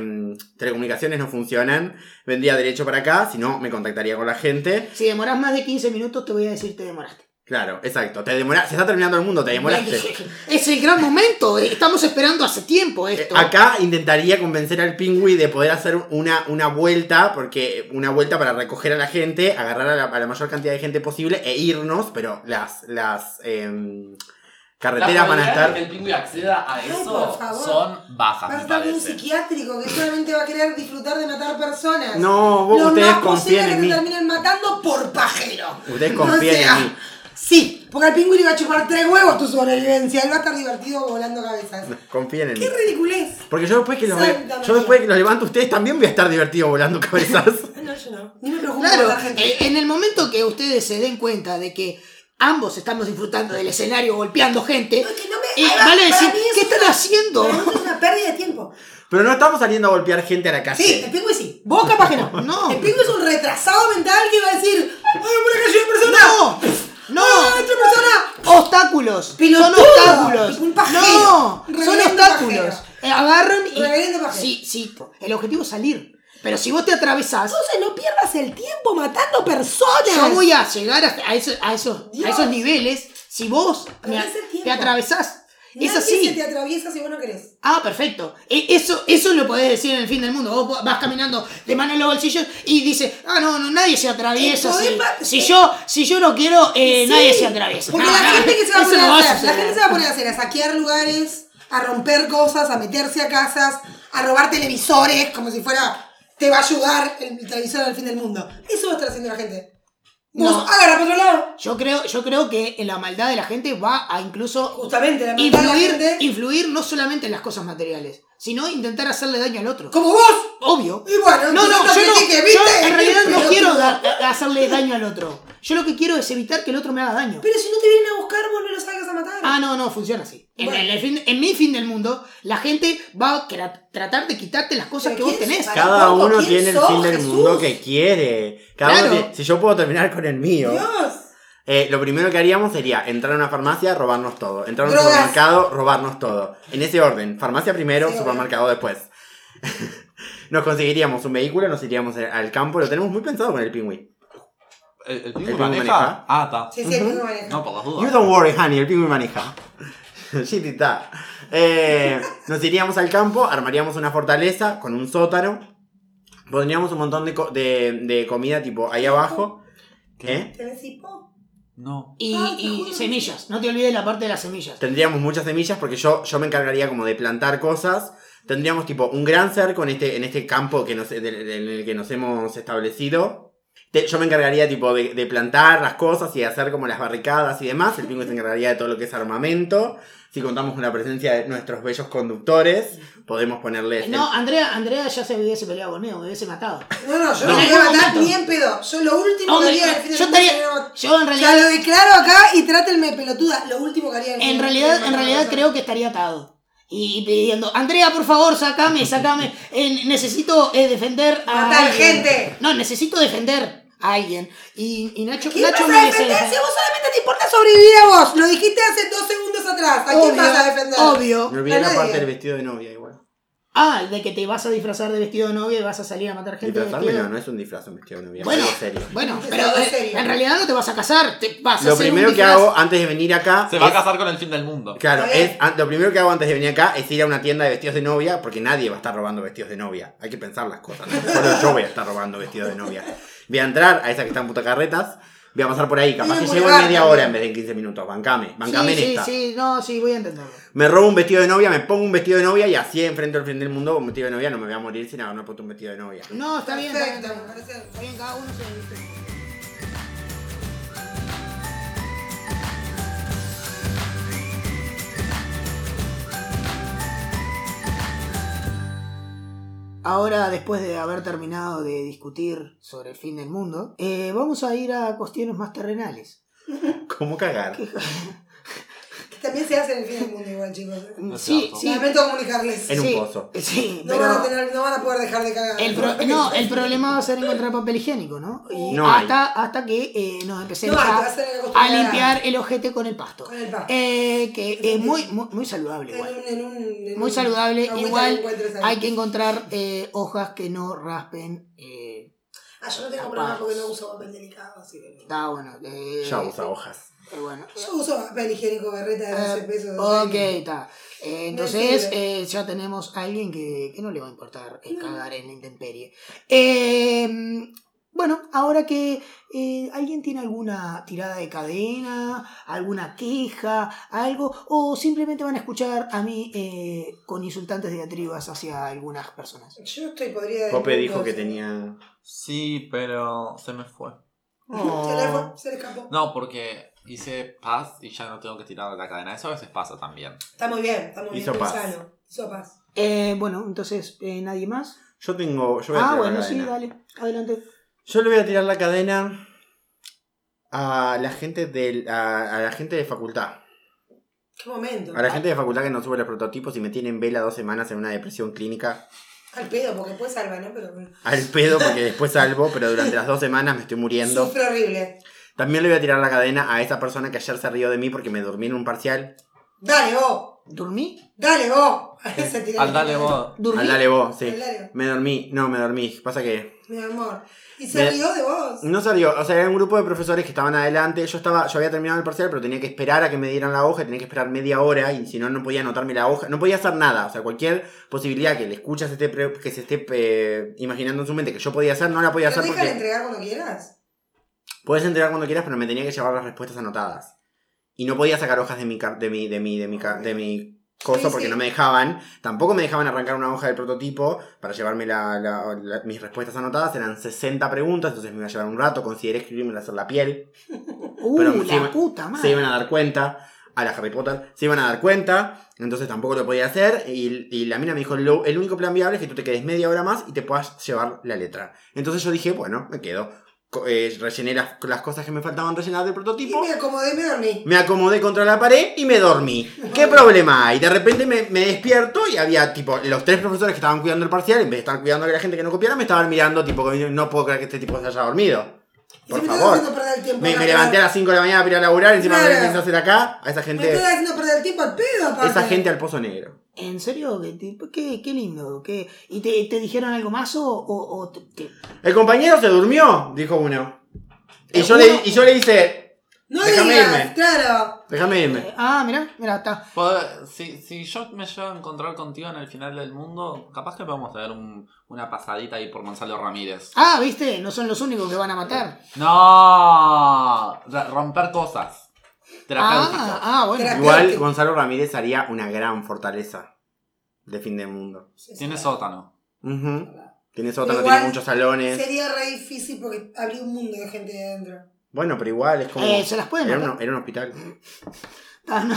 Speaker 3: telecomunicaciones no funcionan, vendría derecho para acá. Si no, me contactaría con la gente.
Speaker 1: Si demoras más de 15 minutos, te voy a decir te demoraste.
Speaker 3: Claro, exacto. Te demora- se está terminando el mundo, te demoraste.
Speaker 1: Es el gran momento. eh, Estamos esperando hace tiempo
Speaker 3: Eh,
Speaker 1: esto.
Speaker 3: Acá intentaría convencer al pingüi de poder hacer una, una vuelta, porque una vuelta para recoger a la gente, agarrar a la, a la mayor cantidad de gente posible e irnos, pero las, las em, carreteras van a estar...
Speaker 2: Que el pingüi acceda a
Speaker 4: Ay,
Speaker 2: eso
Speaker 4: por favor.
Speaker 2: son bajas,
Speaker 4: Va a
Speaker 2: me
Speaker 4: estar un
Speaker 2: parece.
Speaker 4: psiquiátrico que solamente va a querer disfrutar de matar personas.
Speaker 3: No, vos,
Speaker 4: Lo
Speaker 3: ustedes
Speaker 4: más posible
Speaker 3: confían en
Speaker 4: que
Speaker 3: mí.
Speaker 4: te terminen matando por pajero.
Speaker 3: Ustedes confían
Speaker 4: O sea,
Speaker 3: en mí.
Speaker 4: Sí, porque al pingüino va a chupar tres huevos tu sobrevivencia. Él va a estar divertido volando cabezas.
Speaker 3: Confíen en mí.
Speaker 4: ¡Qué ridiculez!
Speaker 3: Porque yo después que los,
Speaker 4: Santa
Speaker 3: yo
Speaker 4: María.
Speaker 3: después que los levanto a ustedes también voy a estar divertido volando cabezas.
Speaker 4: No, yo no. Ni me preocupo por
Speaker 1: Claro,
Speaker 4: la gente.
Speaker 1: eh, en el momento que ustedes se den cuenta de que ambos estamos disfrutando del escenario golpeando gente,
Speaker 4: No, es que no me-
Speaker 1: eh,
Speaker 4: ahí va,
Speaker 1: vale
Speaker 4: para
Speaker 1: decir,
Speaker 4: mí es
Speaker 1: ¿qué
Speaker 4: una- ¿Eh?
Speaker 1: están haciendo?
Speaker 4: Para nosotros es una pérdida de tiempo.
Speaker 3: Pero no estamos saliendo a golpear gente a la calle.
Speaker 4: Ah, Sí, el pingüe sí. Vos capaz que no.
Speaker 1: No.
Speaker 4: El pingüe es un retrasado mental que va a decir ¡Ay, una calle de personas!
Speaker 1: ¡No! ¡No!
Speaker 4: ¡Ay, otra persona!
Speaker 1: ¡Obstáculos! ¡Son
Speaker 4: Pelotudo.
Speaker 1: obstáculos!
Speaker 4: Un pajero.
Speaker 1: ¡No! ¡Son
Speaker 4: Reverendo
Speaker 1: obstáculos!
Speaker 4: pajero.
Speaker 1: Eh, Agarran y...
Speaker 4: Reverendo pajero.
Speaker 1: Sí, sí. El objetivo es salir. Pero si vos te atravesás,
Speaker 4: Entonces no pierdas el tiempo matando personas.
Speaker 1: yo voy a llegar hasta- a, esos, a, esos,
Speaker 4: Dios.
Speaker 1: a esos niveles si vos
Speaker 4: Pero
Speaker 1: me
Speaker 4: en
Speaker 1: a-
Speaker 4: ese tiempo.
Speaker 1: te atravesás.
Speaker 4: Nadie
Speaker 1: es así.
Speaker 4: se te atraviesa si vos no querés.
Speaker 1: Ah, perfecto. E- Eso, eso lo podés decir en el fin del mundo. Vos vas caminando de mano en los bolsillos y dices, ah, no, no nadie se atraviesa.
Speaker 4: El
Speaker 1: Si,
Speaker 4: problema-
Speaker 1: si yo, si yo no quiero, eh,
Speaker 4: Sí,
Speaker 1: nadie se atraviesa.
Speaker 4: Porque
Speaker 1: No,
Speaker 4: la
Speaker 1: no,
Speaker 4: gente que se va a
Speaker 1: eso no
Speaker 4: poner a
Speaker 1: va a
Speaker 4: hacer, la
Speaker 1: suceder.
Speaker 4: gente se va a poner a hacer, a saquear lugares, a romper cosas, a meterse a casas, a robar televisores, como si fuera, te va a ayudar el televisor al fin del mundo. Eso va a estar haciendo la gente. Vos
Speaker 1: No.
Speaker 4: agarra por otro lado.
Speaker 1: Yo creo, yo creo que la maldad de la gente va a incluso
Speaker 4: Justamente, la mitad de la
Speaker 1: influir,
Speaker 4: gente.
Speaker 1: influir no solamente en las cosas materiales, sino intentar hacerle daño al otro.
Speaker 4: Como vos.
Speaker 1: Obvio.
Speaker 4: Y bueno,
Speaker 1: No, no, yo, no,
Speaker 4: critiques,
Speaker 1: yo
Speaker 4: ¿viste?
Speaker 1: en realidad no
Speaker 4: Pero-
Speaker 1: quiero da- hacerle daño al otro. Yo lo que quiero es evitar que el otro me haga daño.
Speaker 4: Pero si no te vienen a buscar, vos no lo salgas a matar.
Speaker 1: Ah, no, no, funciona así. En,
Speaker 4: Bueno.
Speaker 1: en el fin- en mi fin del mundo, la gente va a tra- tratar de quitarte las cosas
Speaker 4: ¿Pero
Speaker 1: que vos
Speaker 4: quién
Speaker 1: tenés.
Speaker 4: se para-
Speaker 3: Cada
Speaker 4: Tampoco,
Speaker 3: uno
Speaker 4: ¿quién
Speaker 3: tiene el
Speaker 4: sos,
Speaker 3: fin del
Speaker 4: Jesús?
Speaker 3: mundo que quiere. Cada uno
Speaker 1: Claro.
Speaker 3: tiene- si yo puedo terminar con el mío,
Speaker 4: Dios.
Speaker 3: eh, lo primero que haríamos sería entrar a una farmacia, robarnos todo. Entrar a un
Speaker 4: Drogas.
Speaker 3: supermercado, robarnos todo. En ese orden, farmacia primero,
Speaker 4: Sí,
Speaker 3: supermercado después. nos conseguiríamos un vehículo, nos iríamos al campo, lo tenemos muy pensado con el pingüí.
Speaker 5: ¿El, el pingüi
Speaker 3: pingüi
Speaker 5: maneja?
Speaker 3: maneja.
Speaker 5: Ah, está.
Speaker 4: Sí, sí, el
Speaker 3: Ujú.
Speaker 4: mismo maneja.
Speaker 5: No, por las
Speaker 3: You
Speaker 5: dudas.
Speaker 3: don't worry, honey, el pingüí maneja. Shit it that. Eh, nos iríamos al campo, armaríamos una fortaleza con un sótano. Pondríamos un montón de, co- de- de comida tipo ahí abajo. ¿Eh?
Speaker 4: ¿Te ves hipo?
Speaker 5: No.
Speaker 1: Y,
Speaker 4: Ah, te
Speaker 1: y
Speaker 4: juro.
Speaker 1: semillas, no te olvides la parte de las semillas.
Speaker 3: Tendríamos muchas semillas porque yo, yo me encargaría como de plantar cosas. Tendríamos tipo un gran cerco en este, en este campo que nos, del- del- en el que nos hemos establecido. Te- yo me encargaría tipo de, de plantar las cosas y de hacer como las barricadas y demás. El pingüe se encargaría de todo lo que es armamento. Si contamos con la presencia de nuestros bellos conductores, podemos ponerle...
Speaker 1: Eh, No, Andrea, Andrea ya se hubiese peleado conmigo, me hubiese matado.
Speaker 4: No, no, yo
Speaker 1: No.
Speaker 4: no, me voy a matar
Speaker 1: No.
Speaker 4: ni en pedo. Yo lo último
Speaker 1: Hombre,
Speaker 4: que haría al fin del
Speaker 1: yo
Speaker 4: mundo
Speaker 1: estaría-
Speaker 4: sería matar.
Speaker 1: Yo en
Speaker 4: Ya lo
Speaker 1: realidad,
Speaker 4: declaro acá y trátenme de pelotuda. Lo último que haría al fin
Speaker 1: en
Speaker 4: del
Speaker 1: realidad,
Speaker 4: mundo
Speaker 1: en
Speaker 4: sería matar
Speaker 1: realidad
Speaker 4: a
Speaker 1: creo que estaría atado. Y, y pidiendo, Andrea, por favor, sacame, sacame. Eh, necesito eh, defender a.
Speaker 4: Matar
Speaker 1: alguien".
Speaker 4: gente.
Speaker 1: No, necesito defender a alguien. Y, y Nacho,
Speaker 4: ¿Quién
Speaker 1: Nacho
Speaker 4: vas a
Speaker 1: me desea
Speaker 4: defender si a
Speaker 1: defender.
Speaker 4: vos solamente te importa sobrevivir a vos? Lo dijiste hace dos segundos atrás. ¿A quién
Speaker 1: Obvio,
Speaker 4: vas a defender?
Speaker 1: Obvio.
Speaker 3: este, Me olvidé
Speaker 4: a
Speaker 3: la
Speaker 4: nadie.
Speaker 3: parte del vestido de novia igual.
Speaker 1: Ah, el de que te vas a disfrazar de vestido de novia y vas a salir a matar gente.
Speaker 3: Disfrazarme
Speaker 1: vestido-
Speaker 3: no, no es un disfraz, un vestido de novia.
Speaker 1: Bueno,
Speaker 3: algo serio.
Speaker 1: bueno,
Speaker 4: Es
Speaker 1: pero
Speaker 4: algo
Speaker 1: eh,
Speaker 4: serio.
Speaker 1: en realidad no te vas a casar, te vas a
Speaker 3: Lo
Speaker 1: hacer un
Speaker 3: primero que
Speaker 1: disfraz.
Speaker 3: hago antes de venir acá...
Speaker 5: Se va a
Speaker 3: es-
Speaker 5: casar con el fin del mundo.
Speaker 3: Claro,
Speaker 4: Está bien.
Speaker 3: es, an- lo primero que hago antes de venir acá es ir a una tienda de vestidos de novia, porque nadie va a estar robando vestidos de novia. Hay que pensar las cosas. ¿no? Solo yo voy a estar robando vestidos de novia. Voy a entrar a esa que está en putacarretas, voy a pasar por ahí. Capaz
Speaker 4: Y
Speaker 3: que
Speaker 4: un
Speaker 3: llego en
Speaker 4: boulevard
Speaker 3: media
Speaker 4: también.
Speaker 3: hora en vez de en 15 minutos. Bancame, bancame
Speaker 1: Sí,
Speaker 3: en
Speaker 1: sí,
Speaker 3: esta.
Speaker 1: sí, no, sí, voy a entenderlo.
Speaker 3: Me robo un vestido de novia, me pongo un vestido de novia y así enfrento al fin del mundo un vestido de novia. No me voy a morir sin haberme puesto un vestido de novia.
Speaker 1: No, está bien, está bien,
Speaker 4: Perfecto,
Speaker 1: está
Speaker 4: me
Speaker 1: bien.
Speaker 4: parece.
Speaker 1: Está bien, cada uno se viste. Ahora, después de haber terminado de discutir sobre el fin del mundo, eh, vamos a ir a cuestiones más terrenales.
Speaker 3: ¿Cómo cagar?
Speaker 4: Que también se hace en el fin del mundo igual, chicos.
Speaker 2: No es
Speaker 1: Mm, sí,
Speaker 2: cierto.
Speaker 1: sí.
Speaker 4: Lamento comunicarles.
Speaker 3: En un
Speaker 1: sí,
Speaker 3: pozo.
Speaker 1: Sí,
Speaker 4: No,
Speaker 1: pero
Speaker 4: van a tener, no van a poder dejar de cagar.
Speaker 1: el pro- no, el problema va a ser encontrar papel higiénico, ¿no? Y
Speaker 3: No hay.
Speaker 1: hasta, hasta que eh, nos
Speaker 4: No,
Speaker 1: empecemos
Speaker 4: te vas
Speaker 1: a,
Speaker 4: a tener que
Speaker 1: a
Speaker 4: acostumbrar
Speaker 1: limpiar el ojete con el pasto.
Speaker 4: Con el pasto.
Speaker 1: Eh, que es muy, muy, muy saludable
Speaker 4: En
Speaker 1: igual.
Speaker 4: un, en un- en
Speaker 1: Muy
Speaker 4: un-
Speaker 1: saludable,
Speaker 4: agüita
Speaker 1: igual
Speaker 4: que encuentres ahí.
Speaker 1: Hay que encontrar eh, hojas que no raspen. eh,
Speaker 4: Ah, yo no tengo problema porque no uso papel delicado, así que...
Speaker 1: está bueno. eh,
Speaker 3: Ya usa hojas.
Speaker 1: eh, bueno.
Speaker 4: Yo uso papel higiénico berreta de 12 pesos.
Speaker 1: Eh, Ok, está. Eh, entonces
Speaker 4: Me
Speaker 1: eh, ya tenemos a alguien que, que no le va a importar eh, cagar en la intemperie. Eh, bueno, ahora que eh, alguien tiene alguna tirada de cadena, alguna queja, algo, o simplemente van a escuchar a mí eh, con insultantes diatribas hacia algunas personas.
Speaker 4: Yo estoy podrida de.
Speaker 3: Pope dijo
Speaker 4: puntos.
Speaker 3: que tenía.
Speaker 2: Sí, pero se me fue.
Speaker 4: Se le fue, se le escapó.
Speaker 2: No, porque hice paz y ya no tengo que tirar la cadena. Eso a veces pasa también.
Speaker 4: Está muy bien, está muy
Speaker 3: Hizo
Speaker 4: bien.
Speaker 3: paz.
Speaker 4: Gonzalo. Hizo paz.
Speaker 1: Eh, bueno, entonces, eh, ¿nadie más?
Speaker 3: Yo tengo. Yo voy a
Speaker 1: Ah,
Speaker 3: tirar
Speaker 1: bueno,
Speaker 3: la
Speaker 1: sí,
Speaker 3: cadena.
Speaker 1: dale, adelante.
Speaker 3: Yo le voy a tirar la cadena a la gente del. a, a la gente de facultad.
Speaker 4: Qué momento.
Speaker 3: A la gente de facultad que no sube los prototipos y me tienen vela dos semanas en una depresión clínica.
Speaker 4: Al pedo, porque después salva, ¿no? Pero bueno.
Speaker 3: Al pedo, porque después salvo, pero durante las dos semanas me estoy muriendo.
Speaker 4: Sufre horrible.
Speaker 3: También le voy a tirar la cadena a esa persona que ayer se rió de mí porque me dormí en un parcial.
Speaker 4: Dale vos,
Speaker 1: ¿Dormí?
Speaker 4: dale vos. A esa tirada.
Speaker 2: Al dale vos.
Speaker 1: ¿Dormí?
Speaker 3: Andale vos, sí.
Speaker 4: Al dale,
Speaker 3: Me dormí, no, me dormí. Pasa que
Speaker 4: mi amor. Y se
Speaker 3: Me-
Speaker 4: rió de vos.
Speaker 3: No salió, o sea, era un grupo de profesores que estaban adelante. Yo estaba, yo había terminado el parcial, pero tenía que esperar a que me dieran la hoja, tenía que esperar media hora y si no, no podía anotarme la hoja, no podía hacer nada. O sea, cualquier posibilidad que le escuchas esté pre- que se esté eh, imaginando en su mente que yo podía hacer, no la podía
Speaker 4: ¿Te
Speaker 3: hacer
Speaker 4: dejan
Speaker 3: porque
Speaker 4: entregar cuando quieras?
Speaker 3: puedes entregar cuando quieras, pero me tenía que llevar las respuestas anotadas. Y no podía sacar hojas de mi, car- de mi, de mi, de mi, ca- de mi coso
Speaker 4: Sí,
Speaker 3: porque
Speaker 4: sí.
Speaker 3: no me dejaban. Tampoco me dejaban arrancar una hoja del prototipo para llevarme la- la- la- mis respuestas anotadas. Eran 60 preguntas, entonces me iba a llevar un rato. Consideré escribírmelas en la piel.
Speaker 1: Uh,
Speaker 3: Pero
Speaker 1: la
Speaker 3: se iba-
Speaker 1: puta madre.
Speaker 3: se iban a dar cuenta a la Harry Potter, se iban a dar cuenta, entonces tampoco lo podía hacer y, y la mina me dijo, "Lo- el único plan viable es que tú te quedes media hora más y te puedas llevar la letra. Entonces yo dije, bueno, me quedo. Co- eh, rellené las, las cosas que me faltaban rellenar del
Speaker 4: Y
Speaker 3: prototipo,
Speaker 4: me acomodé y me dormí.
Speaker 3: me acomodé contra la pared y me dormí. ¿Qué problema hay? De repente me, me despierto y había, tipo, los tres profesores que estaban cuidando el parcial, en vez de estar cuidando a la gente que no copiara, me estaban mirando, tipo, como, no puedo creer que este tipo se haya dormido.
Speaker 4: Y
Speaker 3: Por
Speaker 4: si me estás
Speaker 3: favor.
Speaker 4: haciendo perder el tiempo.
Speaker 3: Me,
Speaker 4: acá,
Speaker 3: me levanté a las 5 de la mañana para ir a laburar, encima me
Speaker 4: Claro.
Speaker 3: empecé a hacer acá. A esa
Speaker 4: Me estás
Speaker 3: gente.
Speaker 4: haciendo perder el tiempo al pedo, aparte.
Speaker 3: Esa gente al pozo negro.
Speaker 1: ¿En serio? ¿Qué, tipo- qué, qué lindo? ¿Qué? ¿Y te, te dijeron algo más o, o- o te- te-
Speaker 3: El compañero se durmió, dijo uno. Y yo, le, y yo le hice.
Speaker 4: No
Speaker 3: Déjame
Speaker 4: digas,
Speaker 3: irme.
Speaker 4: claro.
Speaker 3: Déjame irme.
Speaker 1: eh, ah, mirá, mirá, está.
Speaker 2: Pod- Si, si yo me llego a encontrar contigo en el final del mundo, capaz que podemos dar un- una pasadita ahí por Gonzalo Ramírez.
Speaker 1: Ah, viste, no son los únicos que van a matar.
Speaker 2: ¡No! Ra- Romper cosas. Terapéutico.
Speaker 1: Ah, ah, bueno.
Speaker 4: Terapia.
Speaker 3: Igual Gonzalo Ramírez haría una gran fortaleza de fin del mundo.
Speaker 2: Tiene sótano.
Speaker 3: Ujú. Tiene sótano,
Speaker 4: Igual
Speaker 3: tiene muchos salones.
Speaker 4: Sería re difícil porque habría un mundo de gente de adentro.
Speaker 3: Bueno, pero igual es como.
Speaker 1: Eh, se las pueden
Speaker 3: era,
Speaker 1: matar.
Speaker 3: un, era un hospital.
Speaker 1: Ah, no.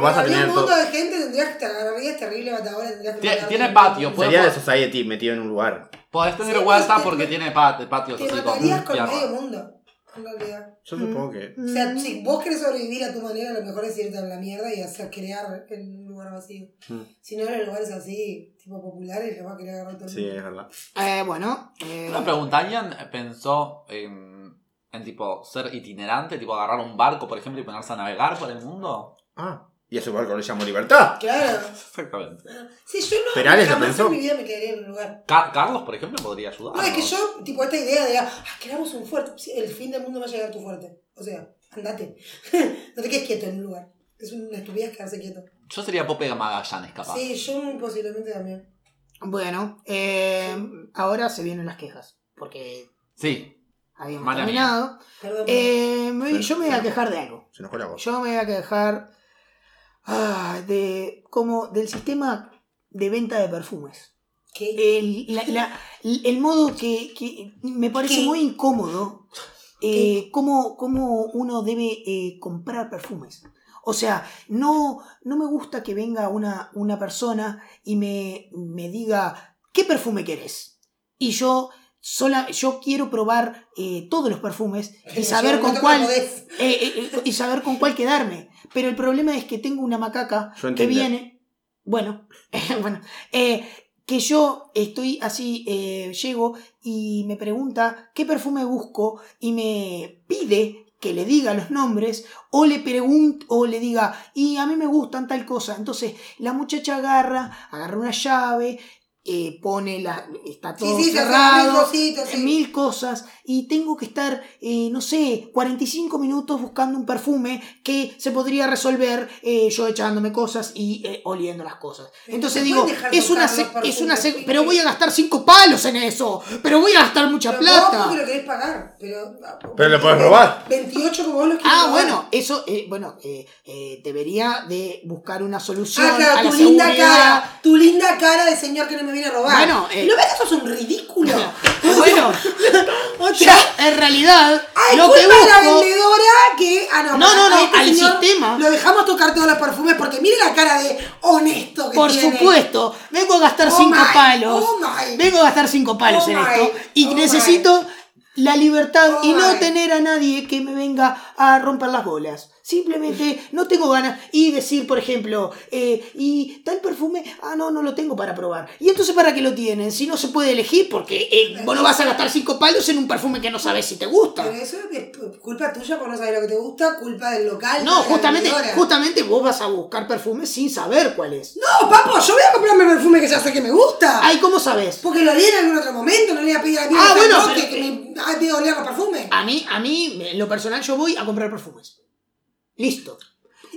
Speaker 3: vas a
Speaker 4: habría
Speaker 3: tener
Speaker 4: un
Speaker 3: todo.
Speaker 4: mundo de gente, tendrías que te agarrarías terrible batadora, tendrías que
Speaker 2: Tie-
Speaker 4: matar
Speaker 2: tiene
Speaker 4: gente.
Speaker 2: patio, puede-
Speaker 3: Sería de Society metido en un lugar.
Speaker 2: Podés tener
Speaker 4: Sí,
Speaker 2: huerta
Speaker 4: te-
Speaker 2: porque tiene pat- patios
Speaker 4: Te
Speaker 2: así con
Speaker 4: matarías con
Speaker 2: tierra.
Speaker 4: medio mundo, en realidad.
Speaker 3: Yo supongo que.
Speaker 4: O
Speaker 1: Mm,
Speaker 4: sea, si vos querés sobrevivir a tu manera, lo mejor es irte a la mierda y hacer crear en un lugar vacío.
Speaker 3: Mm.
Speaker 4: Si no, en los lugares así, tipo populares, lo va a querer agarrar todo el
Speaker 3: Sí,
Speaker 4: mundo.
Speaker 3: es verdad.
Speaker 1: Eh, bueno. eh,
Speaker 2: Una pregunta, ¿alguien pensó en, en, tipo ser itinerante, tipo agarrar un barco, por ejemplo, y ponerse a navegar por el mundo?
Speaker 3: Ah. Y a su barco le llamó libertad.
Speaker 4: Claro.
Speaker 2: Exactamente.
Speaker 4: Si yo no,
Speaker 3: Perales lo
Speaker 4: jamás
Speaker 3: pensó.
Speaker 4: en mi vida me quedaría en un lugar.
Speaker 2: Ca- Carlos, por ejemplo, podría ayudar.
Speaker 4: No, es que yo, tipo, esta idea de, ah, creamos un fuerte, Sí, el fin del mundo va a llegar a tu fuerte. O sea, andate. no te quedes quieto en un lugar. Es una estupidez quedarse quieto.
Speaker 2: Yo sería Pope de Magallanes, capaz.
Speaker 4: Sí, yo muy posiblemente también.
Speaker 1: Bueno, eh, ahora se vienen las quejas. Porque
Speaker 2: Sí.
Speaker 1: habíamos
Speaker 2: Mala mía.
Speaker 1: terminado.
Speaker 4: Perdón.
Speaker 1: Eh, me- yo me voy a
Speaker 3: Sí.
Speaker 1: quejar de algo.
Speaker 3: Se enojó la voz.
Speaker 1: Yo me voy a quejar ah, de como del sistema de venta de perfumes.
Speaker 4: ¿Qué?
Speaker 1: El, la- la- el modo que, que me parece
Speaker 4: ¿Qué?
Speaker 1: muy incómodo eh, cómo, cómo uno debe eh, comprar perfumes. O sea, no, no me gusta que venga una, una persona y me, me diga, ¿qué perfume querés? Y yo sola, yo quiero probar eh, todos los perfumes y
Speaker 4: Yo
Speaker 1: saber
Speaker 4: no
Speaker 1: con
Speaker 4: te
Speaker 1: cuál
Speaker 4: podés.
Speaker 1: eh, eh, eh, y saber con cuál quedarme. Pero el problema es que tengo una macaca
Speaker 3: Yo en
Speaker 1: que
Speaker 3: Tinder.
Speaker 1: viene. Bueno, bueno. eh, que yo estoy así, eh, llego y me pregunta qué perfume busco y me pide que le diga los nombres o le pregunto o le diga, y a mí me gustan tal cosa. Entonces la muchacha agarra, agarra una llave, eh, pone la... Está todo
Speaker 4: Sí, sí, cerrado,
Speaker 1: cerrado,
Speaker 4: rosito, sí.
Speaker 1: mil cosas y tengo que estar, eh, no sé, 45 minutos buscando un perfume que se podría resolver eh, yo echándome cosas y eh, oliendo las cosas.
Speaker 4: Pero
Speaker 1: Entonces
Speaker 4: no
Speaker 1: digo,
Speaker 4: pueden dejar
Speaker 1: es una,
Speaker 4: tocar
Speaker 1: se-
Speaker 4: los
Speaker 1: es una, se-
Speaker 4: perfumes,
Speaker 1: pero
Speaker 4: ¿sí?
Speaker 1: voy a gastar cinco palos en eso, pero voy a gastar mucha
Speaker 4: Pero
Speaker 1: plata.
Speaker 4: Vos porque lo querés pagar, pero. ah,
Speaker 3: Pero lo podés robar.
Speaker 4: 28 como vos lo querés
Speaker 1: Ah,
Speaker 4: robar.
Speaker 1: bueno, eso, eh, bueno, eh, eh, debería de buscar una solución
Speaker 4: Ah,
Speaker 1: a
Speaker 4: claro,
Speaker 1: la
Speaker 4: tu linda
Speaker 1: seguridad.
Speaker 4: cara. Tu linda cara de señor que no me viene a robar.
Speaker 1: Bueno, eh.
Speaker 4: ¿No ves que sos un ridículo?
Speaker 1: Bueno,
Speaker 4: o
Speaker 1: yo,
Speaker 4: sea.
Speaker 1: en realidad,
Speaker 4: Ay,
Speaker 1: lo que
Speaker 4: culpa de la
Speaker 1: busco...
Speaker 4: vendedora que. Ah, no,
Speaker 1: No,
Speaker 4: pará,
Speaker 1: no, no,
Speaker 4: a este
Speaker 1: al
Speaker 4: señor
Speaker 1: sistema.
Speaker 4: Lo dejamos tocar todos los perfumes porque mire la cara de honesto que
Speaker 1: Por
Speaker 4: tiene.
Speaker 1: supuesto, vengo a gastar
Speaker 4: Oh
Speaker 1: cinco
Speaker 4: my,
Speaker 1: palos.
Speaker 4: oh my.
Speaker 1: vengo a gastar cinco palos
Speaker 4: Oh
Speaker 1: en
Speaker 4: my,
Speaker 1: esto. Y
Speaker 4: oh
Speaker 1: necesito la libertad
Speaker 4: Oh
Speaker 1: y no
Speaker 4: my.
Speaker 1: tener a nadie que me venga a romper las bolas. Simplemente no tengo ganas. Y decir, por ejemplo, eh, y tal perfume, ah, no, no lo tengo para probar. Y entonces, ¿para qué lo tienen? Si no se puede elegir, porque eh, vos no vas a gastar cinco palos en un perfume que no sabes si te gusta.
Speaker 4: Pero eso es culpa tuya por no saber lo que te gusta, culpa del local.
Speaker 1: No,
Speaker 4: de la
Speaker 1: justamente,
Speaker 4: vendedora.
Speaker 1: justamente vos vas a buscar perfume sin saber cuál es.
Speaker 4: eh, No, papo, yo voy a comprarme el perfume que ya sé que me gusta.
Speaker 1: Ay, ¿cómo sabes?
Speaker 4: Porque lo haría en algún otro momento, no le voy a pedir a mi
Speaker 1: Ah, bueno,
Speaker 4: que,
Speaker 1: pero- Ah,
Speaker 4: que me ah, ha pedido oler los perfumes.
Speaker 1: A mí, a mí, en lo personal, yo voy a comprar perfumes. Listo.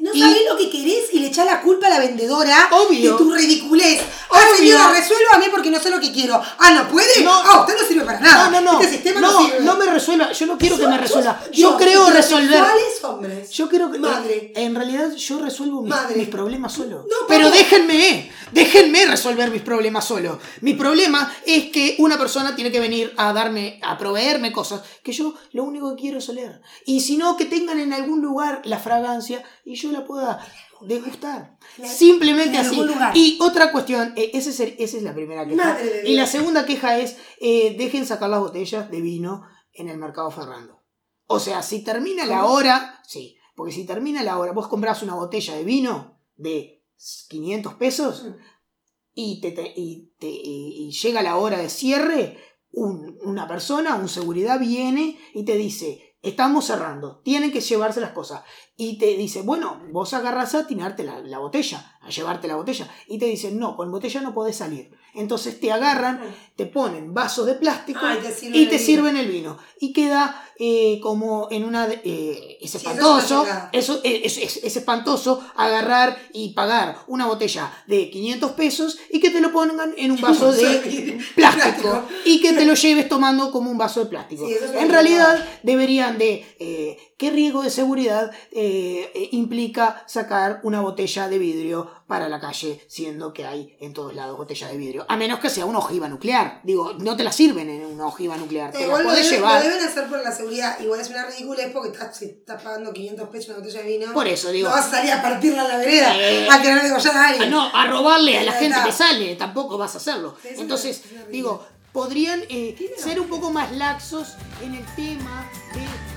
Speaker 4: No
Speaker 1: y-
Speaker 4: sabés lo que querés y le echás la culpa a la vendedora
Speaker 1: Obvio.
Speaker 4: de tu ridiculez. Ah,
Speaker 1: Obvio.
Speaker 4: señora, resuélvame porque no sé lo que quiero. Ah, ¿no puede?
Speaker 1: No.
Speaker 4: Ah, usted no sirve para
Speaker 1: No,
Speaker 4: nada.
Speaker 1: no, no.
Speaker 4: Este sistema no,
Speaker 1: no,
Speaker 4: sirve.
Speaker 1: no me resuelva. Yo no quiero que me
Speaker 4: Sos-
Speaker 1: resuelva. Yo
Speaker 4: sos- Dios,
Speaker 1: creo resolver.
Speaker 4: heterosexuales hombres.
Speaker 1: Yo creo que. eh,
Speaker 4: Madre.
Speaker 1: En realidad, yo resuelvo mis,
Speaker 4: Madre.
Speaker 1: mis problemas solo.
Speaker 4: No,
Speaker 1: Pero
Speaker 4: papá.
Speaker 1: déjenme, eh, déjenme resolver mis problemas solo. Mi problema es que una persona tiene que venir a darme, a proveerme cosas que yo lo único que quiero es oler. Y si no, que tengan en algún lugar la fragancia y yo la pueda degustar.
Speaker 4: En algún-
Speaker 1: Simplemente
Speaker 4: en
Speaker 1: así.
Speaker 4: algún lugar.
Speaker 1: Y otra cuestión, eh, ese es el- esa es la primera queja.
Speaker 4: Madre de
Speaker 1: y la
Speaker 4: Dios.
Speaker 1: segunda queja es, eh, dejen sacar las botellas de vino en el mercado Ferrando. O sea, si termina la hora, sí, porque si termina la hora, vos comprás una botella de vino de 500 pesos
Speaker 4: Mm.
Speaker 1: y, te, te- y, te- y- y llega la hora de cierre, un- una persona, un seguridad viene y te dice, estamos cerrando, tienen que llevarse las cosas. Y te dice, bueno, vos agarrás a tirarte la, la botella, a llevarte la botella. Y te dicen, no, con botella no podés salir. Entonces te agarran, te ponen vasos de plástico
Speaker 4: Ay, te sirven
Speaker 1: y
Speaker 4: el
Speaker 1: te
Speaker 4: vino.
Speaker 1: sirven el vino. Y queda eh, como en una... de- eh, es
Speaker 4: Sí, eso es
Speaker 1: espantoso,
Speaker 4: una cagada.
Speaker 1: eso es, es- es espantoso agarrar y pagar una botella de 500 pesos y que te lo pongan en un vaso de plástico
Speaker 4: Plástico.
Speaker 1: y que te lo lleves tomando como un vaso de plástico.
Speaker 4: Sí, eso es una
Speaker 1: en
Speaker 4: cagada.
Speaker 1: realidad deberían de... eh, ¿Qué riesgo de seguridad eh, eh, implica sacar una botella de vidrio para la calle, siendo que hay en todos lados botellas de vidrio? A menos que sea una ojiva nuclear. Digo, no te la sirven en una ojiva nuclear,
Speaker 4: Eh,
Speaker 1: te la
Speaker 4: igual lo
Speaker 1: podés
Speaker 4: deben,
Speaker 1: llevar.
Speaker 4: lo deben hacer por la seguridad. Igual es una ridiculez porque estás, si estás pagando 500 pesos una botella de vino.
Speaker 1: Por eso, digo.
Speaker 4: No vas a salir a partirla en la vereda
Speaker 1: Eh.
Speaker 4: a querer degollar a
Speaker 1: Ah,
Speaker 4: alguien.
Speaker 1: no, a robarle a la
Speaker 4: Ahí
Speaker 1: gente
Speaker 4: está.
Speaker 1: que sale, tampoco vas a hacerlo.
Speaker 4: Sí, es una-
Speaker 1: Entonces,
Speaker 4: es una
Speaker 1: digo, podrían eh, ser un poco más laxos en el tema de...